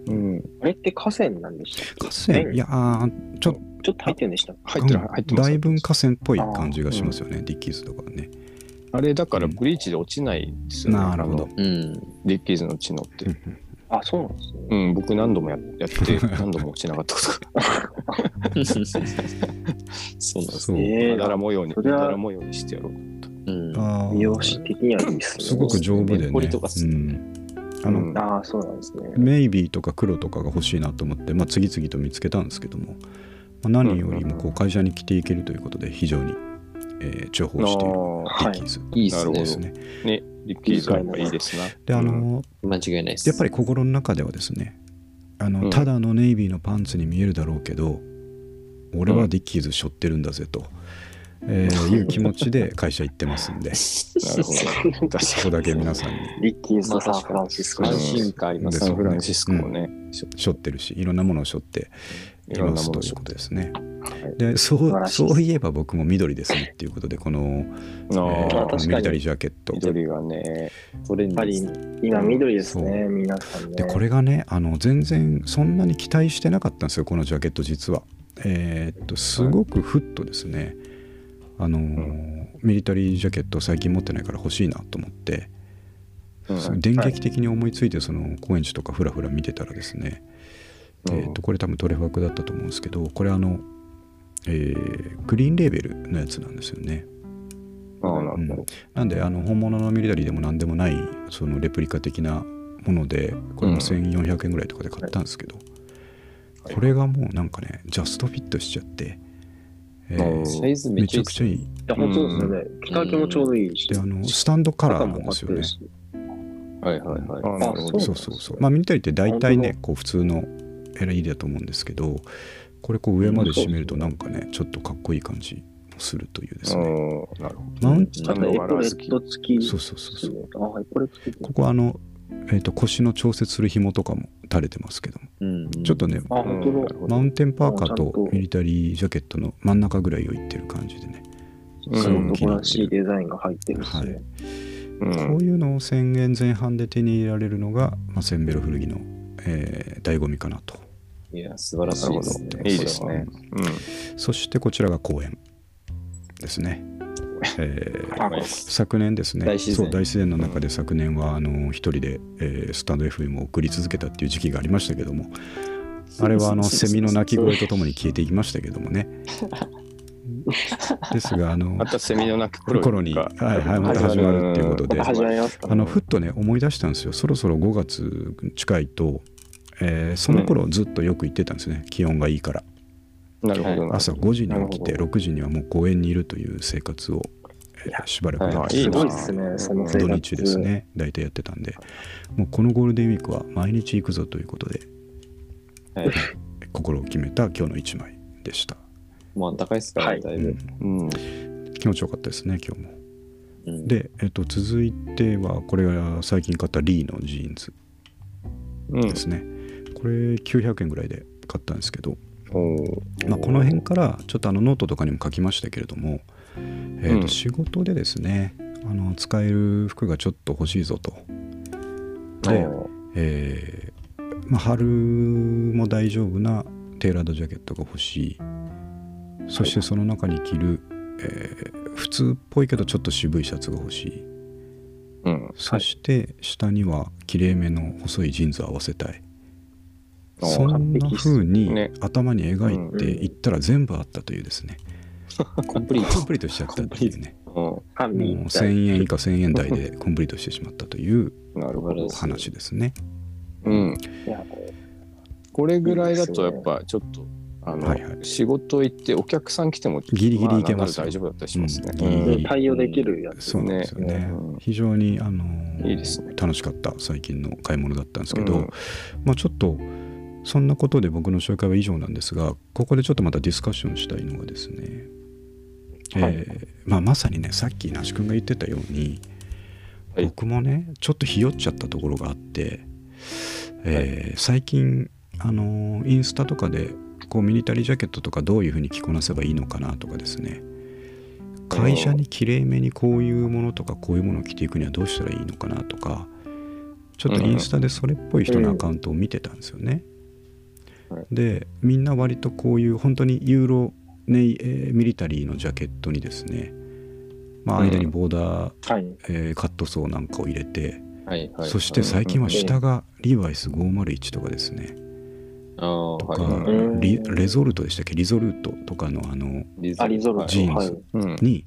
Speaker 2: うん。
Speaker 3: あれって河川なんでしたっけ
Speaker 1: 河川いやあー
Speaker 3: ちょっと入ってるんでしたっ
Speaker 2: 入ってる、
Speaker 1: うん
Speaker 2: 入ってます。
Speaker 1: だいぶん河川っぽい感じがしますよね、ディッキーズとかね。
Speaker 2: あれ、だからブリーチで落ちないですよね。
Speaker 1: なるほ
Speaker 2: あ
Speaker 1: ど
Speaker 2: の。。
Speaker 4: うん
Speaker 2: リッキーズの知能って。
Speaker 3: けあ、そうなんですね。
Speaker 2: うん、僕何度もやや って、何度も落ちなかったことが。
Speaker 4: そうなんです
Speaker 1: そう
Speaker 3: え
Speaker 2: ま
Speaker 3: え
Speaker 2: だら模様に、
Speaker 3: そ
Speaker 2: ま
Speaker 3: れは
Speaker 2: だら模様にしてやろう。
Speaker 4: うん
Speaker 1: あー
Speaker 3: 美容師的にはいいですね。
Speaker 1: すごく丈夫でね。
Speaker 4: 彫りとかする
Speaker 1: うんあの、
Speaker 2: うん
Speaker 3: ああ、そうなんですね。
Speaker 1: メイビーとか黒とかが欲しいなと思って、まあ、次々と見つけたんですけども、まあ、何よりもこう会社に着ていけるということで非常に、えー重宝しているディ
Speaker 2: あ
Speaker 1: ッ
Speaker 3: は
Speaker 1: キ
Speaker 3: い
Speaker 1: ー。ズ
Speaker 4: いいっ
Speaker 2: な
Speaker 4: す
Speaker 2: るほ
Speaker 4: ね
Speaker 2: ど
Speaker 1: ですね。
Speaker 2: ーね、リッキーズはやっぱいいですな。
Speaker 1: であの
Speaker 2: う
Speaker 1: ー
Speaker 2: ん
Speaker 4: 間違いないです
Speaker 1: やっぱり心の中ではですねあの、
Speaker 2: うん
Speaker 1: ただのネイビーのパンツに見えるだろうけど俺はディッキーズ背負ってるんだぜと、えーいう気持ちで会社行ってますんで
Speaker 2: なるほど。 確
Speaker 1: そこだけ皆さんに
Speaker 3: リッキーズとサンフランシスコ
Speaker 2: ま
Speaker 3: で
Speaker 2: あ
Speaker 4: 安
Speaker 2: 確か
Speaker 4: 心感ありま
Speaker 1: ですす
Speaker 2: サ
Speaker 1: よ
Speaker 2: ン
Speaker 1: ね
Speaker 2: フランシスコもね、
Speaker 1: 背負ってるしいろんなものを背負って
Speaker 2: い
Speaker 1: い
Speaker 2: ろん
Speaker 1: ま
Speaker 2: な
Speaker 1: す
Speaker 2: も
Speaker 1: と
Speaker 2: のを
Speaker 1: い
Speaker 2: 背
Speaker 1: う
Speaker 2: 負
Speaker 1: こ
Speaker 2: っ
Speaker 1: と
Speaker 2: て
Speaker 1: ですね。
Speaker 3: はい
Speaker 1: でそ
Speaker 3: 素晴
Speaker 1: う
Speaker 3: らしいです
Speaker 1: そういえば僕も緑ですねっていうことでこの、
Speaker 2: あ
Speaker 1: えー
Speaker 3: あ確かに
Speaker 1: ミリタリージャケット。
Speaker 2: 緑がね、
Speaker 4: トレン
Speaker 3: や
Speaker 4: デ
Speaker 3: っ
Speaker 4: ィ
Speaker 3: ぱ
Speaker 4: ー
Speaker 3: り
Speaker 4: です
Speaker 3: 今緑です
Speaker 1: そ
Speaker 3: ね、皆さんね。
Speaker 1: でこれがねあの全然そんなに期待してなかったんですよこのジャケット実は。えーっとすごくふっとですねあのー、ミリタリージャケット最近持ってないから欲しいなと思って、
Speaker 2: うん
Speaker 1: その電撃的に思いついてその高円寺とかふらふら見てたらですね、
Speaker 2: うん
Speaker 1: えーっとこれ多分トレファクだったと思うんですけどこれあの、えーグリーンレーベルのやつなんですよね。
Speaker 2: ああ、なるほ
Speaker 1: うんなんであの本物のミリタリーでも何でもないそのレプリカ的なものでこれも1400円ぐらいとかで買ったんですけど、
Speaker 2: はい
Speaker 1: これがもうなんかねジャストフィットしちゃって、えー
Speaker 2: うん
Speaker 4: サイズめ
Speaker 1: め
Speaker 4: っち
Speaker 1: ち
Speaker 4: ゃ
Speaker 1: ゃくちゃいい
Speaker 3: いや、本当ですよね。着丈もちょうどいいし。
Speaker 1: であのスタンドカラーなんですよね
Speaker 3: 肩も
Speaker 2: ど。はいはいはい。ああ、なるほ
Speaker 3: あ
Speaker 2: ど。
Speaker 1: そうそうそうまあミリタリーって大体ねこう普通の LED だと思うんですけどこれこう上まで締めるとなんかねちょっとかっこいい感じもするというですね
Speaker 2: うんなるほ
Speaker 1: マウン
Speaker 3: 張ってるしあとエポレット付き。
Speaker 1: そうそうそうそう
Speaker 3: う。あ、エポレット付き。
Speaker 1: ここあの、えー、と腰の調節する紐とかも垂れてますけどもちょっとね
Speaker 3: あ、
Speaker 2: ど。
Speaker 3: 本当
Speaker 2: うん
Speaker 3: だ
Speaker 2: なる。ほど
Speaker 1: マウンテンパーカー
Speaker 3: ちゃん
Speaker 1: と
Speaker 3: と
Speaker 1: ミリタリージャケットの真ん中ぐらいをいってる感じでね、
Speaker 2: うん
Speaker 3: すごく男らしいデザインが入ってるし、
Speaker 1: はい
Speaker 2: うん
Speaker 1: こういうのを1000円前半で手に入れられるのが、まあ、センベロ古着の、えー醍醐味かなと
Speaker 4: いや素晴らしいですね
Speaker 1: なるほど
Speaker 2: いいですね。うん。
Speaker 1: そしてこちらが公園ですね、えー
Speaker 3: あこれ
Speaker 1: 昨年ですね
Speaker 4: 大自然
Speaker 1: そう大自然の中で昨年はあの一人で、えースタンド FM を送り続けたっていう時期がありましたけどもあれはあの
Speaker 4: そうそうそう
Speaker 1: セミの鳴き声とともに消えていきましたけども ねですがあの
Speaker 2: またセミの鳴く
Speaker 1: 頃
Speaker 2: 頃
Speaker 1: に、
Speaker 2: に。
Speaker 1: はいはい、また始まるっていうことで、
Speaker 3: また始まりますか
Speaker 1: あのふっとね思い出したんですよそろそろ5月近いと、えーその頃ずっとよく行ってたんですね気温がいいから、
Speaker 2: なるほどな。
Speaker 1: 朝5時に起き
Speaker 2: な
Speaker 1: て
Speaker 2: る
Speaker 1: 6時にはもう公園にいるという生活を、えーしばらくやっ
Speaker 2: は
Speaker 1: て
Speaker 2: い
Speaker 1: た
Speaker 3: す
Speaker 2: な
Speaker 3: ごいですね、その生
Speaker 1: 土
Speaker 3: 活。
Speaker 1: 日ですね大体やってたんでもうこのゴールデンウィークは毎日行くぞということで
Speaker 4: はい
Speaker 1: 心を決めた今日の一枚でした、
Speaker 4: まあ、高いですから、
Speaker 3: はい
Speaker 4: だ
Speaker 1: う
Speaker 4: いぶ。
Speaker 1: ん、
Speaker 2: うん。
Speaker 1: 気持ちよかったですね今日も
Speaker 4: うん、
Speaker 1: で、えっと、続いてはこれが最近買ったリーのジーンズ
Speaker 2: うん
Speaker 1: で。すね、これ900円ぐらいで買ったんですけど、
Speaker 2: おー
Speaker 1: まあ、この辺からちょっとあのノートとかにも書きましたけれども、えっ
Speaker 2: う
Speaker 1: と
Speaker 2: ん
Speaker 1: 仕事でですねあの使える服がちょっと欲しいぞとで、えーまあ、春も大丈夫なテーラードジャケットが欲しいそしてその中に着る、えー普通っぽいけどちょっと渋いシャツが欲しい
Speaker 2: うん。
Speaker 1: そして下にはきれいめの細いジーンズを合わせたい、
Speaker 2: あー
Speaker 1: そんな風に
Speaker 2: ね
Speaker 1: 頭に描いていったら全部あったというですね、
Speaker 4: コンプリー
Speaker 1: コ
Speaker 4: ト
Speaker 1: ン。プリートしちゃったっていうね
Speaker 2: う。
Speaker 3: 半
Speaker 1: もう
Speaker 3: 身一体。
Speaker 1: 1000円以下1000円台でコンプリートしてしまったというん
Speaker 2: なるほど。
Speaker 1: 話ですね
Speaker 2: うん。
Speaker 3: いや
Speaker 2: これぐらいだと、やっぱちょっと、あの、
Speaker 1: はいはい
Speaker 2: 仕事行ってお客さん来ても、
Speaker 1: ギリギリいけます
Speaker 2: あなんなら大丈夫だったりしますね。
Speaker 1: うんギリギリ
Speaker 3: 対応できるやつ
Speaker 1: そうなんですよね
Speaker 2: ねうん
Speaker 1: 非常に、あのー
Speaker 2: いいですね
Speaker 1: 楽しかった最近の買い物だったんですけど、
Speaker 2: うん
Speaker 1: まあ、ちょっとそんなことで僕の紹介は以上なんですがここでちょっとまたディスカッションしたいのがですね、
Speaker 2: はい
Speaker 1: えーまあ、まさにねさっき那須君が言ってたように、
Speaker 2: はい
Speaker 1: 僕もねちょっとひよっちゃったところがあって、えー最近、あのーインスタとかでこうミリタリージャケットとかどういうふうに着こなせばいいのかなとかですね会社にきれいめにこういうものとかこういうものを着ていくにはどうしたらいいのかなとかちょっとインスタでそれっぽい人のアカウントを見てたんですよね。
Speaker 2: うんはい
Speaker 1: でみんな割とこういう本当にユーロネイ、えーミリタリーのジャケットにですね、まあ、間にボーダー、
Speaker 3: はい。
Speaker 1: えーカットソーなんかを入れて、
Speaker 4: はいはい。
Speaker 1: そして最近は下がリーバイス501とかですね、
Speaker 4: ああ、
Speaker 1: と
Speaker 4: はい
Speaker 1: か、
Speaker 4: はい。
Speaker 3: うん
Speaker 1: リレゾルトでしたっけリゾルトとかのあの
Speaker 4: リゾ
Speaker 3: アリゾル
Speaker 4: はい
Speaker 3: ト。
Speaker 1: ジーン
Speaker 3: は
Speaker 1: ズ
Speaker 3: い。
Speaker 2: うん。
Speaker 1: に、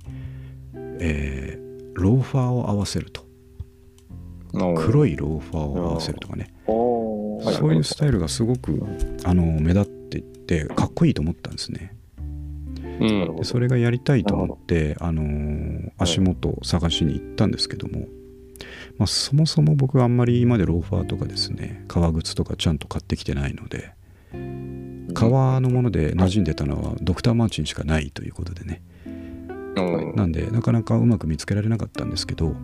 Speaker 1: えーローファーを合わせると
Speaker 2: うん
Speaker 1: 黒いローファーを合わせるとかね
Speaker 3: おー
Speaker 2: はい
Speaker 1: そういうスタイルがすごくあの目立っていってかっこいいと思ったんですね
Speaker 2: う
Speaker 4: なる
Speaker 2: ん
Speaker 4: ほ
Speaker 1: で
Speaker 4: ど
Speaker 1: それがやりたいと思って、あのー足元を探しに行ったんですけども、まあ、そもそも僕はあんまり今までローファーとかですね革靴とかちゃんと買ってきてないので革のもので馴染んでたのはドクター・マーチンしかないということでね
Speaker 2: うん
Speaker 1: なんでなかなかうまく見つけられなかったんですけど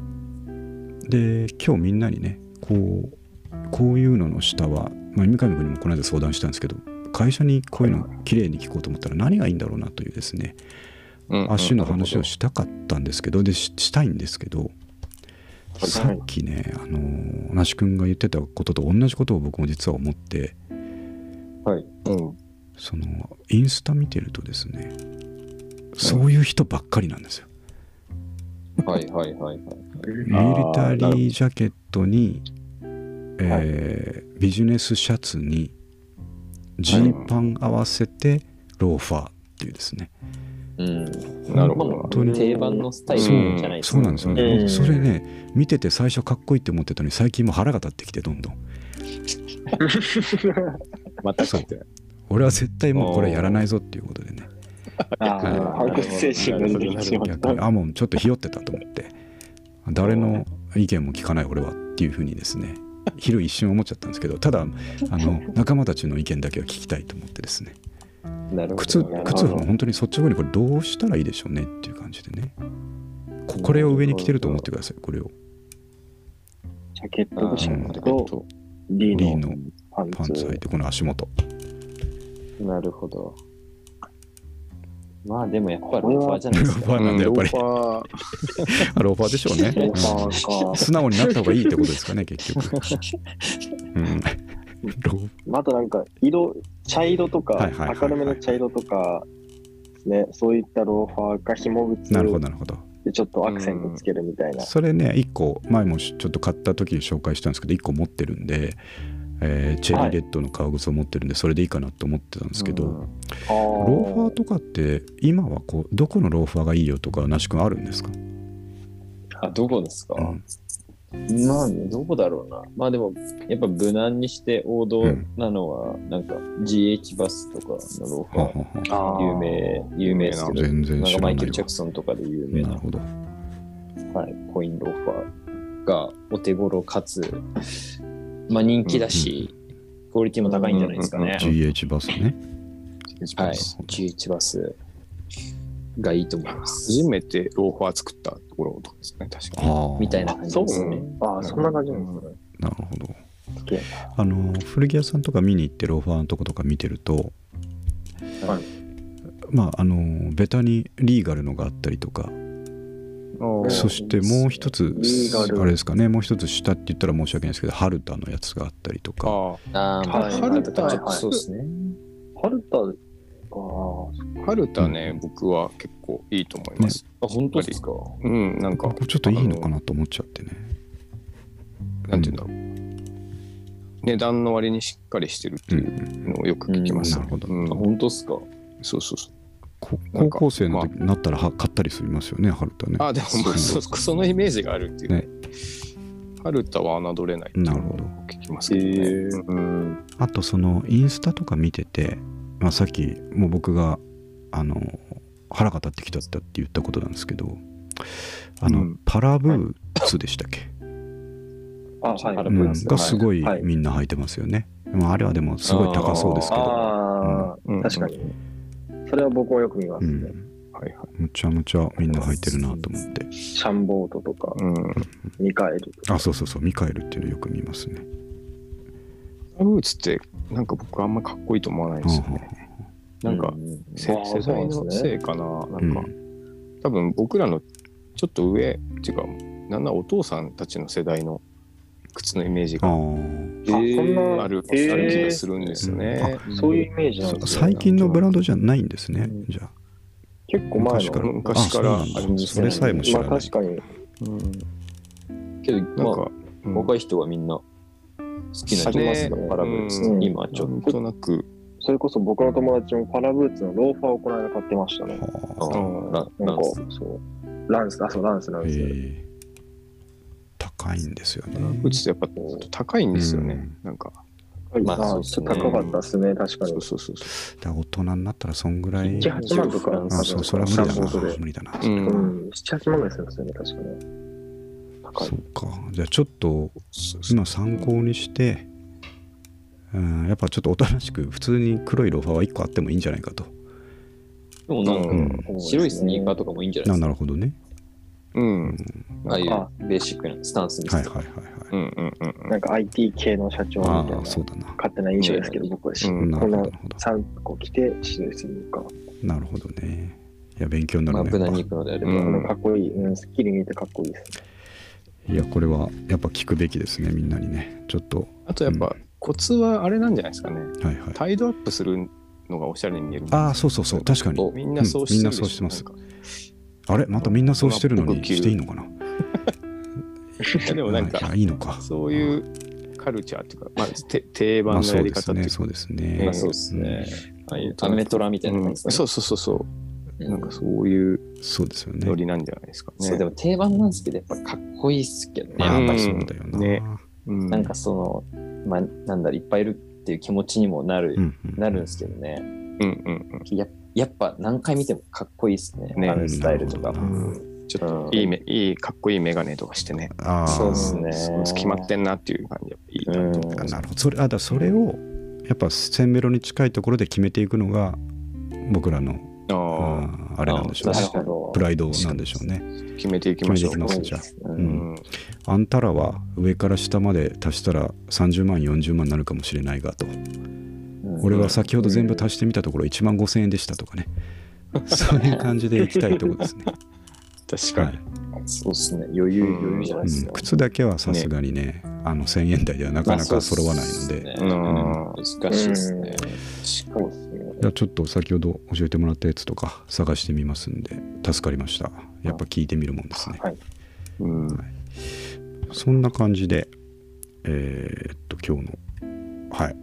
Speaker 1: で今日みんなにねこうこういうのの下は、まあ、三上君にもこの間相談したんですけど会社にこういうの綺麗に聞こうと思ったら何がいいんだろうなというですね
Speaker 2: うん
Speaker 1: 足の話をしたかったんですけどでししたいんですけど
Speaker 3: い
Speaker 1: さっきねあのー那須君が言ってたことと同じことを僕も実は思って
Speaker 2: はい。うん。
Speaker 1: そのインスタ見てるとですねそういう人ばっかりなんですよ。
Speaker 4: はいはいはいはい。
Speaker 1: ミリタリージャケットに、えービジネスシャツにジーパン合わせてローファーっていうですね、
Speaker 4: うん。
Speaker 2: なるほど
Speaker 4: ま
Speaker 1: 当
Speaker 4: あ
Speaker 1: に
Speaker 4: 定番のスタイルじゃないです
Speaker 1: そうなんですよね、
Speaker 3: うん
Speaker 1: 僕それね見てて最初かっこいいって思ってたのに最近もう腹が立ってきてどんどん
Speaker 4: また来て。
Speaker 1: 俺は絶対もうこれやらないぞっていうことでね
Speaker 3: ああ、反骨精神が出てきてしまっ
Speaker 1: 逆
Speaker 3: た
Speaker 1: に。あもうちょっとひよってたと思って誰の意見も聞かない俺はっていうふうにですね昼一瞬思っちゃったんですけどただあの仲間たちの意見だけは聞きたいと思ってですね
Speaker 4: なるほ
Speaker 1: 靴
Speaker 4: ど。
Speaker 1: 靴も本当にそっちにこれどうしたらいいでしょうねっていう感じでねここれを上に着てると思ってくださいこれを
Speaker 3: ジャケッ
Speaker 2: あ
Speaker 3: トと
Speaker 2: ー
Speaker 3: シ
Speaker 1: う
Speaker 3: ャ
Speaker 1: ん
Speaker 3: ツと、リ
Speaker 1: リー
Speaker 3: ーの
Speaker 1: の
Speaker 3: パン
Speaker 1: パンツ履い
Speaker 3: ツ。
Speaker 1: てこの足元
Speaker 4: なるほど。まあでもやっぱ
Speaker 3: これ
Speaker 4: ロー
Speaker 3: は
Speaker 4: ファーじゃないです
Speaker 1: ローファー
Speaker 4: か。
Speaker 1: なんだやっぱり
Speaker 2: うんローフ
Speaker 1: あローファーでしょうね
Speaker 3: ローファーか。
Speaker 1: 素直になった方がいいってことですかね結局、うん、 ロー
Speaker 3: あとなんか、色、茶色と
Speaker 1: は
Speaker 3: か
Speaker 1: いはいはいはい、
Speaker 3: 明るめの茶色とか、ね、そういったローファーか紐靴
Speaker 1: なるほどなるほど
Speaker 3: でちょっとアクセントつけるみたいな。
Speaker 1: それね1個前もちょっと買った時に紹介したんですけど1個持ってるんで、えーチェリーレッドの革靴を持ってるんでそれでいいかなと思ってたんですけど、
Speaker 2: うん
Speaker 1: ローファー
Speaker 3: ロ
Speaker 1: とかって今はこうどこのローファーがいいよとか那須君あるんですか、
Speaker 4: あ、どこですか
Speaker 1: うん
Speaker 4: まあ、どうだろうな。まあでも、やっぱ無難にして王道なのは、なんか GH バスとかのロー
Speaker 1: は
Speaker 4: ファ
Speaker 1: はは
Speaker 3: あ
Speaker 4: ー、有名、有名ですけど、
Speaker 1: 全然
Speaker 4: なん
Speaker 1: 知
Speaker 4: からマ
Speaker 1: な
Speaker 4: イ
Speaker 1: い
Speaker 4: ケル・
Speaker 1: わ
Speaker 4: ジャクソンとかで有名
Speaker 1: な
Speaker 4: な
Speaker 1: る、ほど
Speaker 4: はい、コインローファーがお手頃かつ、まあ人気だし、クオリティも高いんじゃないですかね。
Speaker 1: GH バスね
Speaker 4: はい、GH バスがいいと思います。
Speaker 2: 初めてローファー作ったところとかですね、確か
Speaker 1: あ
Speaker 2: に。
Speaker 1: ー
Speaker 4: みたいな感じですね。
Speaker 3: ああ、そんな感じなんですね。
Speaker 1: なるほど
Speaker 4: 時計
Speaker 1: あの古着屋さんとか見に行ってローファーのとことか見てると、
Speaker 4: はい
Speaker 1: まああのベタにリーガルのがあったりとか
Speaker 2: うん
Speaker 1: そしてもう一つ
Speaker 3: リーガル
Speaker 1: あれですかねもう一つ下って言ったら申し訳ないですけどハルタのやつがあったりと
Speaker 2: あ
Speaker 1: か
Speaker 4: あー、まあ、
Speaker 3: はい
Speaker 4: まあちょっとそうですね。
Speaker 3: ハルタ、ああ、
Speaker 2: ーカルタね、僕は結構いいと思います。
Speaker 4: あ、本当ですか。
Speaker 2: うん、なんか
Speaker 1: こ、こちょっといいのかなと思っちゃってね
Speaker 2: なんて言うんだろう。値段の割にしっかりしてるって
Speaker 1: う
Speaker 2: い
Speaker 1: ん
Speaker 2: うのをよく聞きますね。
Speaker 1: うんなるほど
Speaker 2: うん
Speaker 4: あ本当ですか。
Speaker 2: そうそうそう。
Speaker 1: こ
Speaker 2: なん
Speaker 1: 高
Speaker 2: か
Speaker 1: 校生の時になったらは買ったりしますよねハルタね
Speaker 2: あ、でもまあそそのイメージがあるっていうね。カルタは侮れないっていう
Speaker 1: な
Speaker 2: の
Speaker 1: る
Speaker 2: を
Speaker 1: ほど
Speaker 2: 聞きますけどね。
Speaker 4: へ
Speaker 2: うん
Speaker 1: あとそのインスタとか見てて、まあ、さっきもう僕があの腹が立ってきたって言ったことなんですけどあの、
Speaker 2: うん
Speaker 1: パラブーツでしたっけ、
Speaker 3: はい。
Speaker 4: パラ
Speaker 1: う
Speaker 4: ブ
Speaker 1: ん
Speaker 4: ーツ
Speaker 1: がすごい
Speaker 3: はい
Speaker 1: みんな履いてますよね、まあ、あれはでもすごい高そうですけど、
Speaker 3: あ
Speaker 2: う
Speaker 3: あ、
Speaker 2: ん
Speaker 3: 確かに。それは僕はよく見ま
Speaker 1: う
Speaker 3: すね。
Speaker 1: ん、
Speaker 2: はいはい。
Speaker 1: むちゃむちゃみんな履いてるなと思って
Speaker 3: シャンボートとか、
Speaker 2: うん。
Speaker 3: ミカエルとか。
Speaker 1: あそうそうそうミカエルっていうのよく見ますね
Speaker 2: ブーツってなんか僕あんまかっこいいと思わないんですよね。なんか
Speaker 4: う、
Speaker 2: せ
Speaker 4: あ
Speaker 2: 世
Speaker 4: ー
Speaker 2: 代のせいかな。な
Speaker 1: うんん
Speaker 2: か、多分僕らのちょっと上っていうかなんならお父さんたちの世代の靴のイメージ
Speaker 1: あ
Speaker 2: が
Speaker 1: ー
Speaker 3: あ、こんな、
Speaker 2: ある,、
Speaker 3: へー
Speaker 2: ある気がするんですよね。
Speaker 3: そういうイメージなんですね。
Speaker 1: 最近のブランドじゃないんですねじゃあ
Speaker 3: 結構前
Speaker 1: 昔から
Speaker 3: の。
Speaker 2: 昔から
Speaker 1: あそう
Speaker 2: あ
Speaker 1: な
Speaker 2: り
Speaker 1: ん
Speaker 2: ま
Speaker 1: だ
Speaker 2: す
Speaker 1: それさえも知ら
Speaker 3: ま
Speaker 1: な
Speaker 3: あ
Speaker 1: い、
Speaker 3: 確かに。
Speaker 4: け
Speaker 2: な
Speaker 4: ど、
Speaker 2: ん
Speaker 4: まあ
Speaker 2: か、、うん
Speaker 4: 若い人はみんな好きな人
Speaker 2: ね
Speaker 4: いますね、パラブーツ。
Speaker 3: うん
Speaker 4: 今、ち
Speaker 2: な
Speaker 4: ょっ
Speaker 2: ん
Speaker 4: と。
Speaker 2: となく、
Speaker 3: それこそ僕の友達もパラブーツのローファーをこの間買ってましたね。
Speaker 1: は
Speaker 4: あーラン
Speaker 3: なん
Speaker 4: ラ
Speaker 3: か
Speaker 4: ンス、
Speaker 3: そう。ランス、あ、そう、ランスなん
Speaker 1: あ、え
Speaker 3: ですよ。
Speaker 1: ー、高いんですよね
Speaker 2: ブーツってやっぱ高いんですよね。
Speaker 1: うん
Speaker 2: なんか、
Speaker 4: まあ
Speaker 3: あ
Speaker 4: そうっ
Speaker 3: ち
Speaker 4: す
Speaker 3: ょっ
Speaker 4: ね
Speaker 3: と高かったですね、確
Speaker 2: そ
Speaker 3: かに
Speaker 2: う。そうそうそ
Speaker 1: だから大人になったらそんぐらい
Speaker 3: 7、8万とか
Speaker 4: あ
Speaker 1: あそうそれは無理だ
Speaker 3: シャンボート
Speaker 1: な
Speaker 3: で
Speaker 1: 無理だな、
Speaker 2: う。う
Speaker 3: うんん、7、8万ぐらいするんですよね、確かに。高い
Speaker 1: そ。うかじゃあちょっと今参考にして、うん、やっぱちょっとおとなしく普通に黒いローファーは1個あってもいいんじゃないかと
Speaker 4: でもなんか、
Speaker 2: うん
Speaker 4: 白いスニーカーとかもいいんじゃな
Speaker 1: ない
Speaker 4: で
Speaker 1: なるほどね
Speaker 2: うん
Speaker 4: すか。ああいうベーシックなスタンスに
Speaker 1: は
Speaker 4: し
Speaker 1: い
Speaker 4: て。
Speaker 1: はいはいはい、
Speaker 2: うんうんうんうん
Speaker 3: なんか IT 系の社長みたい
Speaker 1: あ
Speaker 3: な
Speaker 1: あそうだな、
Speaker 3: 勝手な印象ですけど、僕はし、
Speaker 2: うん
Speaker 1: な
Speaker 3: こ
Speaker 1: るほどな
Speaker 3: の
Speaker 1: るほど
Speaker 3: 3個着て指導するか。
Speaker 1: なるほどねいや勉強にな
Speaker 4: まあ、
Speaker 1: る
Speaker 4: 無難
Speaker 1: ね
Speaker 4: に行くのであれ
Speaker 2: う
Speaker 4: ば。
Speaker 2: ん
Speaker 3: かっこいい、うん、スッキリ見えてかっこいいです
Speaker 1: い
Speaker 3: ね。
Speaker 1: やこれはやっぱ聞くべきですねみんなにねちょっと
Speaker 2: あとやっぱ、コツはあれなんじゃないですかね。
Speaker 1: はいはい
Speaker 2: タイドアップするのがおしゃれに見える。
Speaker 1: ああそうそうそう確かに
Speaker 2: みんなそうしてるでし
Speaker 1: うんみんなそ
Speaker 2: ょ
Speaker 1: うしてます
Speaker 2: なんか
Speaker 1: あれまたみんなそうしてるの
Speaker 2: 僕
Speaker 1: に
Speaker 2: 急
Speaker 1: していいのかない
Speaker 2: やでもなん
Speaker 1: あい
Speaker 2: か
Speaker 1: やいいのか
Speaker 2: そういうカルチャーっていうか、まあ、て定
Speaker 1: ま
Speaker 2: 番
Speaker 1: あ
Speaker 2: の
Speaker 1: そ
Speaker 2: や
Speaker 1: う
Speaker 2: り
Speaker 1: で
Speaker 2: 方
Speaker 1: す
Speaker 2: っていう
Speaker 1: ね
Speaker 2: か、
Speaker 1: そうです
Speaker 4: ま
Speaker 1: ね
Speaker 4: あ、そうですね。ああいう
Speaker 2: うん
Speaker 4: アメトラみたいな
Speaker 2: う
Speaker 4: 感
Speaker 2: ん
Speaker 4: じです
Speaker 2: そ
Speaker 4: ね。
Speaker 2: うそうそうそう、なんかそういう
Speaker 1: そうですよね
Speaker 2: ノリなんじゃないですかね。
Speaker 4: そうでも定番なんですけど、やっぱかっこいいっすけどね。
Speaker 1: まあ
Speaker 2: うん
Speaker 1: まあそうだよな、
Speaker 2: ねうん
Speaker 4: なんかその、まあ、なんだろう、いっぱいいるっていう気持ちにもなる、
Speaker 1: うんうん
Speaker 4: なるんですけどね。
Speaker 2: うんうん
Speaker 4: ややっぱ何回見てもかっこいいですね。
Speaker 2: ね
Speaker 4: あのスタイルとか。
Speaker 1: なるほどな
Speaker 2: うん、ちょっといいめ、いい、かっこいいメガネとかしてね。
Speaker 1: ああ
Speaker 4: そうですね
Speaker 2: そう決まってんなっていう感じがいいなと思います
Speaker 1: な。るほどそれあだからそれをやっぱせんべろに近いところで決めていくのが僕らの
Speaker 2: ああ
Speaker 1: あーあれなんでしょう
Speaker 4: な
Speaker 1: ね
Speaker 4: るほど
Speaker 1: プ。ライドなんでしょうね
Speaker 2: 決めていき
Speaker 1: 決
Speaker 2: ま
Speaker 1: め
Speaker 2: して
Speaker 1: い
Speaker 2: ょう
Speaker 1: き。ますじゃ
Speaker 4: う
Speaker 1: あ、うんん、あんたらは上から下まで足したら30万40万になるかもしれないがと
Speaker 4: うん
Speaker 1: 俺は先ほど全部足してみたところ1万5000円でしたとかね そういう感じでいきたいところ ですね、
Speaker 2: 確
Speaker 1: は
Speaker 2: かに
Speaker 1: い。
Speaker 4: そうですね。余裕、
Speaker 2: うん
Speaker 4: 余裕じゃな
Speaker 1: う
Speaker 4: いです
Speaker 1: ん
Speaker 4: か。、
Speaker 1: 靴だけはさすがにねあの1000円台ではなかなか揃わないので、
Speaker 4: まあ
Speaker 2: うん
Speaker 4: そうっすね難しいですね。
Speaker 3: そうですね。
Speaker 1: いやちょっと先ほど教えてもらったやつとか探してみますんで助かりましたやっぱ聞いてみるもんですね
Speaker 3: はい。
Speaker 2: うん
Speaker 1: そんな感じでえーっと今日のはい、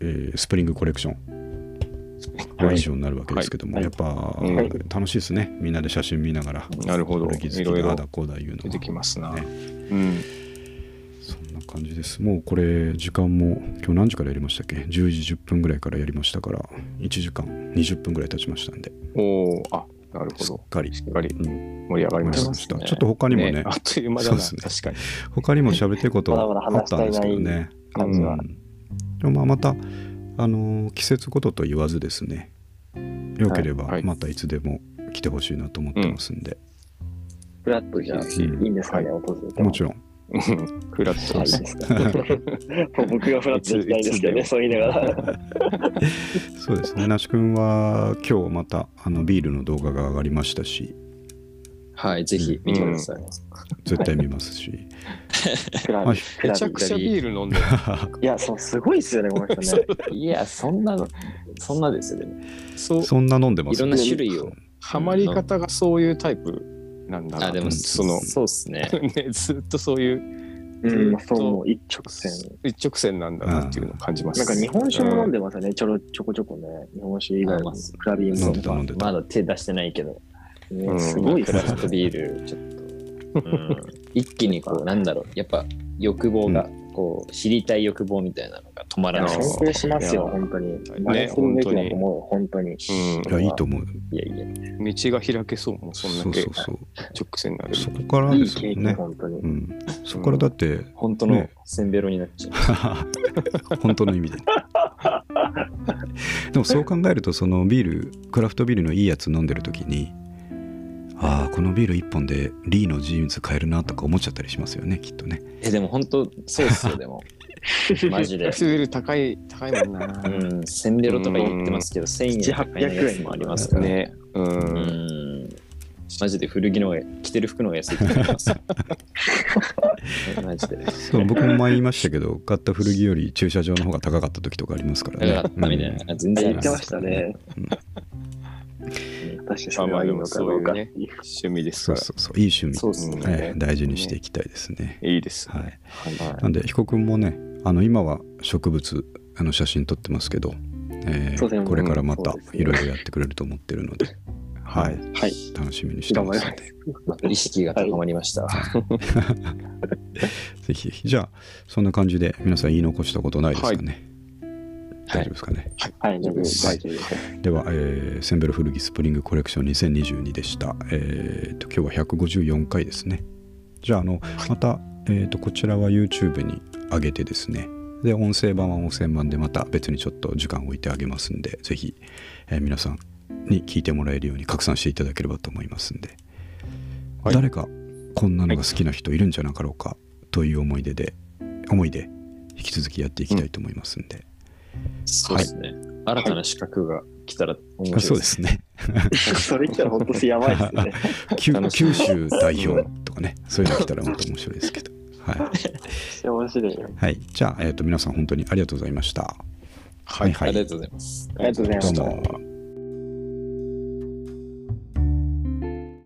Speaker 1: えースプリングコレクション
Speaker 2: はい
Speaker 1: オーディションになるわけですけども、
Speaker 3: はい
Speaker 1: やっぱ、
Speaker 2: うん
Speaker 1: 楽しいですね。みんなで写真見ながら、
Speaker 2: なるほど
Speaker 1: これ技術
Speaker 2: いろい
Speaker 1: で
Speaker 2: ろ
Speaker 1: ああだこうだ言うの
Speaker 2: 出てきますな
Speaker 1: ね
Speaker 2: うん。
Speaker 1: そんな感じです。もうこれ、時間も、今日何時からやりましたっけ ?10 時10分ぐらいからやりましたから、1時間20分ぐらい経ちましたんで、
Speaker 2: おおあ、なるほ
Speaker 1: す
Speaker 2: ど
Speaker 1: っ。かり。
Speaker 2: しっかり
Speaker 1: うん
Speaker 2: 盛り上がりました。
Speaker 1: ちょっと他にもね
Speaker 2: あっという間だな、
Speaker 1: そうで
Speaker 2: 確かに。
Speaker 1: 他にも喋ってること
Speaker 3: まだまだ
Speaker 1: はあっ
Speaker 3: 話
Speaker 1: んです
Speaker 3: した足りな
Speaker 1: け
Speaker 3: い
Speaker 1: どね。
Speaker 3: 感じは
Speaker 1: う。んでもまあまた、あのー季節ごとと言わずですね、よければ
Speaker 2: はいはい
Speaker 1: またいつでも来てほしいなと思ってますんで、
Speaker 3: フラットじゃあ、
Speaker 1: ひ
Speaker 3: いいんですかね、訪れて
Speaker 1: もちろん、
Speaker 2: うんクラッと
Speaker 3: はい、いいですか。 僕がフラット行きたいんですけど
Speaker 2: い
Speaker 3: ね、
Speaker 2: つ
Speaker 3: そう言いながら。
Speaker 1: そうですね、那須君は今日またあのビールの動画が上がりましたし、
Speaker 5: はい、ぜひ見てください。
Speaker 1: 絶対見ますし、
Speaker 3: クラ
Speaker 1: は
Speaker 3: ブ
Speaker 1: い、
Speaker 3: ク
Speaker 2: め
Speaker 3: ラ
Speaker 2: ちゃ
Speaker 3: ブ
Speaker 2: くちゃビール飲んでる。
Speaker 3: いや、そう、すごいっすよね、この人ね。
Speaker 4: いや、そんなの、そんなですよね。
Speaker 2: そう、
Speaker 1: そんな飲んでます
Speaker 5: いろんな種類を。
Speaker 2: ハマり方がそういうタイプなんだな。
Speaker 5: あ、でも、
Speaker 2: その、
Speaker 5: そうっすね。
Speaker 2: ね、ずっとそういう
Speaker 3: うん、そう、もう一直線。
Speaker 2: 一直線なんだなっていうのを感じます。
Speaker 3: なんか日本酒も飲んでますよね、ちょろちょこちょこね。日本酒以外も、クラビ
Speaker 1: 飲
Speaker 3: ー
Speaker 1: ん
Speaker 3: も
Speaker 1: で。た、飲んでた。
Speaker 4: まだ手出してないけど、
Speaker 2: うん
Speaker 3: ねすごいっ
Speaker 5: ク
Speaker 3: す
Speaker 5: ラ
Speaker 3: ね。
Speaker 5: フトビール、ちょっと、うん、一気にこう、なんだろう、やっぱ欲望が、こう、知りたい欲望みたいなのが止まらない。
Speaker 3: 尊敬しますよ、
Speaker 2: いや
Speaker 3: 本当に。真
Speaker 2: ね
Speaker 3: 似するべきだと思うよ、本当に。
Speaker 2: うん
Speaker 1: いや、いいと思う。
Speaker 4: いやいや、
Speaker 2: 道が開けそうもんそん
Speaker 1: そ
Speaker 2: だ
Speaker 1: う
Speaker 2: け
Speaker 1: そ
Speaker 2: 直
Speaker 1: うそう。
Speaker 2: 線になる
Speaker 1: そこから
Speaker 3: い
Speaker 1: で
Speaker 3: い
Speaker 1: す
Speaker 3: 経
Speaker 1: よ
Speaker 3: 験、
Speaker 1: ね。
Speaker 3: 本当に
Speaker 1: う。ん、そこからだって、
Speaker 4: 本当の
Speaker 1: ね
Speaker 4: せんべろになっちゃう。
Speaker 1: 本当の意味ででもそう考えるとそのビールクラフトビールのいいやつ飲んでる時にああこのビール1本でリーのジーンズ買えるなとか思っちゃったりしますよねきっとね
Speaker 4: え、でも本当、そうっ すよ、でも。マジで。
Speaker 2: フュール高い高いもんな
Speaker 4: うん、せんべろとか言ってますけど、1000円
Speaker 3: 700
Speaker 4: 高いやつもありますから。
Speaker 2: ねう
Speaker 4: うんん。マジで古着の方が、着てる服の方が安いと思います。 えマジで。
Speaker 1: そう僕も前言いましたけど買った古着より駐車場の方が高かった時とかありますからね
Speaker 4: だから、ダメだよな。全然い
Speaker 3: あ言
Speaker 4: い
Speaker 3: っ
Speaker 4: で
Speaker 3: て
Speaker 4: す
Speaker 3: ましたね。果たしてそ
Speaker 2: あ
Speaker 3: れ
Speaker 2: まあ
Speaker 3: はい
Speaker 2: で
Speaker 3: いの
Speaker 2: も
Speaker 3: か
Speaker 2: そ
Speaker 3: ど
Speaker 2: う
Speaker 3: う
Speaker 2: いう
Speaker 3: か。
Speaker 2: ね趣味です
Speaker 1: そう
Speaker 2: から
Speaker 1: そうそういい趣味
Speaker 4: そうっすね。
Speaker 1: ええ大事にしていきたいですね
Speaker 2: いいです
Speaker 1: はい
Speaker 2: はい
Speaker 1: なんで彦君もねあの今は植物あの写真撮ってますけど、えー
Speaker 3: そうですね
Speaker 1: これからまた
Speaker 3: そうですね
Speaker 1: いろいろやってくれると思ってるの で、はい、
Speaker 3: はい
Speaker 1: 楽しみにしてますの
Speaker 3: 頑
Speaker 1: で
Speaker 4: 意識が高まりました。
Speaker 1: ぜひぜひじゃあそんな感じで皆さん言い残したことないですかね、
Speaker 4: はい
Speaker 1: 大丈夫ですかね、
Speaker 3: はい、大丈夫です。
Speaker 1: は
Speaker 3: はいい、
Speaker 1: では、えーセンベル古着スプリングコレクション2022でした、えー、と今日は154回ですねじゃああのまた、えー、とこちらは YouTube に上げてですねで音声版は音声版でまた別にちょっと時間を置いてあげますんでぜひ、えー皆さんに聞いてもらえるように拡散していただければと思いますんで、
Speaker 2: はい
Speaker 1: 誰かこんなのが好きな人いるんじゃなかろうかという思い出で思いで引き続きやっていきたいと思いますんで、
Speaker 5: そうですね。新たな資格が来たら面白い
Speaker 1: あそうですね
Speaker 3: それ来たら本当にやばいですね。
Speaker 1: 九
Speaker 5: 楽し
Speaker 1: 九州代表とかねそういうの来たらまた面白いですけどはい、
Speaker 3: いや面白いよ。
Speaker 1: はい、じゃあ、えー、と皆さん本当にありがとうございました
Speaker 2: はい
Speaker 1: はい
Speaker 5: ありがとうございます。
Speaker 3: ありがとうございま
Speaker 1: どう
Speaker 3: した。
Speaker 1: も